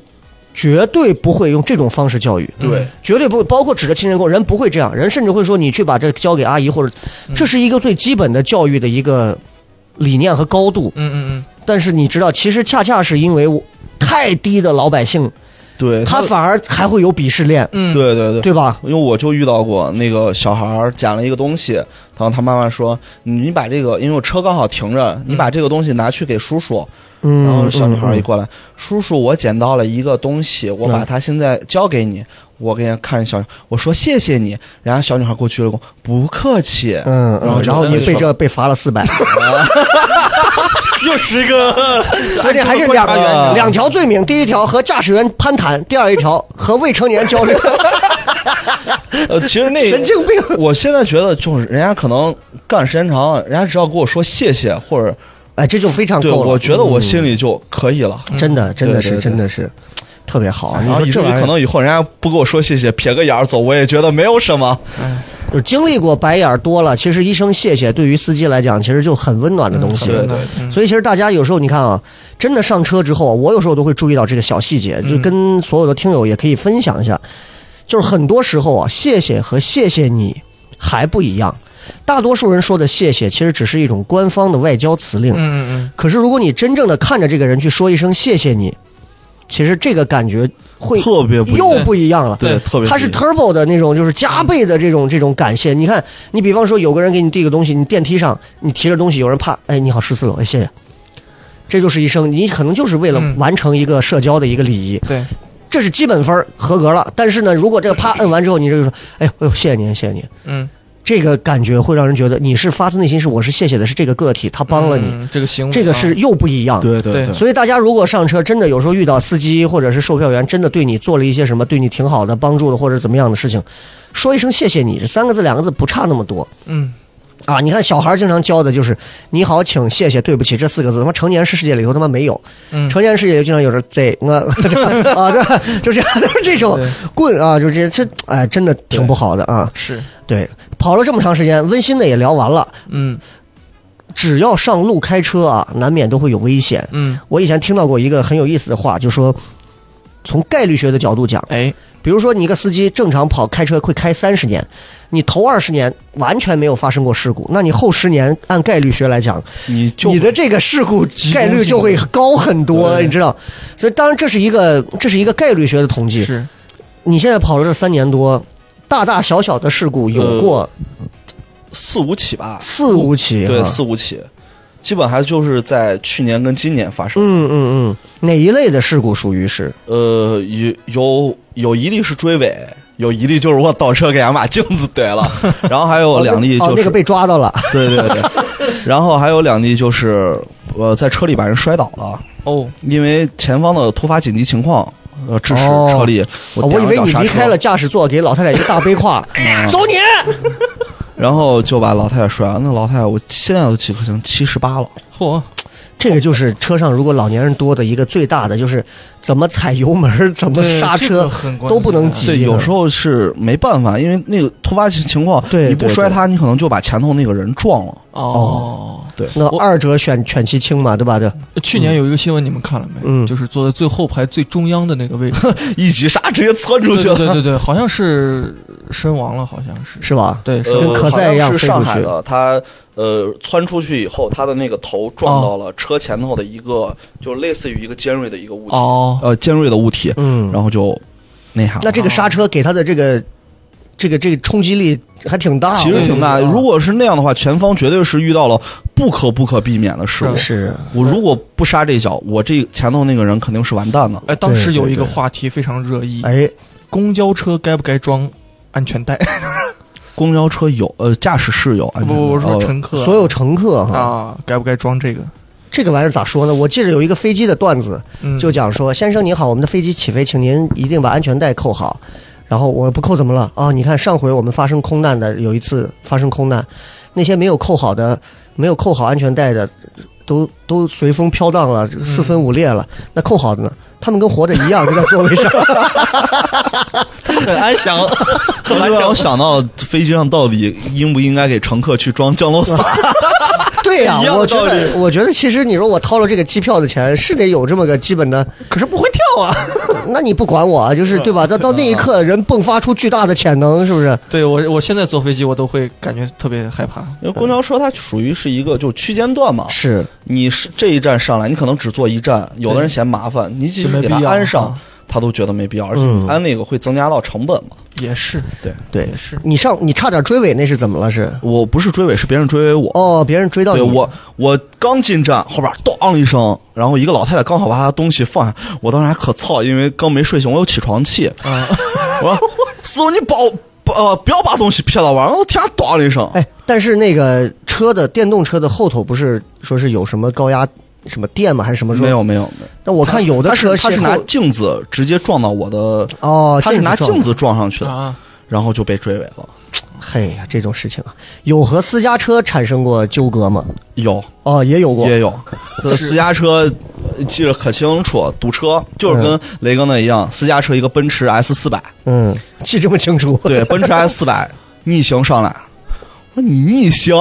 Speaker 2: 绝对不会用这种方式教育。
Speaker 4: 对，
Speaker 2: 绝对不会，包括指着亲人过，人不会这样，人甚至会说你去把这交给阿姨，或者这是一个最基本的教育的一个理念和高度。
Speaker 3: 嗯嗯嗯，
Speaker 2: 但是你知道，其实恰恰是因为我太低的老百姓，
Speaker 4: 对
Speaker 2: 他反而还会有鄙视链，
Speaker 3: 嗯
Speaker 4: 对对对
Speaker 2: 对吧？
Speaker 4: 因为我就遇到过那个小孩儿捡了一个东西，然后他妈妈说：“你你把这个，因为我车刚好停着，你把这个东西拿去给叔叔。
Speaker 2: 嗯，
Speaker 4: 然后小女孩儿一
Speaker 2: 嗯
Speaker 4: 过来：“叔叔，我捡到了一个东西，我把它现在交给你。”我给人家看着小女孩，我说：“谢谢你。”然后小女孩给我鞠了个躬，不客气。
Speaker 2: 嗯，嗯然后
Speaker 4: 就
Speaker 2: 你
Speaker 4: 在那
Speaker 2: 被
Speaker 4: 里
Speaker 2: 这被罚了四 百，
Speaker 3: 又是一 个
Speaker 2: 而且还是两
Speaker 4: 观察员
Speaker 2: 两条罪名，第一条和驾驶员攀谈，第二一条和未成年交流，
Speaker 4: 说 呃，其实 那
Speaker 2: 神经病。
Speaker 4: 我现在觉得就是人家可能干时间长，了，人家只要跟我说谢谢或者
Speaker 2: 哎，这就非常
Speaker 4: 对，
Speaker 2: 够了。
Speaker 4: 我觉得我心里就可以了。
Speaker 2: 嗯真的真的
Speaker 4: 对
Speaker 2: 是
Speaker 4: 对对
Speaker 2: 真的是特别好。啊你
Speaker 4: 然后
Speaker 2: 说
Speaker 4: 以
Speaker 2: 这
Speaker 4: 至于
Speaker 2: 玩意
Speaker 4: 可
Speaker 2: 儿
Speaker 4: 能以后人家不跟我说谢谢，撇个眼儿走，我也觉得没有什么。
Speaker 2: 就是经历过白眼儿多了，其实一声谢谢对于司机来讲，其实就很温暖的东西。
Speaker 4: 嗯对
Speaker 3: 对对嗯
Speaker 2: 所以其实大家有时候你看啊，真的上车之后，啊我有时候都会注意到这个小细节，
Speaker 4: 嗯
Speaker 2: 就跟所有的听友也可以分享一下。就是很多时候啊，谢谢和谢谢你还不一样。大多数人说的谢谢，其实只是一种官方的外交辞令。
Speaker 3: 嗯嗯
Speaker 2: 可是如果你真正的看着这个人去说一声谢谢你，其实这个感觉会
Speaker 4: 特别不一样
Speaker 2: 又不一样了。
Speaker 4: 对，特别
Speaker 2: 它是
Speaker 4: 不一样嗯
Speaker 2: turbo 的那种，就是加倍的这种这种感谢。你看，你比方说有个人给你递个东西，你电梯上你提着东西，有人怕，哎，你好，十四楼，哎，谢谢。这就是一生，你可能就是为了
Speaker 3: 嗯
Speaker 2: 完成一个社交的一个礼仪，
Speaker 3: 嗯，对，
Speaker 2: 这是基本分儿合格了。但是呢，如果这个啪摁完之后，你这就说，哎呦，哎呦，谢谢您，谢谢您，
Speaker 3: 嗯，
Speaker 2: 这个感觉会让人觉得你是发自内心是我是谢谢的，是这个个体他帮了你，
Speaker 3: 嗯这个行为啊，
Speaker 2: 这个是又不一样。
Speaker 4: 对对
Speaker 3: 对
Speaker 4: 对
Speaker 2: 所以大家如果上车，真的有时候遇到司机或者是售票员，真的对你做了一些什么对你挺好的帮助的或者怎么样的事情，说一声谢谢你，这三个字两个字不差那么多
Speaker 3: 嗯
Speaker 2: 啊！你看小孩经常教的就是你好，请谢谢对不起这四个字，他妈成年世界里头他妈没有，
Speaker 3: 嗯，
Speaker 2: 成年世界就经常有人贼我啊，对， 就这样都是这种
Speaker 3: 对
Speaker 2: 棍啊，就这这哎，真的挺不好的啊。
Speaker 3: 是，
Speaker 2: 对，跑了这么长时间，温馨的也聊完了，
Speaker 3: 嗯
Speaker 2: 只要上路开车啊，难免都会有危险。
Speaker 3: 嗯
Speaker 2: 我以前听到过一个很有意思的话，就说从概率学的角度讲，
Speaker 3: 哎，
Speaker 2: 比如说你一个司机正常跑开车会开三十年，你头二十年完全没有发生过事故，那你后十年按概率学来讲，
Speaker 4: 你就
Speaker 2: 你的这个事故概率就会高很多，
Speaker 3: 对
Speaker 2: 你知道？所以当然这是一个这是一个概率学的统计。
Speaker 3: 是
Speaker 2: 你现在跑了这三年多，大大小小的事故有过
Speaker 4: 四五起吧，
Speaker 2: 四五起，
Speaker 4: 对，
Speaker 2: 啊
Speaker 4: 四五起，基本还就是在去年跟今年发生。
Speaker 2: 嗯嗯嗯，哪一类的事故属于是？
Speaker 4: 呃，有有有一例是追尾，有一例就是我倒车给俺把镜子怼 了，然后还有两例就是、
Speaker 2: 哦，那个被抓到了，
Speaker 4: 对对 对，然后还有两例就是呃在车里把人摔倒了，
Speaker 3: 哦，
Speaker 4: 因为前方的突发紧急情况。呃，致使
Speaker 2: 哦
Speaker 4: 车里，
Speaker 2: 哦我
Speaker 4: 点
Speaker 2: 以
Speaker 4: 了
Speaker 2: 为
Speaker 4: 脚
Speaker 2: 你
Speaker 4: 刹
Speaker 2: 离
Speaker 4: 车
Speaker 2: 开了驾驶座，给老太太一个大背 胯，走你！
Speaker 4: 然后就把老太太摔了。那老太太，我现在都几颗星，七十八了。
Speaker 3: 嚯，
Speaker 2: 这个就是车上如果老年人多的一个最大的，就是怎么踩油门，怎么
Speaker 3: 对
Speaker 2: 刹
Speaker 3: 这个
Speaker 2: 车
Speaker 3: 很关键
Speaker 2: 都不能急。
Speaker 4: 啊对，有时候是没办法，因为那个突发情情况，
Speaker 2: 对
Speaker 4: 你不
Speaker 2: 对
Speaker 4: 摔他，你可能就把前头那个人撞了。
Speaker 3: 哦，
Speaker 2: 那二者选犬其轻嘛，对吧？对，
Speaker 3: 去年有一个新闻，你们看了没？
Speaker 2: 嗯
Speaker 3: 就是坐在最后排最中央的那个位置，
Speaker 4: 一急刹直接窜出
Speaker 3: 对
Speaker 4: 去
Speaker 3: 对
Speaker 4: 了。
Speaker 3: 对对对，好像是身亡了，好像是，
Speaker 2: 是吧？
Speaker 3: 对，是
Speaker 4: 呃
Speaker 2: 跟咳赛一样飞
Speaker 4: 好像是
Speaker 2: 出
Speaker 4: 上
Speaker 2: 去
Speaker 4: 海的，他呃窜出去以后，他的那个头撞到
Speaker 2: 哦
Speaker 4: 了车前头的一个，就类似于一个尖锐的一个物体，
Speaker 3: 哦，
Speaker 4: 呃尖锐的物体，
Speaker 2: 嗯，
Speaker 4: 然后就那啥了。
Speaker 2: 那这个刹车给他的这个这个这个冲击力还挺
Speaker 3: 啊
Speaker 2: 大的，
Speaker 4: 其实挺大的，
Speaker 2: 对
Speaker 4: 如果是那样的话，前方绝对是遇到了不可不可避免的事故。
Speaker 2: 是
Speaker 4: 我如果不刹这脚，我这前头那个人肯定是完蛋的。
Speaker 3: 哎，当时有一个
Speaker 2: 对对对
Speaker 3: 话题非常热议，
Speaker 2: 哎，
Speaker 3: 公交车该不该装安全带？
Speaker 4: 公交车有，呃，驾驶室有安
Speaker 3: 不
Speaker 4: 全带，
Speaker 3: 不，我说
Speaker 4: 呃
Speaker 3: 乘客，
Speaker 2: 所有乘客哈，
Speaker 3: 啊，该不该装这个？
Speaker 2: 这个玩意儿咋说呢？我记得有一个飞机的段子，
Speaker 3: 嗯，
Speaker 2: 就讲说：“先生您好，我们的飞机起飞，请您一定把安全带扣好。”然后我不扣怎么了？啊，你看上回我们发生空难的，有一次发生空难，那些没有扣好的、没有扣好安全带的，都 都随风飘荡了，四分五裂了。那扣好的呢？他们跟活着一样，就在座 位上。
Speaker 3: 很安 详， 很
Speaker 4: 这 让我想到了飞机上到底应不应该给乘客去装 降落伞？
Speaker 2: 对呀、
Speaker 3: 一样的
Speaker 2: 我觉
Speaker 3: 道
Speaker 2: 得，我觉得其实你说我掏了这个机票的钱，是得有这么个基本的。
Speaker 3: 可是不会跳啊。
Speaker 2: 那你不管我啊，就是对
Speaker 3: 嗯
Speaker 2: 吧？到到那一刻，人迸发出巨大的潜能，是不是？
Speaker 3: 对我，我现在坐飞机我都会感觉特别害怕。
Speaker 4: 因为公交车它属于是一个就区间段嘛，
Speaker 2: 是，
Speaker 4: 你是这一站上来，你可能只坐一站，有的人嫌麻烦，你即
Speaker 3: 就
Speaker 4: 使
Speaker 3: 没
Speaker 4: 给
Speaker 3: 必
Speaker 4: 他
Speaker 3: 要
Speaker 4: 安上
Speaker 3: 啊，
Speaker 4: 他都觉得没必要，而且
Speaker 2: 嗯
Speaker 4: 你安那个会增加到成本嘛。
Speaker 3: 也是，
Speaker 2: 对
Speaker 3: 也。是，
Speaker 2: 你上，你差点追尾，那是怎么了？是？
Speaker 4: 我不是追尾，是别人追尾我。
Speaker 2: 哦，别人追到
Speaker 4: 对
Speaker 2: 你，
Speaker 4: 我，我刚进站，后边当一声，然后一个老太太刚好把她的东西放下，我当时还可操，因为刚没睡醒，我有起床气，
Speaker 3: 啊，
Speaker 4: 我说师傅你把我呃不要把东西撇到碗上，我天当一声，
Speaker 2: 哎，但是那个车的电动车的后头不是说是有什么高压什么电吗？还是什么？
Speaker 4: 没。有没有没有。
Speaker 2: 但我看有的
Speaker 4: 他
Speaker 2: 车
Speaker 4: 是他是
Speaker 2: 邂
Speaker 4: 拿
Speaker 2: 逅
Speaker 4: 镜子直接撞到我的，
Speaker 2: 哦，
Speaker 4: 他是拿
Speaker 2: 撞的
Speaker 4: 镜子撞上去的，
Speaker 3: 啊，
Speaker 4: 然后就被追尾了。
Speaker 2: 嘿呀，这种事情啊，有和私家车产生过纠葛吗？
Speaker 4: 有
Speaker 2: 哦，也有过。
Speaker 4: 也有，私家车呃记得可清楚，堵车就是跟雷哥那一样，私家车一个奔驰 S 四百，
Speaker 2: 嗯，记这么清楚。
Speaker 4: 对，奔驰 S 四百逆行上来。我说你逆行，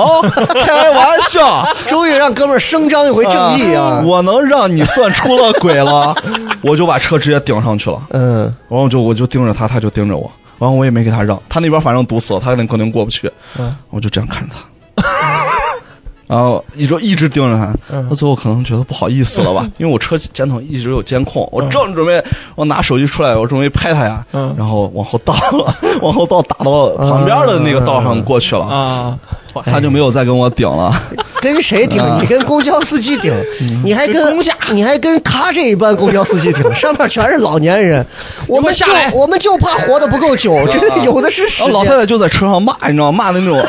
Speaker 4: 开玩笑，
Speaker 2: 终于让哥们儿声张一回 正义啊！
Speaker 4: 我能让你算出了轨了，我就把车直接顶上去了。
Speaker 2: 嗯，
Speaker 4: 然后就我就盯着他，他就盯着我，然后我也没给他让，他那边反正堵死了，他肯定肯定过不去，
Speaker 3: 嗯
Speaker 4: 我就这样看着他， 然后一直一直盯着他，
Speaker 3: 嗯
Speaker 4: 他最后可能觉得不好意思了吧，因为我车前头一直有监控，我正准备我拿手机出来，我准备拍他呀，
Speaker 3: 嗯
Speaker 4: 然后往后倒了， 往后倒打到旁边的那个道上过去了，
Speaker 3: 啊，哇
Speaker 4: 他就没有再跟我顶了，
Speaker 3: 哎
Speaker 2: 跟谁顶？
Speaker 4: 啊
Speaker 2: 你跟公交司机顶，
Speaker 4: 嗯
Speaker 2: 你还跟你还跟咖这一班公交司机顶，上面全是老年人，我们就
Speaker 3: 下来
Speaker 2: 我们就怕活得不够久，这个有的是时
Speaker 4: 然啊哦后老太
Speaker 2: 间。
Speaker 4: 太就在车上骂，你知道吗？骂的那种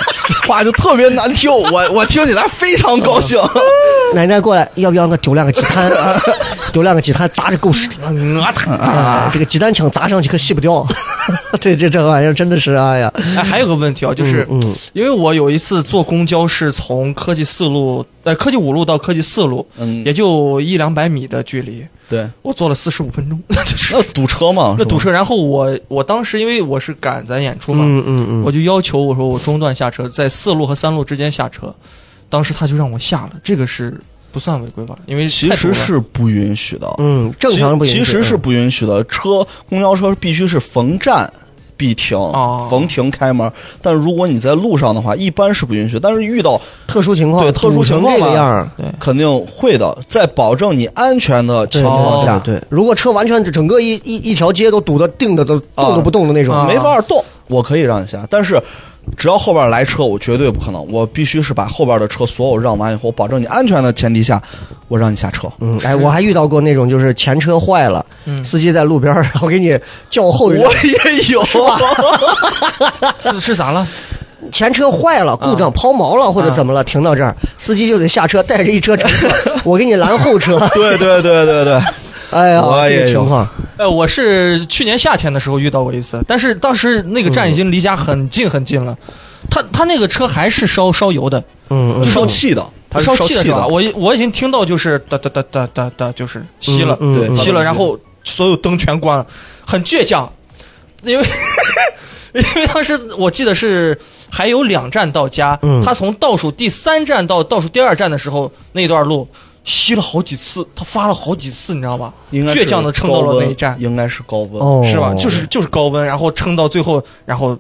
Speaker 4: 话就特别难听，我我听起来非常高兴。
Speaker 2: 奶奶过来，要不要我丢两个鸡 蛋？丢两个鸡蛋砸着狗屎的，
Speaker 3: 我疼。
Speaker 4: 啊
Speaker 2: 哎这个鸡蛋枪砸上去可洗不掉。 对，这这玩意儿真的是，哎呀，
Speaker 3: 哎，还有个问题啊，就是
Speaker 2: 嗯嗯
Speaker 3: 因为我有一次坐公交是从科技四路，呃，科技五路到科技四路，
Speaker 4: 嗯
Speaker 3: 也就一两百米的距离，
Speaker 4: 对，
Speaker 3: 我坐了四十五分钟， 就是
Speaker 4: 那堵车嘛，
Speaker 3: 那
Speaker 4: 是吧
Speaker 3: 堵车。然后我我当时因为我是赶咱演出嘛，
Speaker 2: 嗯嗯嗯，
Speaker 3: 我就要求我说我中段下车，在四路和三路之间下车，当时他就让我下了，这个是不算违规吧？因为
Speaker 4: 其
Speaker 3: 太堵
Speaker 4: 实
Speaker 3: 了
Speaker 4: 是不允许的。
Speaker 2: 嗯，正常不允许
Speaker 4: 其实是不允许的。车公交车必须是逢站必停，
Speaker 3: 哦
Speaker 4: 逢停开门。但如果你在路上的话，一般是不允许。但是遇到
Speaker 2: 特殊情况，
Speaker 4: 对特殊情况
Speaker 2: 堵成这
Speaker 4: 嘛
Speaker 2: 个样儿。
Speaker 3: 对
Speaker 4: 肯定会的，在保证你安全的情
Speaker 2: 对
Speaker 4: 况
Speaker 2: 对
Speaker 4: 下，
Speaker 2: 对，对如果车完全整个一一一条街都堵得定的都动
Speaker 4: 啊
Speaker 2: 都不动的那种，
Speaker 3: 啊
Speaker 4: 没法动，我可以让你下，但是。只要后边来车，我绝对不可能，我必须是把后边的车所有让完以后，保证你安全的前提下，我让你下车。
Speaker 2: 嗯，哎，我还遇到过那种就是前车坏了，
Speaker 3: 嗯
Speaker 2: 司机在路边儿，然后给你叫后人，
Speaker 4: 也有，啊
Speaker 3: 是是咋了？
Speaker 2: 前车坏了，故障抛锚了、或
Speaker 4: 啊
Speaker 2: 者怎么了，停到这儿，司机就得下车带着一车乘客， 我给你拦后车。
Speaker 4: 对对对对对，
Speaker 2: 哎呀，
Speaker 4: 我
Speaker 2: 这
Speaker 4: 也
Speaker 2: 个
Speaker 4: 有
Speaker 2: 情况，
Speaker 3: 呃，我是去年夏天的时候遇到过一次，但是当时那个站已经离家很近很近了，他他那个车还是烧烧油的，
Speaker 2: 嗯嗯，
Speaker 4: 就烧气的，它是
Speaker 3: 烧
Speaker 4: 气
Speaker 3: 气的是吧？我已我已经听到就是哒哒哒哒哒哒，就是熄了，
Speaker 2: 嗯
Speaker 4: 对
Speaker 2: 嗯
Speaker 4: 发
Speaker 3: 熄
Speaker 4: 动
Speaker 3: 了，
Speaker 4: 机
Speaker 3: 然后所有灯全关了，很倔强，因为 因为当时我记得是还有两站到家，
Speaker 2: 嗯
Speaker 3: 他从倒数第三站到倒数第二站的时候那段路熄了好几次，他发了好几次，你知道吧？
Speaker 4: 应该是
Speaker 3: 倔强地撑到了那一站
Speaker 4: 高温应该是高温。
Speaker 2: 哦，
Speaker 3: 是吧？就是就是高温，然后撑到最后，然后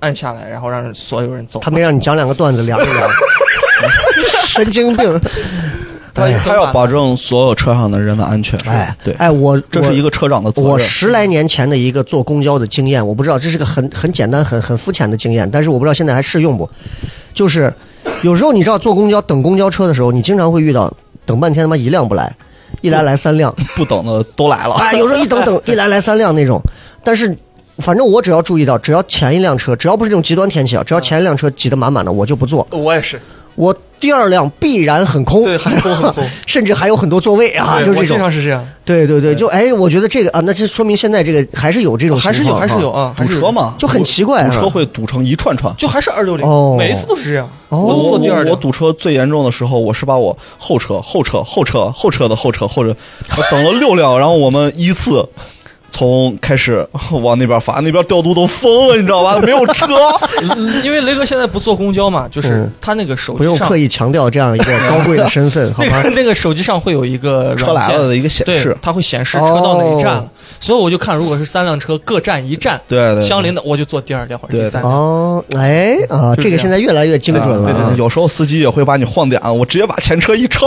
Speaker 3: 按下来，然后让所有人走。
Speaker 2: 他没让你讲两个段子凉一 凉，神经病。
Speaker 4: 他
Speaker 2: 哎呀
Speaker 4: 他要保证所有车上的人的安全。
Speaker 2: 哎，
Speaker 4: 对，
Speaker 2: 哎，我
Speaker 4: 这
Speaker 2: 我
Speaker 4: 是一个车长的责任。
Speaker 2: 我十来年前的一个坐公交的经验，我不知道这是个很很简单、很很肤浅的经验，但是我不知道现在还适用不。就是有时候你知道坐公交等公交车的时候，你经常会遇到等半天他妈一辆不来，一来来三辆，
Speaker 4: 不等的都来了。
Speaker 2: 哎， 有时候一等等一来来三辆那种。但是反正我只要注意到，只要前一辆车，只要不是这种极端天气啊，只要前一辆车挤得满满的，我就不坐，
Speaker 3: 我也是，
Speaker 2: 我第二辆必然很空，
Speaker 3: 对很空很空
Speaker 2: 甚至还有很多座位啊，
Speaker 3: 对
Speaker 2: 就
Speaker 3: 我
Speaker 2: 这
Speaker 3: 经
Speaker 2: 种。
Speaker 3: 常是这样，
Speaker 2: 对对对，就哎，我觉得这个啊，那这说明现在这个还是有这种情
Speaker 3: 还
Speaker 2: 况，
Speaker 3: 是有还是有
Speaker 2: 啊
Speaker 3: 啊，
Speaker 4: 堵
Speaker 3: 还是有
Speaker 4: 车嘛，
Speaker 2: 就很奇怪啊
Speaker 4: 堵车会堵成一串串。
Speaker 3: 就还是二六零
Speaker 2: 哦，
Speaker 3: 每一次都是这样，
Speaker 2: 哦
Speaker 3: 我都
Speaker 4: 我
Speaker 3: 坐第二
Speaker 4: 我
Speaker 3: 辆。
Speaker 4: 堵车最严重的时候，我是把我后车、后车、后车、后车的后车、后车，我等了六辆，然后我们依次从开始往那边发，那边调度都疯了，你知道吧？没有车，
Speaker 3: 嗯因为雷哥现在不坐公交嘛，就是
Speaker 2: 嗯
Speaker 3: 他那个手
Speaker 2: 不
Speaker 3: 机
Speaker 2: 用
Speaker 3: 上
Speaker 2: 刻，意强调这样一个高贵的身份，好
Speaker 3: 那
Speaker 2: 吗
Speaker 3: 个？那个手机上会有一个
Speaker 4: 车来
Speaker 3: 软件
Speaker 4: 了的一个显示
Speaker 3: 对，。它会显示车到哪一站了
Speaker 2: 哦。
Speaker 3: 所以我就看，如果是三辆车各站一站，
Speaker 4: 对对对
Speaker 3: 相邻的我就坐第二辆或者
Speaker 4: 对
Speaker 3: 第三 辆。
Speaker 2: 哦，哎啊，
Speaker 3: 就是这样
Speaker 2: 这个现在越来越精准了
Speaker 4: 对对
Speaker 2: 啊
Speaker 4: 对，！有时候司机也会把你晃点，啊我直接把前车一超，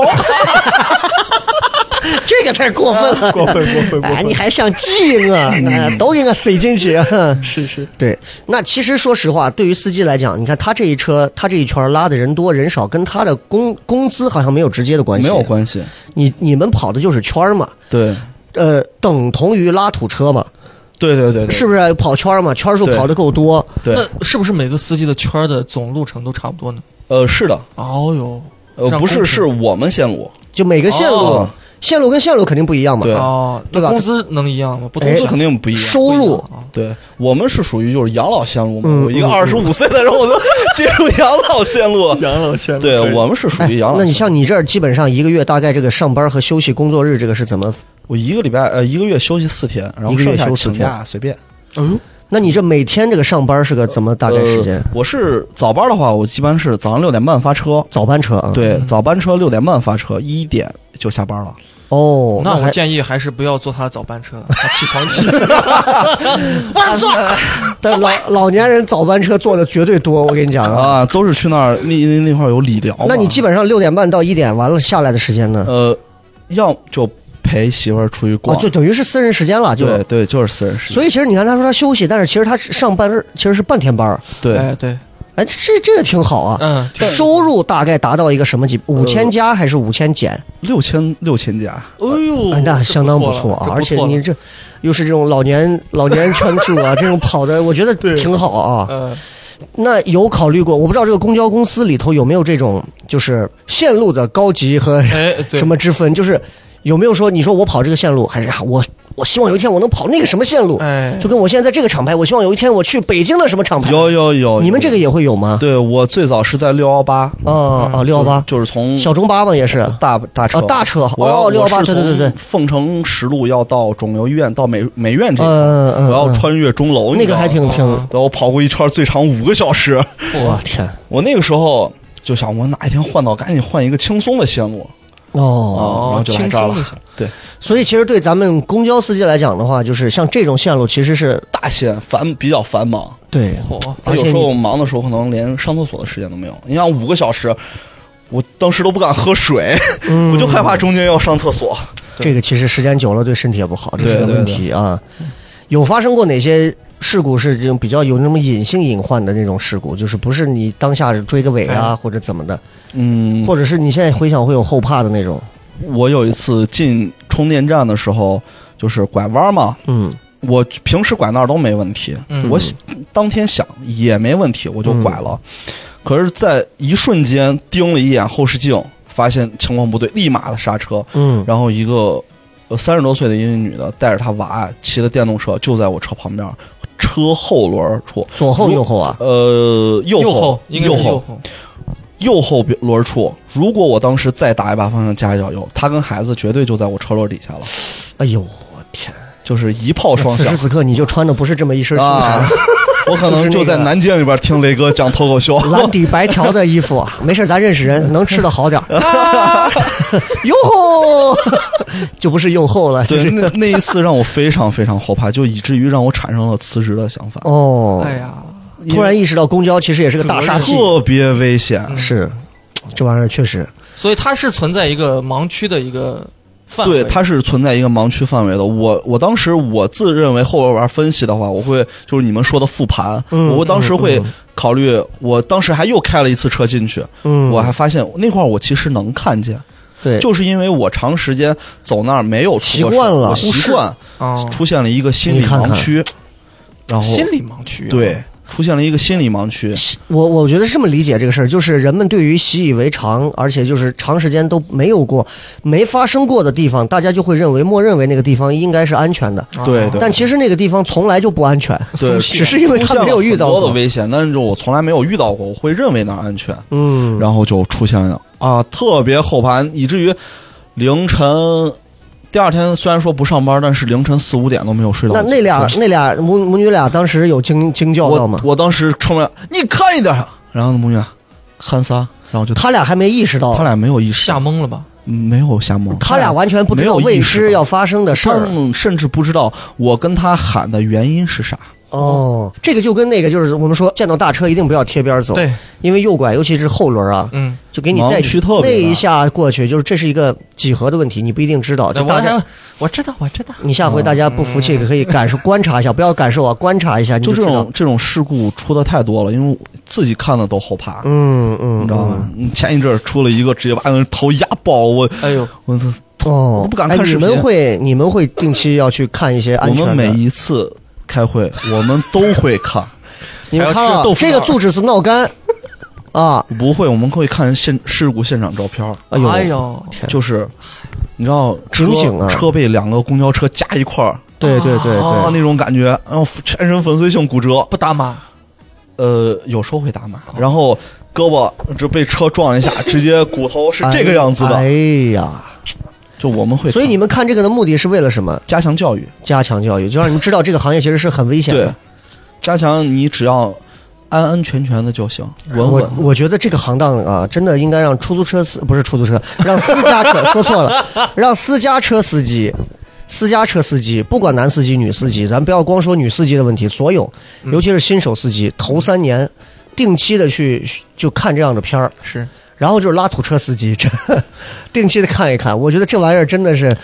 Speaker 2: 这个太过分 了，
Speaker 4: 过分过分过
Speaker 2: 哎，
Speaker 4: 分
Speaker 2: 你。还想记我？哎都给我塞进去。是是， 对。那其实说实话，对于司机来讲，你看他这一车，他这一圈拉的人多人少，跟他的工工资好像没有直接的关
Speaker 4: 没
Speaker 2: 系。
Speaker 4: 有。关系，
Speaker 2: 你你们跑的就是圈儿嘛，
Speaker 4: 对，
Speaker 2: 呃，等同于拉土车嘛，
Speaker 4: 对对对对，
Speaker 2: 是不是跑圈儿嘛？圈儿数
Speaker 4: 对
Speaker 2: 跑的够多，
Speaker 4: 对，
Speaker 3: 那是不是每个司机的圈儿的总路程都差不多呢？
Speaker 4: 呃，是的，
Speaker 3: 哦哟，
Speaker 4: 呃，
Speaker 3: 上
Speaker 4: 不是，
Speaker 3: 公屏
Speaker 4: 是我们线路，
Speaker 2: 就每个线路、
Speaker 4: 哦
Speaker 2: 线路跟线路肯定不一样嘛。
Speaker 4: 对
Speaker 3: 哦，
Speaker 2: 对
Speaker 3: 那
Speaker 2: 吧
Speaker 3: 工资能一样吗？不同
Speaker 2: 哎
Speaker 4: 工
Speaker 3: 的
Speaker 4: 资肯定不一样。
Speaker 2: 收入
Speaker 3: 不一样啊
Speaker 4: 对我们是属于就是养老线路嘛，
Speaker 2: 嗯
Speaker 4: 我一个
Speaker 2: 嗯
Speaker 4: 二十五岁的人，我都 进入养老线路。
Speaker 3: 养老线
Speaker 4: 对我们是属
Speaker 2: 哎
Speaker 4: 于养老线路。
Speaker 2: 那你像你这儿基本上一个月大概这个上班和休息工作日这个是怎么？
Speaker 4: 我一个礼拜呃一个月休息四天，然
Speaker 2: 一
Speaker 4: 后
Speaker 2: 个月
Speaker 4: 剩下
Speaker 2: 休四
Speaker 4: 请
Speaker 2: 天
Speaker 4: 假随便。
Speaker 3: 哎呦，
Speaker 2: 那你这每天这个上班是个怎么大概时间
Speaker 4: 呃？我是早班的话，我一般是早上六点半发车，
Speaker 2: 早班车啊？，
Speaker 4: 对，早班车六点半发车，一点就下班了。
Speaker 2: 哦，
Speaker 3: 那我
Speaker 2: 还
Speaker 3: 建议还是不要坐他的早班车，他起床气。
Speaker 1: 万岁！
Speaker 2: 但 老老年人早班车坐的绝对多，我跟你讲啊。
Speaker 4: 啊，都是去那儿那那那块儿有理疗嘛。
Speaker 2: 那你基本上六点半到一点完了下来的时间呢？
Speaker 4: 啊呃，要就陪媳妇儿出去
Speaker 2: 哦，
Speaker 4: 逛，
Speaker 2: 就等于是私人时间了，就。
Speaker 4: 对对，就是私人时间。
Speaker 2: 所以其实你看，他说他休息，但是其实他上班儿其实是半天班儿，
Speaker 4: 对，
Speaker 3: 哎，对，
Speaker 2: 哎，这这个挺好啊。
Speaker 3: 嗯，就是
Speaker 2: 收入大概达到一个什么级？五千加还是五千减？
Speaker 4: 六千六千加，
Speaker 3: 哎呦
Speaker 2: 哎，那相当不
Speaker 3: 错
Speaker 2: 错
Speaker 3: 了
Speaker 2: 啊！
Speaker 3: 这
Speaker 2: 而且
Speaker 3: 错了
Speaker 2: 你这又是这种老年老年圈住啊，这种跑的，我觉得挺好啊。
Speaker 3: 呃，
Speaker 2: 那有考虑过？我不知道这个公交公司里头有没有这种，就是线路的高级和
Speaker 3: 哎，对，
Speaker 2: 什么之分，就是有没有说你说我跑这个线路，还是啊我我希望有一天我能跑那个什么线路？
Speaker 3: 哎
Speaker 2: 就跟我现在在这个厂牌，我希望有一天我去北京的什么厂牌？
Speaker 4: 有有有，
Speaker 2: 你们这个
Speaker 4: 有
Speaker 2: 也会有吗？
Speaker 4: 对嗯我最早是在六幺八，
Speaker 2: 啊啊，六幺八
Speaker 4: 就是从
Speaker 2: 小中巴嘛也是
Speaker 4: 大大车
Speaker 2: 哦大车
Speaker 4: 我要
Speaker 2: 哦618
Speaker 4: 我是
Speaker 2: 对对对对
Speaker 4: 从凤城石路要到肿瘤医院到美美院这一块，
Speaker 2: 嗯嗯嗯
Speaker 4: 我要穿越啊钟楼，
Speaker 2: 那
Speaker 4: 你知
Speaker 2: 个
Speaker 4: 道
Speaker 2: 还
Speaker 4: 吗
Speaker 2: 挺挺，
Speaker 3: 嗯
Speaker 4: 对我跑过一圈，最长五个小时。
Speaker 2: 我天！
Speaker 4: 啊我那个时候就想，我哪一天换到，赶紧换一个轻松的线路。
Speaker 2: 哦，
Speaker 4: 然后就来
Speaker 3: 轻
Speaker 4: 这儿
Speaker 3: 松一
Speaker 4: 了。
Speaker 3: 下，
Speaker 2: 所以其实对咱们公交司机来讲的话，就是像这种线路其实是
Speaker 4: 大县繁比较繁忙，
Speaker 2: 对
Speaker 3: 嚯，
Speaker 4: 我
Speaker 2: 而且
Speaker 4: 有
Speaker 2: 你
Speaker 4: 时候忙的时候可能连上厕所的时间都没有。你想五个小时，我当时都不敢喝水，
Speaker 2: 嗯
Speaker 4: 我就害怕中间要上厕所。
Speaker 2: 这个，其实时间久了对身体也不好，这是
Speaker 4: 对
Speaker 2: 个
Speaker 4: 对
Speaker 2: 问题啊。有发生过哪些事故是这种比较有那么隐性隐患的那种事故？就是不是你当下追个尾
Speaker 4: 哎
Speaker 2: 啊，或者怎么的，
Speaker 4: 嗯，
Speaker 2: 或者是你现在回想会有后怕的那种？
Speaker 4: 我有一次进充电站的时候，就是拐弯嘛，
Speaker 2: 嗯
Speaker 4: 我平时拐那儿都没问题，
Speaker 3: 嗯
Speaker 4: 我想当天想也没问题，我就拐了。可是，在一瞬间盯了一眼后视镜，发现情况不对，立马的刹车，
Speaker 2: 嗯，
Speaker 4: 然后一个呃三十多岁的一个女的带着她娃骑的电动车就在我车旁边，车后轮处，
Speaker 2: 左后右后啊，
Speaker 4: 呃，右
Speaker 3: 右
Speaker 4: 后
Speaker 3: 应该是
Speaker 4: 后
Speaker 3: 后，
Speaker 4: 右后边轮处，如果我当时再打一把方向加一脚油，她跟孩子绝对就在我车轮底下了，
Speaker 2: 哎呦我天！
Speaker 4: 就是一炮双
Speaker 2: 此
Speaker 4: 响
Speaker 2: 时此刻你就穿的不是这么一身舒
Speaker 4: 啊
Speaker 2: 服。！
Speaker 4: 我可能就在南街里边听雷哥讲脱口秀。
Speaker 2: 蓝底白条的衣服，啊没事，咱认识人，能吃的好点儿。
Speaker 4: 啊
Speaker 2: 哟吼， 就不是右后 了，就
Speaker 4: 对，
Speaker 2: 是
Speaker 4: 那那一次让我非常非常后怕，就以至于让我产生了辞职的想法。
Speaker 2: 哦，
Speaker 3: 哎呀，
Speaker 2: 突然意识到公交其实也是个大杀器，
Speaker 4: 特别危险。
Speaker 2: 是这玩意儿确实，
Speaker 3: 所以它是存在一个盲区的一个范围，
Speaker 4: 对，它是存在一个盲区范围的。我我当时我自认为后边玩分析的话，我会就是你们说的复盘，
Speaker 2: 嗯
Speaker 4: 我当时会
Speaker 2: 嗯嗯
Speaker 4: 考虑，我当时还又开了一次车进去，
Speaker 2: 嗯，
Speaker 4: 我还发现那块儿我其实能看见，
Speaker 2: 对，
Speaker 4: 就是因为我长时间走那儿没有出过
Speaker 2: 习惯
Speaker 4: 事
Speaker 2: 了
Speaker 4: 我习惯哦
Speaker 3: 啊，
Speaker 4: 出现了一个心
Speaker 2: 你
Speaker 4: 理
Speaker 2: 看
Speaker 4: 盲
Speaker 2: 看
Speaker 4: 区，然后
Speaker 3: 心理盲区，啊
Speaker 4: 对，出现了一个心理盲区。
Speaker 2: 我我觉得是这么理解这个事儿，就是人们对于习以为常，而且就是长时间都没有过、没发生过的地方，大家就会认为默认为那个地方应该是安全的，
Speaker 3: 啊，
Speaker 4: 对对
Speaker 2: 但其实那个地方从来就不安全。
Speaker 4: 对，
Speaker 3: 松懈
Speaker 2: 只是因为他没有遇到
Speaker 4: 出现了很多
Speaker 2: 过
Speaker 4: 的危险，但是我从来没有遇到过，我会认为那儿安全，
Speaker 2: 嗯，
Speaker 4: 然后就出现了啊，特别后怕，以至于凌晨第二天虽然说不上班，但是凌晨四五点都没有睡到。
Speaker 2: 那那俩
Speaker 4: 是
Speaker 2: 那俩母母女俩当时有惊惊叫到
Speaker 4: 我
Speaker 2: 吗？
Speaker 4: 我当时冲着你看一点儿，然后母女啊看仨，然后就
Speaker 2: 他俩还没意识
Speaker 4: 他
Speaker 2: 到，
Speaker 4: 俩没有意识，
Speaker 3: 吓懵了吧？
Speaker 4: 没有瞎蒙，
Speaker 2: 哦他俩完全不知道
Speaker 4: 没有
Speaker 2: 未
Speaker 4: 意识
Speaker 2: 知
Speaker 4: 到
Speaker 2: 要发生的事
Speaker 4: 他
Speaker 2: 儿。
Speaker 4: 们甚至不知道我跟他喊的原因是啥。
Speaker 2: 哦，这个就跟那个就是我们说见到大车一定不要贴边儿走，
Speaker 3: 对，
Speaker 4: 啊
Speaker 2: 因为右拐尤其是后轮啊，
Speaker 3: 嗯，
Speaker 2: 就给你
Speaker 4: 盲
Speaker 2: 带
Speaker 4: 区特别
Speaker 2: 那一
Speaker 4: 大
Speaker 2: 下过去，就是这是一个几何的问题，你不一定知道。
Speaker 3: 对
Speaker 2: 就
Speaker 3: 我
Speaker 2: 大家，
Speaker 3: 还我知道我知道，
Speaker 2: 你下回大家不服气可以感受观察一下，不要感受啊，观察一下你
Speaker 4: 嗯就
Speaker 2: 知
Speaker 4: 这
Speaker 2: 道
Speaker 4: 种。这种事故出的太多了，因为我自己看的都后怕。
Speaker 2: 嗯嗯，
Speaker 4: 你知道吗？前一阵儿出了一个直接把人头压爆，我
Speaker 3: 哎呦，
Speaker 4: 我都
Speaker 2: 嗯？哦，
Speaker 4: 我不敢看
Speaker 2: 哎
Speaker 4: 视
Speaker 2: 你
Speaker 4: 频
Speaker 2: 们会你们会定期要去看一些安
Speaker 4: 我
Speaker 2: 全的？
Speaker 4: 们每一次开会，我们都会看，
Speaker 2: 你们看
Speaker 3: 还要
Speaker 2: 啊
Speaker 3: 吃豆，腐
Speaker 2: 这个
Speaker 3: 脑
Speaker 2: 住址是闹 干啊！
Speaker 4: 不会，我们会看现事故现场照片儿，
Speaker 2: 哎呦，
Speaker 3: 哎呦，
Speaker 4: 就是你知道车
Speaker 2: 警醒啊
Speaker 4: 车被两个公交车夹一块儿
Speaker 2: 对对对
Speaker 4: 啊
Speaker 2: 对，
Speaker 4: 那种感觉，然后全身粉碎性骨折，
Speaker 3: 不打码，
Speaker 4: 呃，有时候会打满，
Speaker 2: 哦
Speaker 4: 然后胳膊这被车撞一下，直接骨头是这个样子
Speaker 2: 哎
Speaker 4: 的，
Speaker 2: 呀，
Speaker 4: 就我们会看，
Speaker 2: 所以你们看这个的目的是为了什么？
Speaker 4: 加强教育，
Speaker 2: 加强教育，就让你们知道这个行业其实是很危险
Speaker 4: 对
Speaker 2: 的。，
Speaker 4: 加强你只要安安全全的就行，稳稳
Speaker 2: 哎我。我觉得这个行当啊，真的应该让出租车司不是出租车，让私家车 说错了，让私家车司机。私家车司机，不管男司机、女司机，咱不要光说女司机的问题，所有，
Speaker 4: 嗯
Speaker 2: 尤其是新手司机，头三年定期的去就看这样的片儿，
Speaker 3: 是
Speaker 2: 然后就是拉土车司机，这定期的看一看，我觉得这玩意儿真的是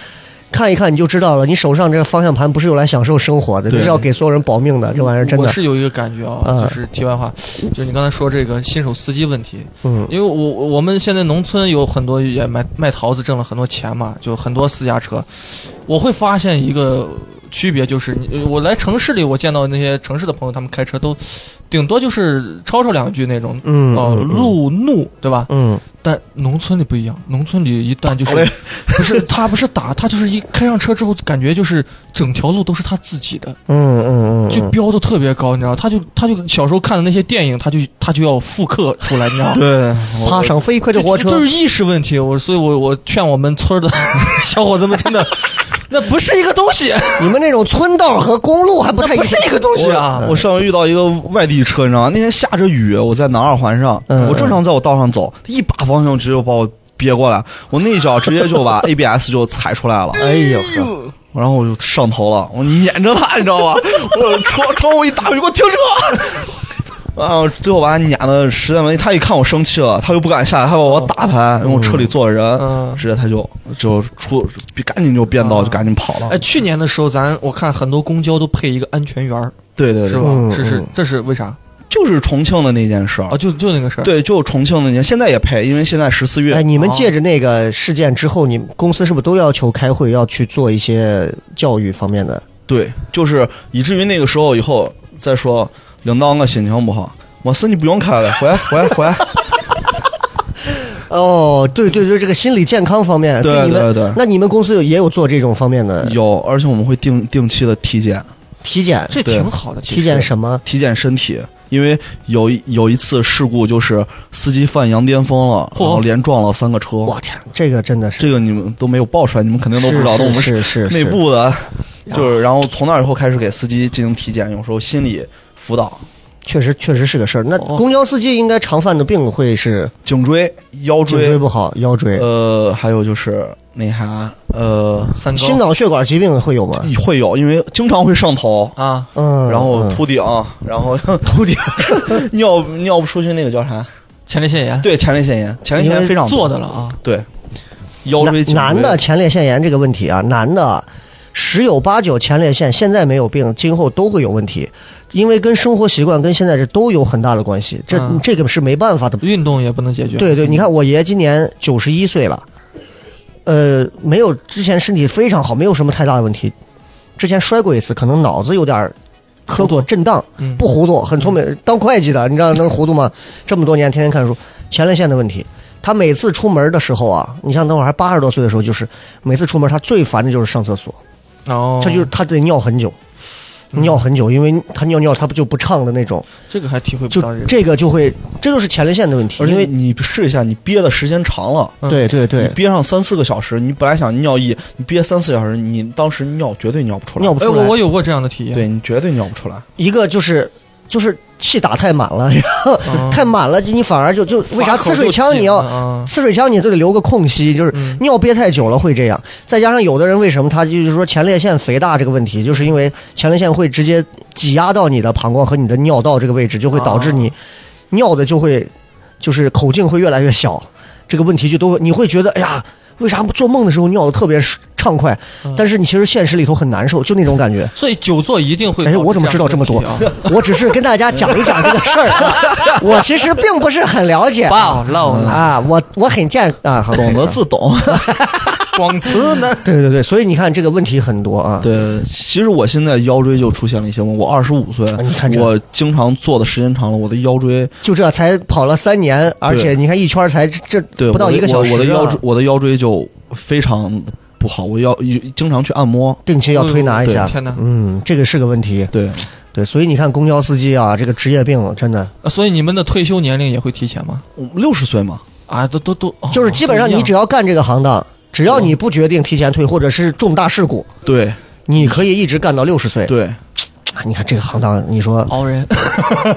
Speaker 2: 看一看你就知道了。你手上这个方向盘不是用来享受生活的，这
Speaker 4: 对。
Speaker 2: 是要给所有人保命的。这玩意儿真
Speaker 3: 我
Speaker 2: 的，
Speaker 3: 是有一个感觉啊，
Speaker 2: 嗯
Speaker 3: 就是题外话，就是你刚才说这个新手司机问题，
Speaker 2: 嗯
Speaker 3: 因为我我们现在农村有很多也卖卖桃子挣了很多钱嘛，就很多私家车，我会发现一个区别就是，你我来城市里，我见到那些城市的朋友，他们开车都顶多就是吵吵两句那种，
Speaker 2: 嗯
Speaker 3: 哦、
Speaker 2: 嗯嗯
Speaker 3: 路怒对吧？
Speaker 2: 嗯，
Speaker 3: 但农村里不一样，农村里一旦就是，不是他不是打他就是一开上车之后，感觉就是整条路都是他自己的，
Speaker 2: 嗯嗯嗯，
Speaker 3: 就标的特别高，你知道，他就他就小时候看的那些电影，他就他就要复刻出来，你知道
Speaker 4: 对，我
Speaker 2: 爬上飞快的
Speaker 3: 这
Speaker 2: 火
Speaker 3: 这就
Speaker 2: 车
Speaker 3: 是，意识问题，我所以我，我劝我们村儿的 小伙子们，真 的，那不是一个东西，
Speaker 2: 你们那种村道和公路还不太
Speaker 3: 那不是一个东西啊
Speaker 4: 我！我上回遇到一个外地车，你知道吗？那天下着雨，我在南二环上，
Speaker 2: 嗯
Speaker 4: 我正常在我道上走，一把方向直接就把我。憋过来，我那一脚直接 就把 ABS 就踩出来了。
Speaker 2: 哎呦呵，
Speaker 4: 然后我就上头了，我撵着他，你知道 吧？我窗窗户一打，我就给我停车！ 啊，最后把他撵的实在没，他一看我生气了，他又不敢下来，他把我打盘，因为我车里坐着人，
Speaker 3: 嗯
Speaker 4: 直接他就就出，赶紧就变道，就赶紧跑了。
Speaker 3: 哎，去年的时候咱我看很多公交都配一个安全员儿，
Speaker 4: 对对
Speaker 3: 是
Speaker 4: 对，
Speaker 3: 吧？
Speaker 2: 嗯
Speaker 3: 是是
Speaker 2: 嗯，
Speaker 3: 这是为啥？
Speaker 4: 就是重庆的那件事儿
Speaker 3: 啊，，就就那个事儿。
Speaker 4: 对，就重庆那件，现在也配，因为现在十四月
Speaker 2: 哎，，你们借着那个事件之后，你们公司是不是都要求开会要去做一些教育方面的？
Speaker 4: 对，就是以至于那个时候以后再说，领导我心情不好，我说你不用开了，回来回来 回来，
Speaker 2: 哦，对对对，这个心理健康方面，
Speaker 4: 对
Speaker 2: 你们
Speaker 4: 对对
Speaker 2: 那你们公司有也有做这种方面的
Speaker 4: 有，而且我们会定定期的体检，
Speaker 2: 体检？
Speaker 3: 这挺好的。其实
Speaker 2: 体检什么？
Speaker 4: 体检身体，因为有一有一次事故就是司机犯羊癫疯了，
Speaker 3: 嚯
Speaker 4: 然后连撞了三个车，
Speaker 2: 我天，这个真的是
Speaker 4: 这个你们都没有爆出来，你们肯哦定都不知道，
Speaker 2: 是
Speaker 4: 那我们
Speaker 2: 是是是
Speaker 4: 内部的，就是然后从那以后开始给司机进行体检，有时候心理辅导。
Speaker 2: 确实确实是个事儿。那
Speaker 3: 哦
Speaker 2: 公交司机应该常犯的病会是
Speaker 4: 颈椎、腰
Speaker 2: 颈椎不好、腰椎、
Speaker 4: 呃，还有就是那啥，呃，
Speaker 3: 三
Speaker 2: 心
Speaker 3: 高
Speaker 2: 脑血管疾病会有吗？
Speaker 4: 会有，因为经常会上头，
Speaker 3: 啊，
Speaker 2: 嗯，
Speaker 4: 嗯然后
Speaker 2: 嗯
Speaker 4: 秃顶，然后秃顶， 尿尿不出去那个叫啥？
Speaker 3: 前列腺炎
Speaker 4: 对，前列腺炎，前列腺炎非常多
Speaker 3: 做的了啊。
Speaker 4: 对，腰椎、颈椎
Speaker 2: 男男的前列腺炎这个问题啊，男的十有八九前列腺现在没有病，今后都会有问题，因为跟生活习惯跟现在这都有很大的关系，这、
Speaker 3: 嗯
Speaker 2: 这个是没办法的。
Speaker 3: 运动也不能解决。
Speaker 2: 对对，你看我爷今年九十一岁了，呃，没有之前身体非常好，没有什么太大的问题，之前摔过一次，可能脑子有点儿磕过震荡，
Speaker 3: 嗯，
Speaker 2: 不糊涂，很聪明，当会计的，你知道能糊涂吗？这么多年天天看书，前列腺的问题。他每次出门的时候啊，你像等会儿还八十多岁的时候，就是每次出门他最烦的就是上厕所，
Speaker 3: 哦，
Speaker 2: 他就是他得尿很久，尿很久，因为他尿尿他不就不畅的那种，
Speaker 3: 这个还体会不
Speaker 2: 就
Speaker 3: 到这个。
Speaker 2: 这个就会，这就是前列腺的问题，
Speaker 4: 而
Speaker 2: 因
Speaker 4: 且
Speaker 2: 为
Speaker 4: 你试一下，你憋的时间长了，
Speaker 3: 嗯
Speaker 2: 对对
Speaker 4: 你
Speaker 2: 对，
Speaker 4: 憋上三四个小时，你本来想尿意，你憋三四个小时，你当时尿绝对尿不出来，
Speaker 2: 尿不
Speaker 3: 哎，
Speaker 2: 出来
Speaker 3: 我我。有过这样的体验。
Speaker 4: 对你绝对尿不出来。
Speaker 2: 一个就是就是气打太满了，然后
Speaker 3: 啊，
Speaker 2: 太满了，你反而就嗯就嗯为啥呲水枪你要
Speaker 3: 啊？
Speaker 2: 呲水枪你都得留个空隙，就是
Speaker 3: 嗯
Speaker 2: 尿憋太久了会这样。再加上有的人为什么他就是说前列腺肥大这个问题，就是因为前列腺会直接挤压到你的膀胱和你的尿道这个位置，就会导致你尿的就会就是口径会越来越小，这个问题就都会你会觉得哎呀。为啥做梦的时候尿的特别畅快
Speaker 3: 嗯，
Speaker 2: 但是你其实现实里头很难受，就那种感觉。
Speaker 3: 所以久坐一定会。
Speaker 2: 哎我怎么知道这么多
Speaker 3: 啊
Speaker 2: 我只是跟大家讲一讲这个事 儿，啊我其实并不是很了解。
Speaker 3: 哇，哦漏 了，
Speaker 2: 啊，我我很健啊，好
Speaker 4: 懂得自懂，
Speaker 3: 广慈呢？
Speaker 2: 对对对，所以你看这个问题很多啊。
Speaker 4: 对，其实我现在腰椎就出现了一些问题。我二十五岁
Speaker 2: 你看，这
Speaker 4: 我经常坐的时间长了，我的腰椎
Speaker 2: 就这才跑了三年，而且你看一圈才这
Speaker 4: 对
Speaker 2: 这不到一个小时啊，
Speaker 4: 我的我我的腰椎我的腰椎就非常不好，我腰经常去按摩。
Speaker 2: 定期要推拿一下
Speaker 3: 对。天哪
Speaker 2: 嗯，这个是个问题。
Speaker 4: 对，
Speaker 2: 对，所以你看公交司机啊，这个职业病真的
Speaker 3: 啊所以你们的退休年龄也会提前吗？
Speaker 4: 六十岁嘛，
Speaker 3: 啊，都都都，哦
Speaker 2: 就是基本上你只要干这个行当，只要你不决定提前退或者是重大事故，
Speaker 4: 对
Speaker 3: 嗯
Speaker 2: 你可以一直干到六十岁。
Speaker 4: 对，
Speaker 2: 啊你看这个行当，你说
Speaker 3: 熬 人，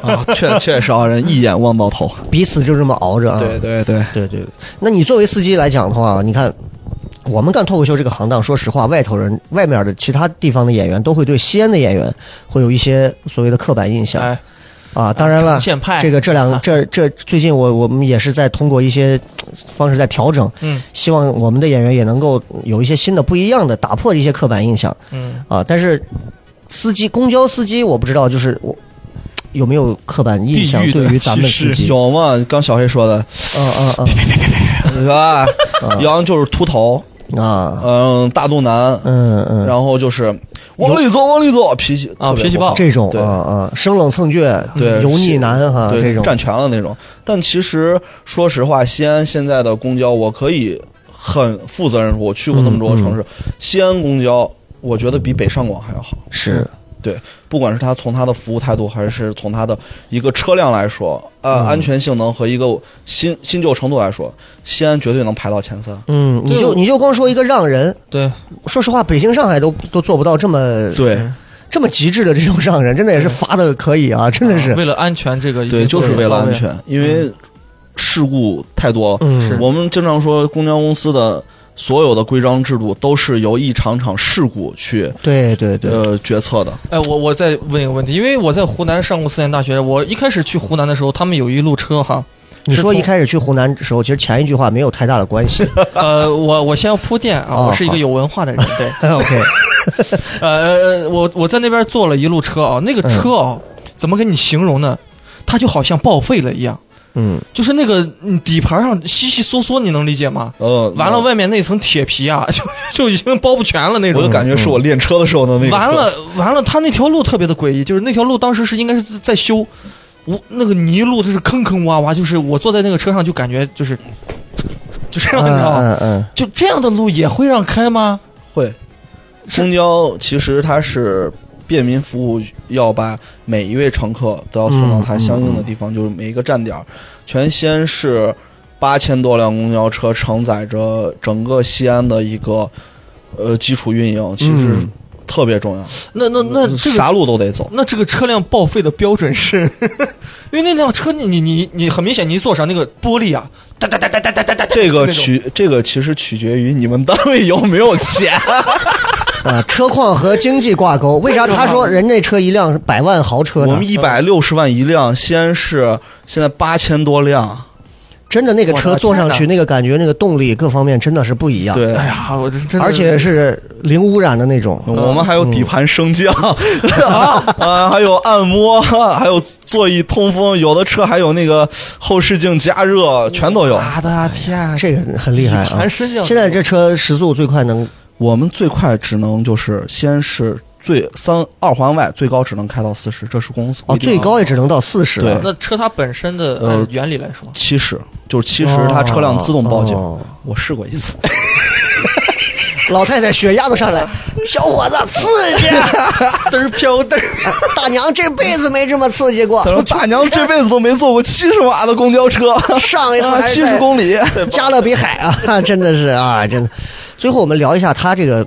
Speaker 4: 啊，确确实让人一眼望到头。
Speaker 2: 彼此就这么熬着啊。
Speaker 4: 对对对，
Speaker 2: 对对，对那你作为司机来讲的话，你看我们干脱口秀这个行当，说实话，外头人、外面的其他地方的演员都会对西安的演员会有一些所谓的刻板印象、
Speaker 3: 哎，
Speaker 2: 啊。当然了，
Speaker 3: 现派
Speaker 2: 这个这两这这最近我我们也是在通过一些呃方式在调整，
Speaker 3: 嗯
Speaker 2: 希望我们的演员也能够有一些新的不一样的，打破一些刻板印象
Speaker 3: 嗯，
Speaker 2: 啊。但是司机，公交司机，我不知道就是我。有没有刻板印象
Speaker 3: 地域的
Speaker 2: 对于咱们司机？
Speaker 4: 有嘛？刚小黑 说的，
Speaker 2: 嗯嗯
Speaker 4: 是吧？杨就是秃头，
Speaker 2: 嗯啊，
Speaker 4: 嗯，大肚腩，
Speaker 2: 嗯嗯，
Speaker 4: 然后就是往里走，往里走，脾气
Speaker 3: 啊
Speaker 4: 特别
Speaker 3: 脾气
Speaker 4: 不
Speaker 3: 暴
Speaker 4: 好
Speaker 2: 这种
Speaker 4: 对
Speaker 2: 啊啊，生冷蹭倔，
Speaker 4: 对
Speaker 2: 油腻男哈，
Speaker 4: 对
Speaker 2: 这种
Speaker 4: 占全了啊那种。但其实说实话，西安现在的公交，我可以很负责任地说，我去过那么多个城市，西安公交我觉得比北上广还要好。
Speaker 2: 是
Speaker 4: 不管是它从它的服务态度，还是从它的一个车辆来说，呃，安全性能和一个新新旧程度来说，西安绝对能排到前三。
Speaker 2: 嗯，你就
Speaker 3: 对
Speaker 2: 你就光说一个让人，
Speaker 3: 对，
Speaker 2: 说实话，北京、上海都都做不到这么
Speaker 4: 对
Speaker 2: 这么极致的这种让人，真的也是罚的可以啊，真的
Speaker 3: 为
Speaker 2: 是
Speaker 3: 了安全，这个已
Speaker 4: 对，
Speaker 3: 经
Speaker 4: 就是嗯
Speaker 3: 做
Speaker 4: 为
Speaker 3: 到
Speaker 4: 了
Speaker 3: 位
Speaker 4: 安全，因为事故太多了。
Speaker 2: 嗯是
Speaker 4: 我们经常说公交公司的所有的规章制度都是由一场场事故去
Speaker 2: 对对对，
Speaker 4: 呃决策的。
Speaker 3: 哎，我我再问一个问题，因为我在湖南上过四年大学，我一开始去湖南的时候，他们有一路车哈，
Speaker 2: 你
Speaker 3: 是
Speaker 2: 说
Speaker 3: 从
Speaker 2: 一开始去湖南的时候，其实前一句话没有太大的关系。
Speaker 3: 呃，我我先要铺垫啊，
Speaker 2: 哦
Speaker 3: 我是一个
Speaker 2: 好
Speaker 3: 有文化的人，对，
Speaker 2: OK，
Speaker 3: 呃，我我在那边坐了一路车啊，那
Speaker 4: 嗯
Speaker 3: 个车啊，怎么给你形容呢？它就好像报废了一样，
Speaker 2: 嗯，
Speaker 3: 就是那个嗯底盘上稀稀嗦嗦，你能理解吗？
Speaker 4: 呃，
Speaker 3: 完了，外面那层铁皮啊， 就就已经包不全了那
Speaker 4: 我
Speaker 3: 种
Speaker 4: 就。感觉是我练车的时候的那个车。
Speaker 3: 完了完了，他那条路特别的诡异，就是那条路当时是应该是在修，我那个泥路就是坑坑洼洼，就是我坐在那个车上就感觉就是就这样，你知道吗？
Speaker 2: 嗯嗯
Speaker 3: 就这样的路也会让开吗？
Speaker 4: 会，公交其实它是便民服务，要把每一位乘客都要
Speaker 3: 嗯
Speaker 4: 送到它相应的地方，就是每一个站点儿。全西安市八千多辆公交车承载着整个西安的一个呃基础运营，其实
Speaker 2: 嗯
Speaker 4: 特别重要。
Speaker 3: 那那那这个
Speaker 4: 嗯啥路都得走。
Speaker 3: 那这个车辆报废的标准是， 因为那辆车你你你你很明显，你一坐上那个玻璃啊，哒哒哒哒哒哒哒哒，
Speaker 4: 这个
Speaker 3: 那种
Speaker 4: 取这个其实取决于你们单位有没有钱。
Speaker 2: 啊，车况和经济挂钩。为啥他说人那车一辆是百万豪车
Speaker 4: 我
Speaker 2: 呢
Speaker 4: 们？一百六十万一辆，西安市现在八千多辆，
Speaker 2: 真的那个车
Speaker 3: 我的天
Speaker 2: 坐上去，
Speaker 3: 哪
Speaker 2: 那个感觉、那个动力各方面真的是不一样。，
Speaker 4: 对。嗯
Speaker 3: 哎呀，我这真的
Speaker 2: 而且是零污染的那种。
Speaker 4: 我们还有底盘升 降、啊，啊，还有按摩，还有座椅通风，有的车还有那个后视镜加热，全都有。
Speaker 3: 我哎的天，
Speaker 2: 哎这个很厉害啊
Speaker 3: 还！升降
Speaker 2: 现在这车时速最快能
Speaker 4: 我们最快只能就是先是最三二环外最高只能开到四十，这是公司
Speaker 2: 哦，
Speaker 4: 规定啊
Speaker 2: 最高也只能到四十。
Speaker 4: 对
Speaker 3: 那车它本身的
Speaker 4: 呃
Speaker 3: 按原理来说，
Speaker 4: 七十，就是七十，它车辆自动报警。
Speaker 2: 哦
Speaker 4: 我试过一次，
Speaker 2: 老太太血压都上来，小伙子刺激，
Speaker 3: 嘚儿飘嘚儿。
Speaker 2: 大娘这辈子没这么刺激 过
Speaker 4: 他。说大娘这辈子都没坐过七十瓦的公交 车，
Speaker 2: 上一次还是
Speaker 4: 啊七
Speaker 2: 在
Speaker 4: 十公里。
Speaker 2: 加勒比海啊， 真的是啊，真的。最后我们聊一下他这个，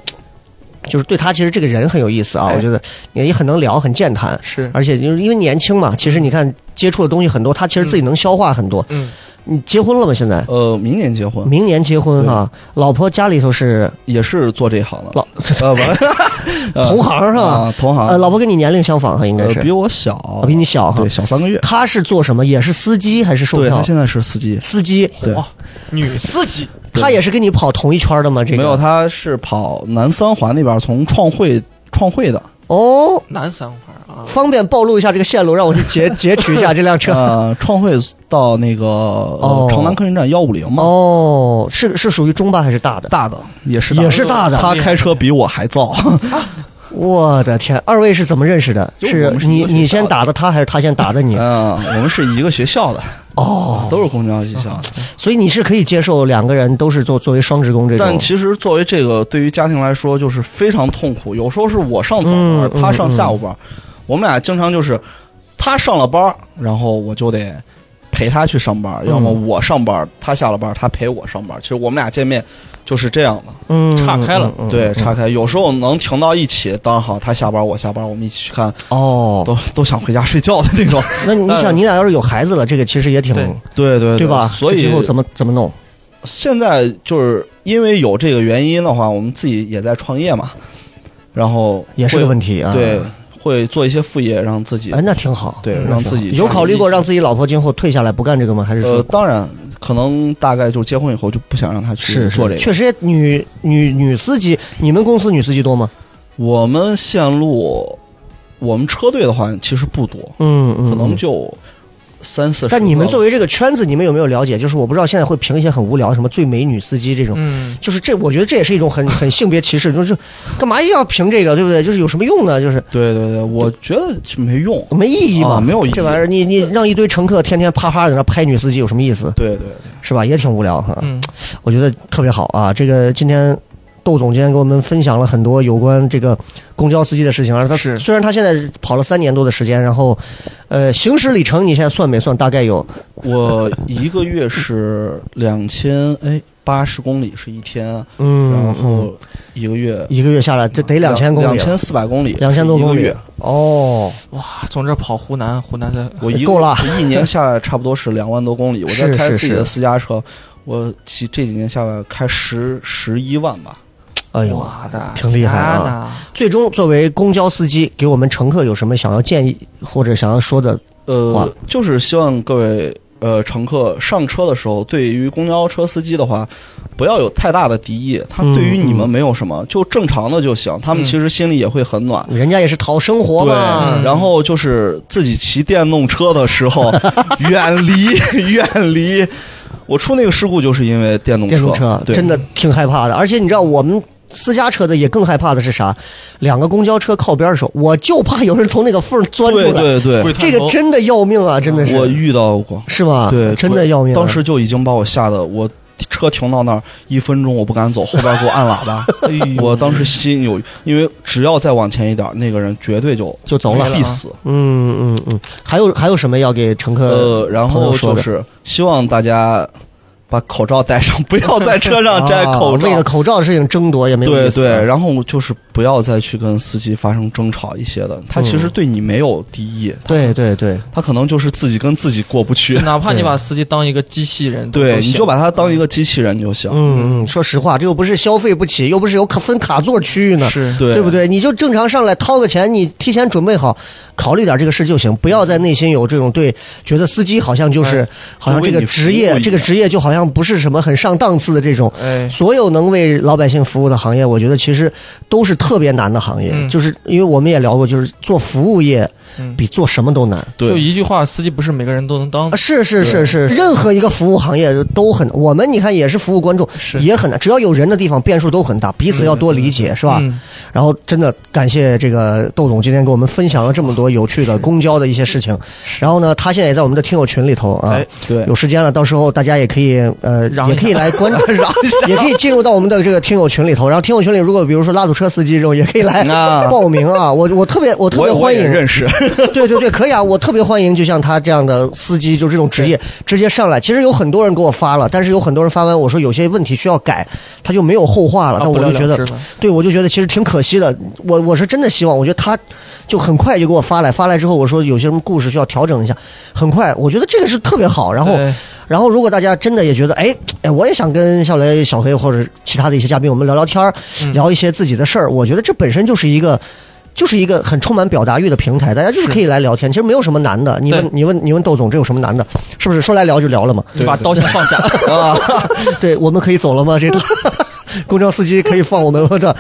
Speaker 2: 就是对他其实这个人很有意思啊，
Speaker 3: 哎
Speaker 2: 我觉得也很能聊，很健谈，
Speaker 3: 是
Speaker 2: 而且就是因为年轻嘛，其实你看接触的东西很多，他其实自己能消化很多。
Speaker 3: 嗯，
Speaker 2: 你结婚了吗？现在
Speaker 4: 呃，明年结婚
Speaker 2: 明年结婚哈、老婆家里头是
Speaker 4: 也是做这行的，
Speaker 2: 老
Speaker 4: 呃，不 呃
Speaker 2: 同行是吧？
Speaker 4: 啊，同行
Speaker 2: 呃，老婆跟你年龄相仿哈，应该
Speaker 4: 呃
Speaker 2: 是
Speaker 4: 比我小
Speaker 2: 啊，比你小哈
Speaker 4: 对，。小三个月。
Speaker 2: 他是做什么？也是司机还是售
Speaker 4: 对
Speaker 2: 票
Speaker 4: 他？现在是司机，
Speaker 2: 司机，
Speaker 4: 对，
Speaker 3: 哇，女司机
Speaker 2: 他也是跟你跑同一圈的吗？这个
Speaker 4: 没有，他是跑南三环那边儿，从创汇创汇的，
Speaker 2: 哦，
Speaker 3: 男三环啊，
Speaker 2: 方便暴露一下这个线路，让我去 截截取一下这辆车。
Speaker 4: 呃，创汇到那个呃
Speaker 2: 哦
Speaker 4: 城南客运站幺五零嘛，
Speaker 2: 哦，是是属于中巴还是大的？
Speaker 4: 大的也是
Speaker 2: 也是大的
Speaker 4: 他开车比我还燥，
Speaker 2: 我的天，二位是怎么认识的？
Speaker 4: 就
Speaker 2: 就是
Speaker 4: 我们是
Speaker 2: 你
Speaker 4: 一个学校的
Speaker 2: 你先打的他，还是他先打 的你？
Speaker 4: 嗯，我们是一个学校的，
Speaker 2: 哦，
Speaker 4: 都是公交学校的，
Speaker 2: 所以你是可以接受两个人都是做作为双职工这种
Speaker 4: 但。其实作为这个对于家庭来说就是非常痛苦，有时候是我上早班儿，
Speaker 2: 嗯
Speaker 4: 他上下午班儿，我们俩经常就是他上了班儿，然后我就得陪他去上班儿，要
Speaker 2: 嗯
Speaker 4: 么我上班儿，他下了班儿，他陪我上班儿。其实我们俩见面就是这样的，
Speaker 2: 嗯
Speaker 3: 岔开了
Speaker 2: 嗯嗯嗯
Speaker 4: 对，岔开，有时候能停到一起，当然好，他下班儿我下班儿，我们一起去看，
Speaker 2: 哦。
Speaker 4: 都都想回家睡觉的那 种。
Speaker 2: 那你想，你俩要是有孩子了，这个其实也挺
Speaker 3: 对
Speaker 4: 嗯对对
Speaker 2: 对吧？
Speaker 4: 所
Speaker 2: 这
Speaker 4: 以
Speaker 2: 今后怎么怎么弄？
Speaker 4: 现在就是因为有这个原因的话，我们自己也在创业嘛，然后
Speaker 2: 也是个
Speaker 4: 会
Speaker 2: 问题啊。
Speaker 4: 对，，会做一些副业，让自己
Speaker 2: 哎，那挺好。
Speaker 4: 对
Speaker 2: 那
Speaker 4: 让
Speaker 2: 挺
Speaker 4: 自
Speaker 2: 好
Speaker 4: 己
Speaker 2: 有考虑过
Speaker 4: 去
Speaker 2: 让自己老婆今后退下来不干这个吗？还是
Speaker 4: 呃
Speaker 2: 说，
Speaker 4: 当然可能大概就结婚以后就不想让他去
Speaker 2: 是
Speaker 4: 做这个。
Speaker 2: 确实，女女女司机，你们公司女司机多吗？
Speaker 4: 我们线路，我们车队的话其实不多，
Speaker 2: 嗯嗯，
Speaker 4: 可能就三四十个。
Speaker 2: 但你们作为这个圈子，你们有没有了解？就是我不知道现在会评一些很无聊，什么最美女司机这种，
Speaker 3: 嗯，
Speaker 2: 就是这，我觉得这也是一种很很性别歧视，就是干嘛硬要评这个，对不对？就是有什么用呢？就是
Speaker 4: 对对对，我觉得没用。
Speaker 2: 没意义嘛，
Speaker 4: 啊没有意义
Speaker 2: 这玩意儿，你你让一堆乘客天天啪啪在那拍女司机有什么意思？
Speaker 4: 对对，
Speaker 2: 是吧？也挺无聊哈。
Speaker 3: 嗯，
Speaker 2: 我觉得特别好啊！这个今天窦总监给我们分享了很多有关这个公交司机的事情，而他
Speaker 3: 是
Speaker 2: 虽然他现在跑了三年多的时间，然后呃，行驶里程你现在算没算？大概有
Speaker 4: 我一个月是两千哎。八十公里是一天，
Speaker 2: 嗯，
Speaker 4: 然后
Speaker 2: 嗯
Speaker 4: 一个月
Speaker 2: 一个月下来这得两千公里
Speaker 4: 两
Speaker 2: 了，
Speaker 4: 千四百公里，
Speaker 2: 两千多公
Speaker 4: 一个
Speaker 2: 里
Speaker 4: 月，
Speaker 2: 哦，
Speaker 3: 哇，从这儿跑湖南，湖南的
Speaker 4: 我一
Speaker 2: 够了，
Speaker 4: 一年下来差不多是两万多公里。我再
Speaker 2: 是
Speaker 4: 开
Speaker 2: 是
Speaker 4: 自己
Speaker 2: 是
Speaker 4: 的私家车，我骑这几年下来开十十一万吧。
Speaker 2: 哎呦，
Speaker 3: 我的
Speaker 2: 挺厉害啊
Speaker 3: 天哪！
Speaker 2: 最终作为公交司机，给我们乘客有什么想要建议或者想要说的？哇
Speaker 4: 呃，就是希望各位呃乘客上车的时候，对于公交车司机的话，不要有太大的敌意，他
Speaker 2: 嗯
Speaker 4: 对于你们没有什么，就正常的就行。他们其实心里也会很暖。
Speaker 2: 人家也是讨生活
Speaker 4: 对
Speaker 2: 嘛，，
Speaker 4: 然后就是自己骑电动车的时候， 远离远离。我出那个事故就是因为电动车，
Speaker 2: 电动车
Speaker 4: 对
Speaker 2: 真的挺害怕的。而且你知道我们。私家车的也更害怕的是啥？两个公交车靠边的时候，我就怕有人从那个缝儿钻出
Speaker 4: 对
Speaker 2: 来，
Speaker 4: 对对，
Speaker 3: 会
Speaker 2: 这
Speaker 3: 探
Speaker 2: 个
Speaker 3: 头
Speaker 2: 真的要命啊！真的是，
Speaker 4: 我遇到过，
Speaker 2: 是吗？
Speaker 4: 对，
Speaker 2: 真的要命啊、
Speaker 4: 当时就已经把我吓得，我车停到那儿一分钟我不敢走，后边给我按 喇叭。我当时心有，因为只要再往前一点，那个人绝对就
Speaker 2: 就走了
Speaker 4: 必。死。
Speaker 2: 嗯嗯嗯，还有还有什么要给乘客
Speaker 4: 呃，然
Speaker 2: 朋友
Speaker 4: 后
Speaker 2: 说
Speaker 4: 就
Speaker 2: 的
Speaker 4: 是希望大家把口罩戴上，不要在车 上摘
Speaker 2: 啊
Speaker 4: 口罩。
Speaker 2: 为了口罩的事情争夺也没有
Speaker 4: 对
Speaker 2: 意思。啊
Speaker 4: 对，然后就是不要再去跟司机发生争吵一些的，他其实对你没有敌意，
Speaker 2: 对对对，
Speaker 4: 他可能就是自己跟自己过不
Speaker 2: 嗯
Speaker 4: 去
Speaker 3: 就。哪怕你把司机当一个机器人，都
Speaker 4: 对，
Speaker 3: 行
Speaker 4: 你就把他当一个机器人就行。
Speaker 2: 嗯嗯，说实话，这又不是消费不起，又不是有可分卡座区域呢。
Speaker 3: 是
Speaker 4: 对，啊
Speaker 2: 对不？对？你就正常上来掏个钱，你提前准备好，考虑点这个事就行，不要在内心有这种对觉得司机好像就是、
Speaker 3: 哎
Speaker 2: 好像这
Speaker 4: 就
Speaker 2: 个
Speaker 4: 为你
Speaker 2: 职
Speaker 4: 服务
Speaker 2: 业
Speaker 4: 一
Speaker 2: 这个
Speaker 4: 样
Speaker 2: 职业就好像不是什么很上档次的这种，
Speaker 3: 哎，
Speaker 2: 所有能为老百姓服务的行业，我觉得其实都是特别难的行业，
Speaker 3: 嗯
Speaker 2: 就是因为我们也聊过，就是做服务业
Speaker 3: 嗯
Speaker 2: 比做什么都难。
Speaker 4: 对
Speaker 3: 就一句话，司机不是每个人都能当
Speaker 2: 啊，。是是是是，任何一个服务行业都很，我们你看也是服务观众，
Speaker 3: 是
Speaker 2: 也很难，只要有人的地方变数都很大，彼此要多理解，是吧？
Speaker 3: 嗯，
Speaker 2: 然后真的感谢这个窦总今天给我们分享了这么多有趣的公交的一些事情，然后呢，他现在也在我们的听友群里头啊，
Speaker 3: 哎
Speaker 4: 对
Speaker 2: 有时间了，到时候大家也可以呃，
Speaker 3: 嚷一
Speaker 2: 也可以来关注， 也可以进入到我们的这个听友群里头。然后听友群里，如果比如说拉土车司机这种，也可以来
Speaker 4: 啊
Speaker 2: 报名啊。我我特别我特
Speaker 4: 我
Speaker 2: 别
Speaker 4: 也我
Speaker 2: 欢
Speaker 4: 也
Speaker 2: 迎，啊
Speaker 4: 认识，
Speaker 2: 对对对，可以啊，我特别欢迎，就像他这样的司机，就这种职业直接上来。其实有很多人给我发了，但是有很多人发完我说有些问题需要改，他就没有后话了。
Speaker 3: 啊
Speaker 2: 但我
Speaker 3: 不了
Speaker 2: 就觉
Speaker 3: 了
Speaker 2: 得
Speaker 3: 之了
Speaker 2: 对，我就觉得其实挺可惜的。我我是真的希望，我觉得他就很快就给我发来，发来之后我说有些什么故事需要调整一下，很快，我觉得这个是特别好。然后，
Speaker 3: 哎
Speaker 2: 然后如果大家真的也觉得，哎，哎，我也想跟笑雷、小黑或者其他的一些嘉宾，我们聊聊天儿，聊一些自己的事儿，我觉得这本身就是一个。就是一个很充满表达欲的平台，大家就是
Speaker 3: 是
Speaker 2: 可以来聊天，其实没有什么难的。你问
Speaker 3: 对
Speaker 2: 你问你问窦总，这有什么难的？是不是说来聊就聊了嘛？
Speaker 3: 你把刀先放 下。
Speaker 2: 啊，对，我们可以走了吗？这个公交司机可以放我们了的。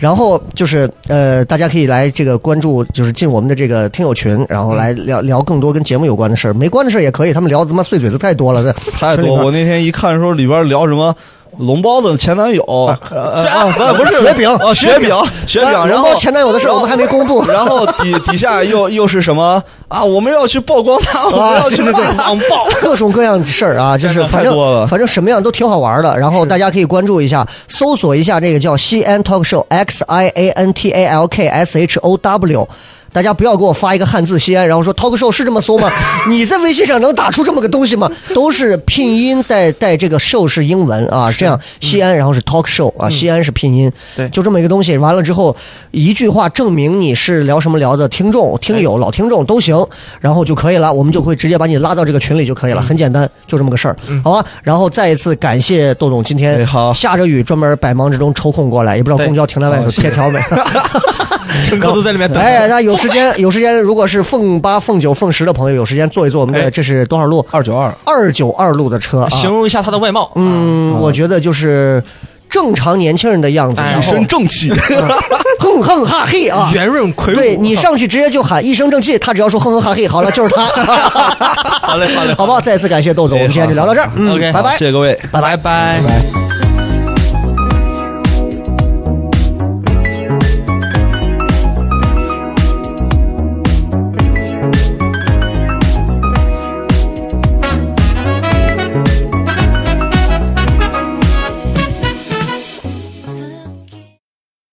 Speaker 2: 然后就是呃，大家可以来这个关注，就是进我们的这个听友群，然后来聊聊更多跟节目有关的事儿，没关的事儿也可以。他们聊的他妈碎嘴子太多了，在
Speaker 4: 太
Speaker 2: 群里
Speaker 4: 多。
Speaker 2: 边
Speaker 4: 我那天一看说里边聊什么龙包子前男友，呃啊不不是
Speaker 2: 雪饼
Speaker 4: 啊雪饼雪饼，
Speaker 2: 然
Speaker 4: 哦然
Speaker 2: 后
Speaker 4: 后
Speaker 2: 前男友的事儿我们还没公布。
Speaker 4: 然后 底底下又又是什么啊？我们要去曝光他，我
Speaker 2: 啊
Speaker 4: 们要去骂 网暴。
Speaker 2: 各种各样的事儿啊，就是
Speaker 4: 真的
Speaker 2: 反
Speaker 4: 太多
Speaker 2: 正
Speaker 4: 了
Speaker 2: 反正什么样都挺好玩的。然后大家可以关注一下，搜索一下这个叫西安 talk show x i a n t a l k s h o w。大家不要给我发一个汉字西安，然后说 talk show 是这么搜吗？ 你在微信上能打出这么个东西吗？都是拼音带带这个 show 是英文啊，这样西安然后是 talk show 啊，西安是拼音，
Speaker 3: 对
Speaker 2: 就这么一个东西。完了之后，一句话证明你是聊什么聊的听众、听友、老听众都行，然后就可以了，我们就会直接把你拉到这个群里就可以了，很简单，就这么个事儿，好吧？然后再一次感谢窦总今天
Speaker 4: 哎好
Speaker 2: 下着雨专门百忙之中抽空过来，也不知道
Speaker 3: 对
Speaker 2: 公交停在外头
Speaker 4: 哦谢
Speaker 2: 贴条没。
Speaker 3: 乘客都在里面等。
Speaker 2: 哎，那有时间有时间，如果是凤八、凤九、凤十的朋友，有时间坐一坐我们的
Speaker 3: 哎
Speaker 2: 这是多少路？
Speaker 4: 二九二，
Speaker 2: 二九二路的啊车啊。
Speaker 3: 形容一下他的外貌，
Speaker 2: 嗯，我觉得就是正常年轻人的样子，
Speaker 3: 哎啊
Speaker 2: 然
Speaker 4: 一
Speaker 2: 后
Speaker 4: 身正 气，
Speaker 2: 哼哼哈嘿啊，
Speaker 3: 圆润魁梧。
Speaker 2: 对你上去直接就喊一声正气，他只要说哼哼哈嘿，好了就是他。好
Speaker 3: 啊嘞好嘞哎
Speaker 2: 好吧，再次感谢窦总，我们今天就聊到这儿，嗯，
Speaker 3: OK，
Speaker 2: 拜拜
Speaker 4: 谢，谢各位。
Speaker 3: 拜拜。
Speaker 2: 拜拜。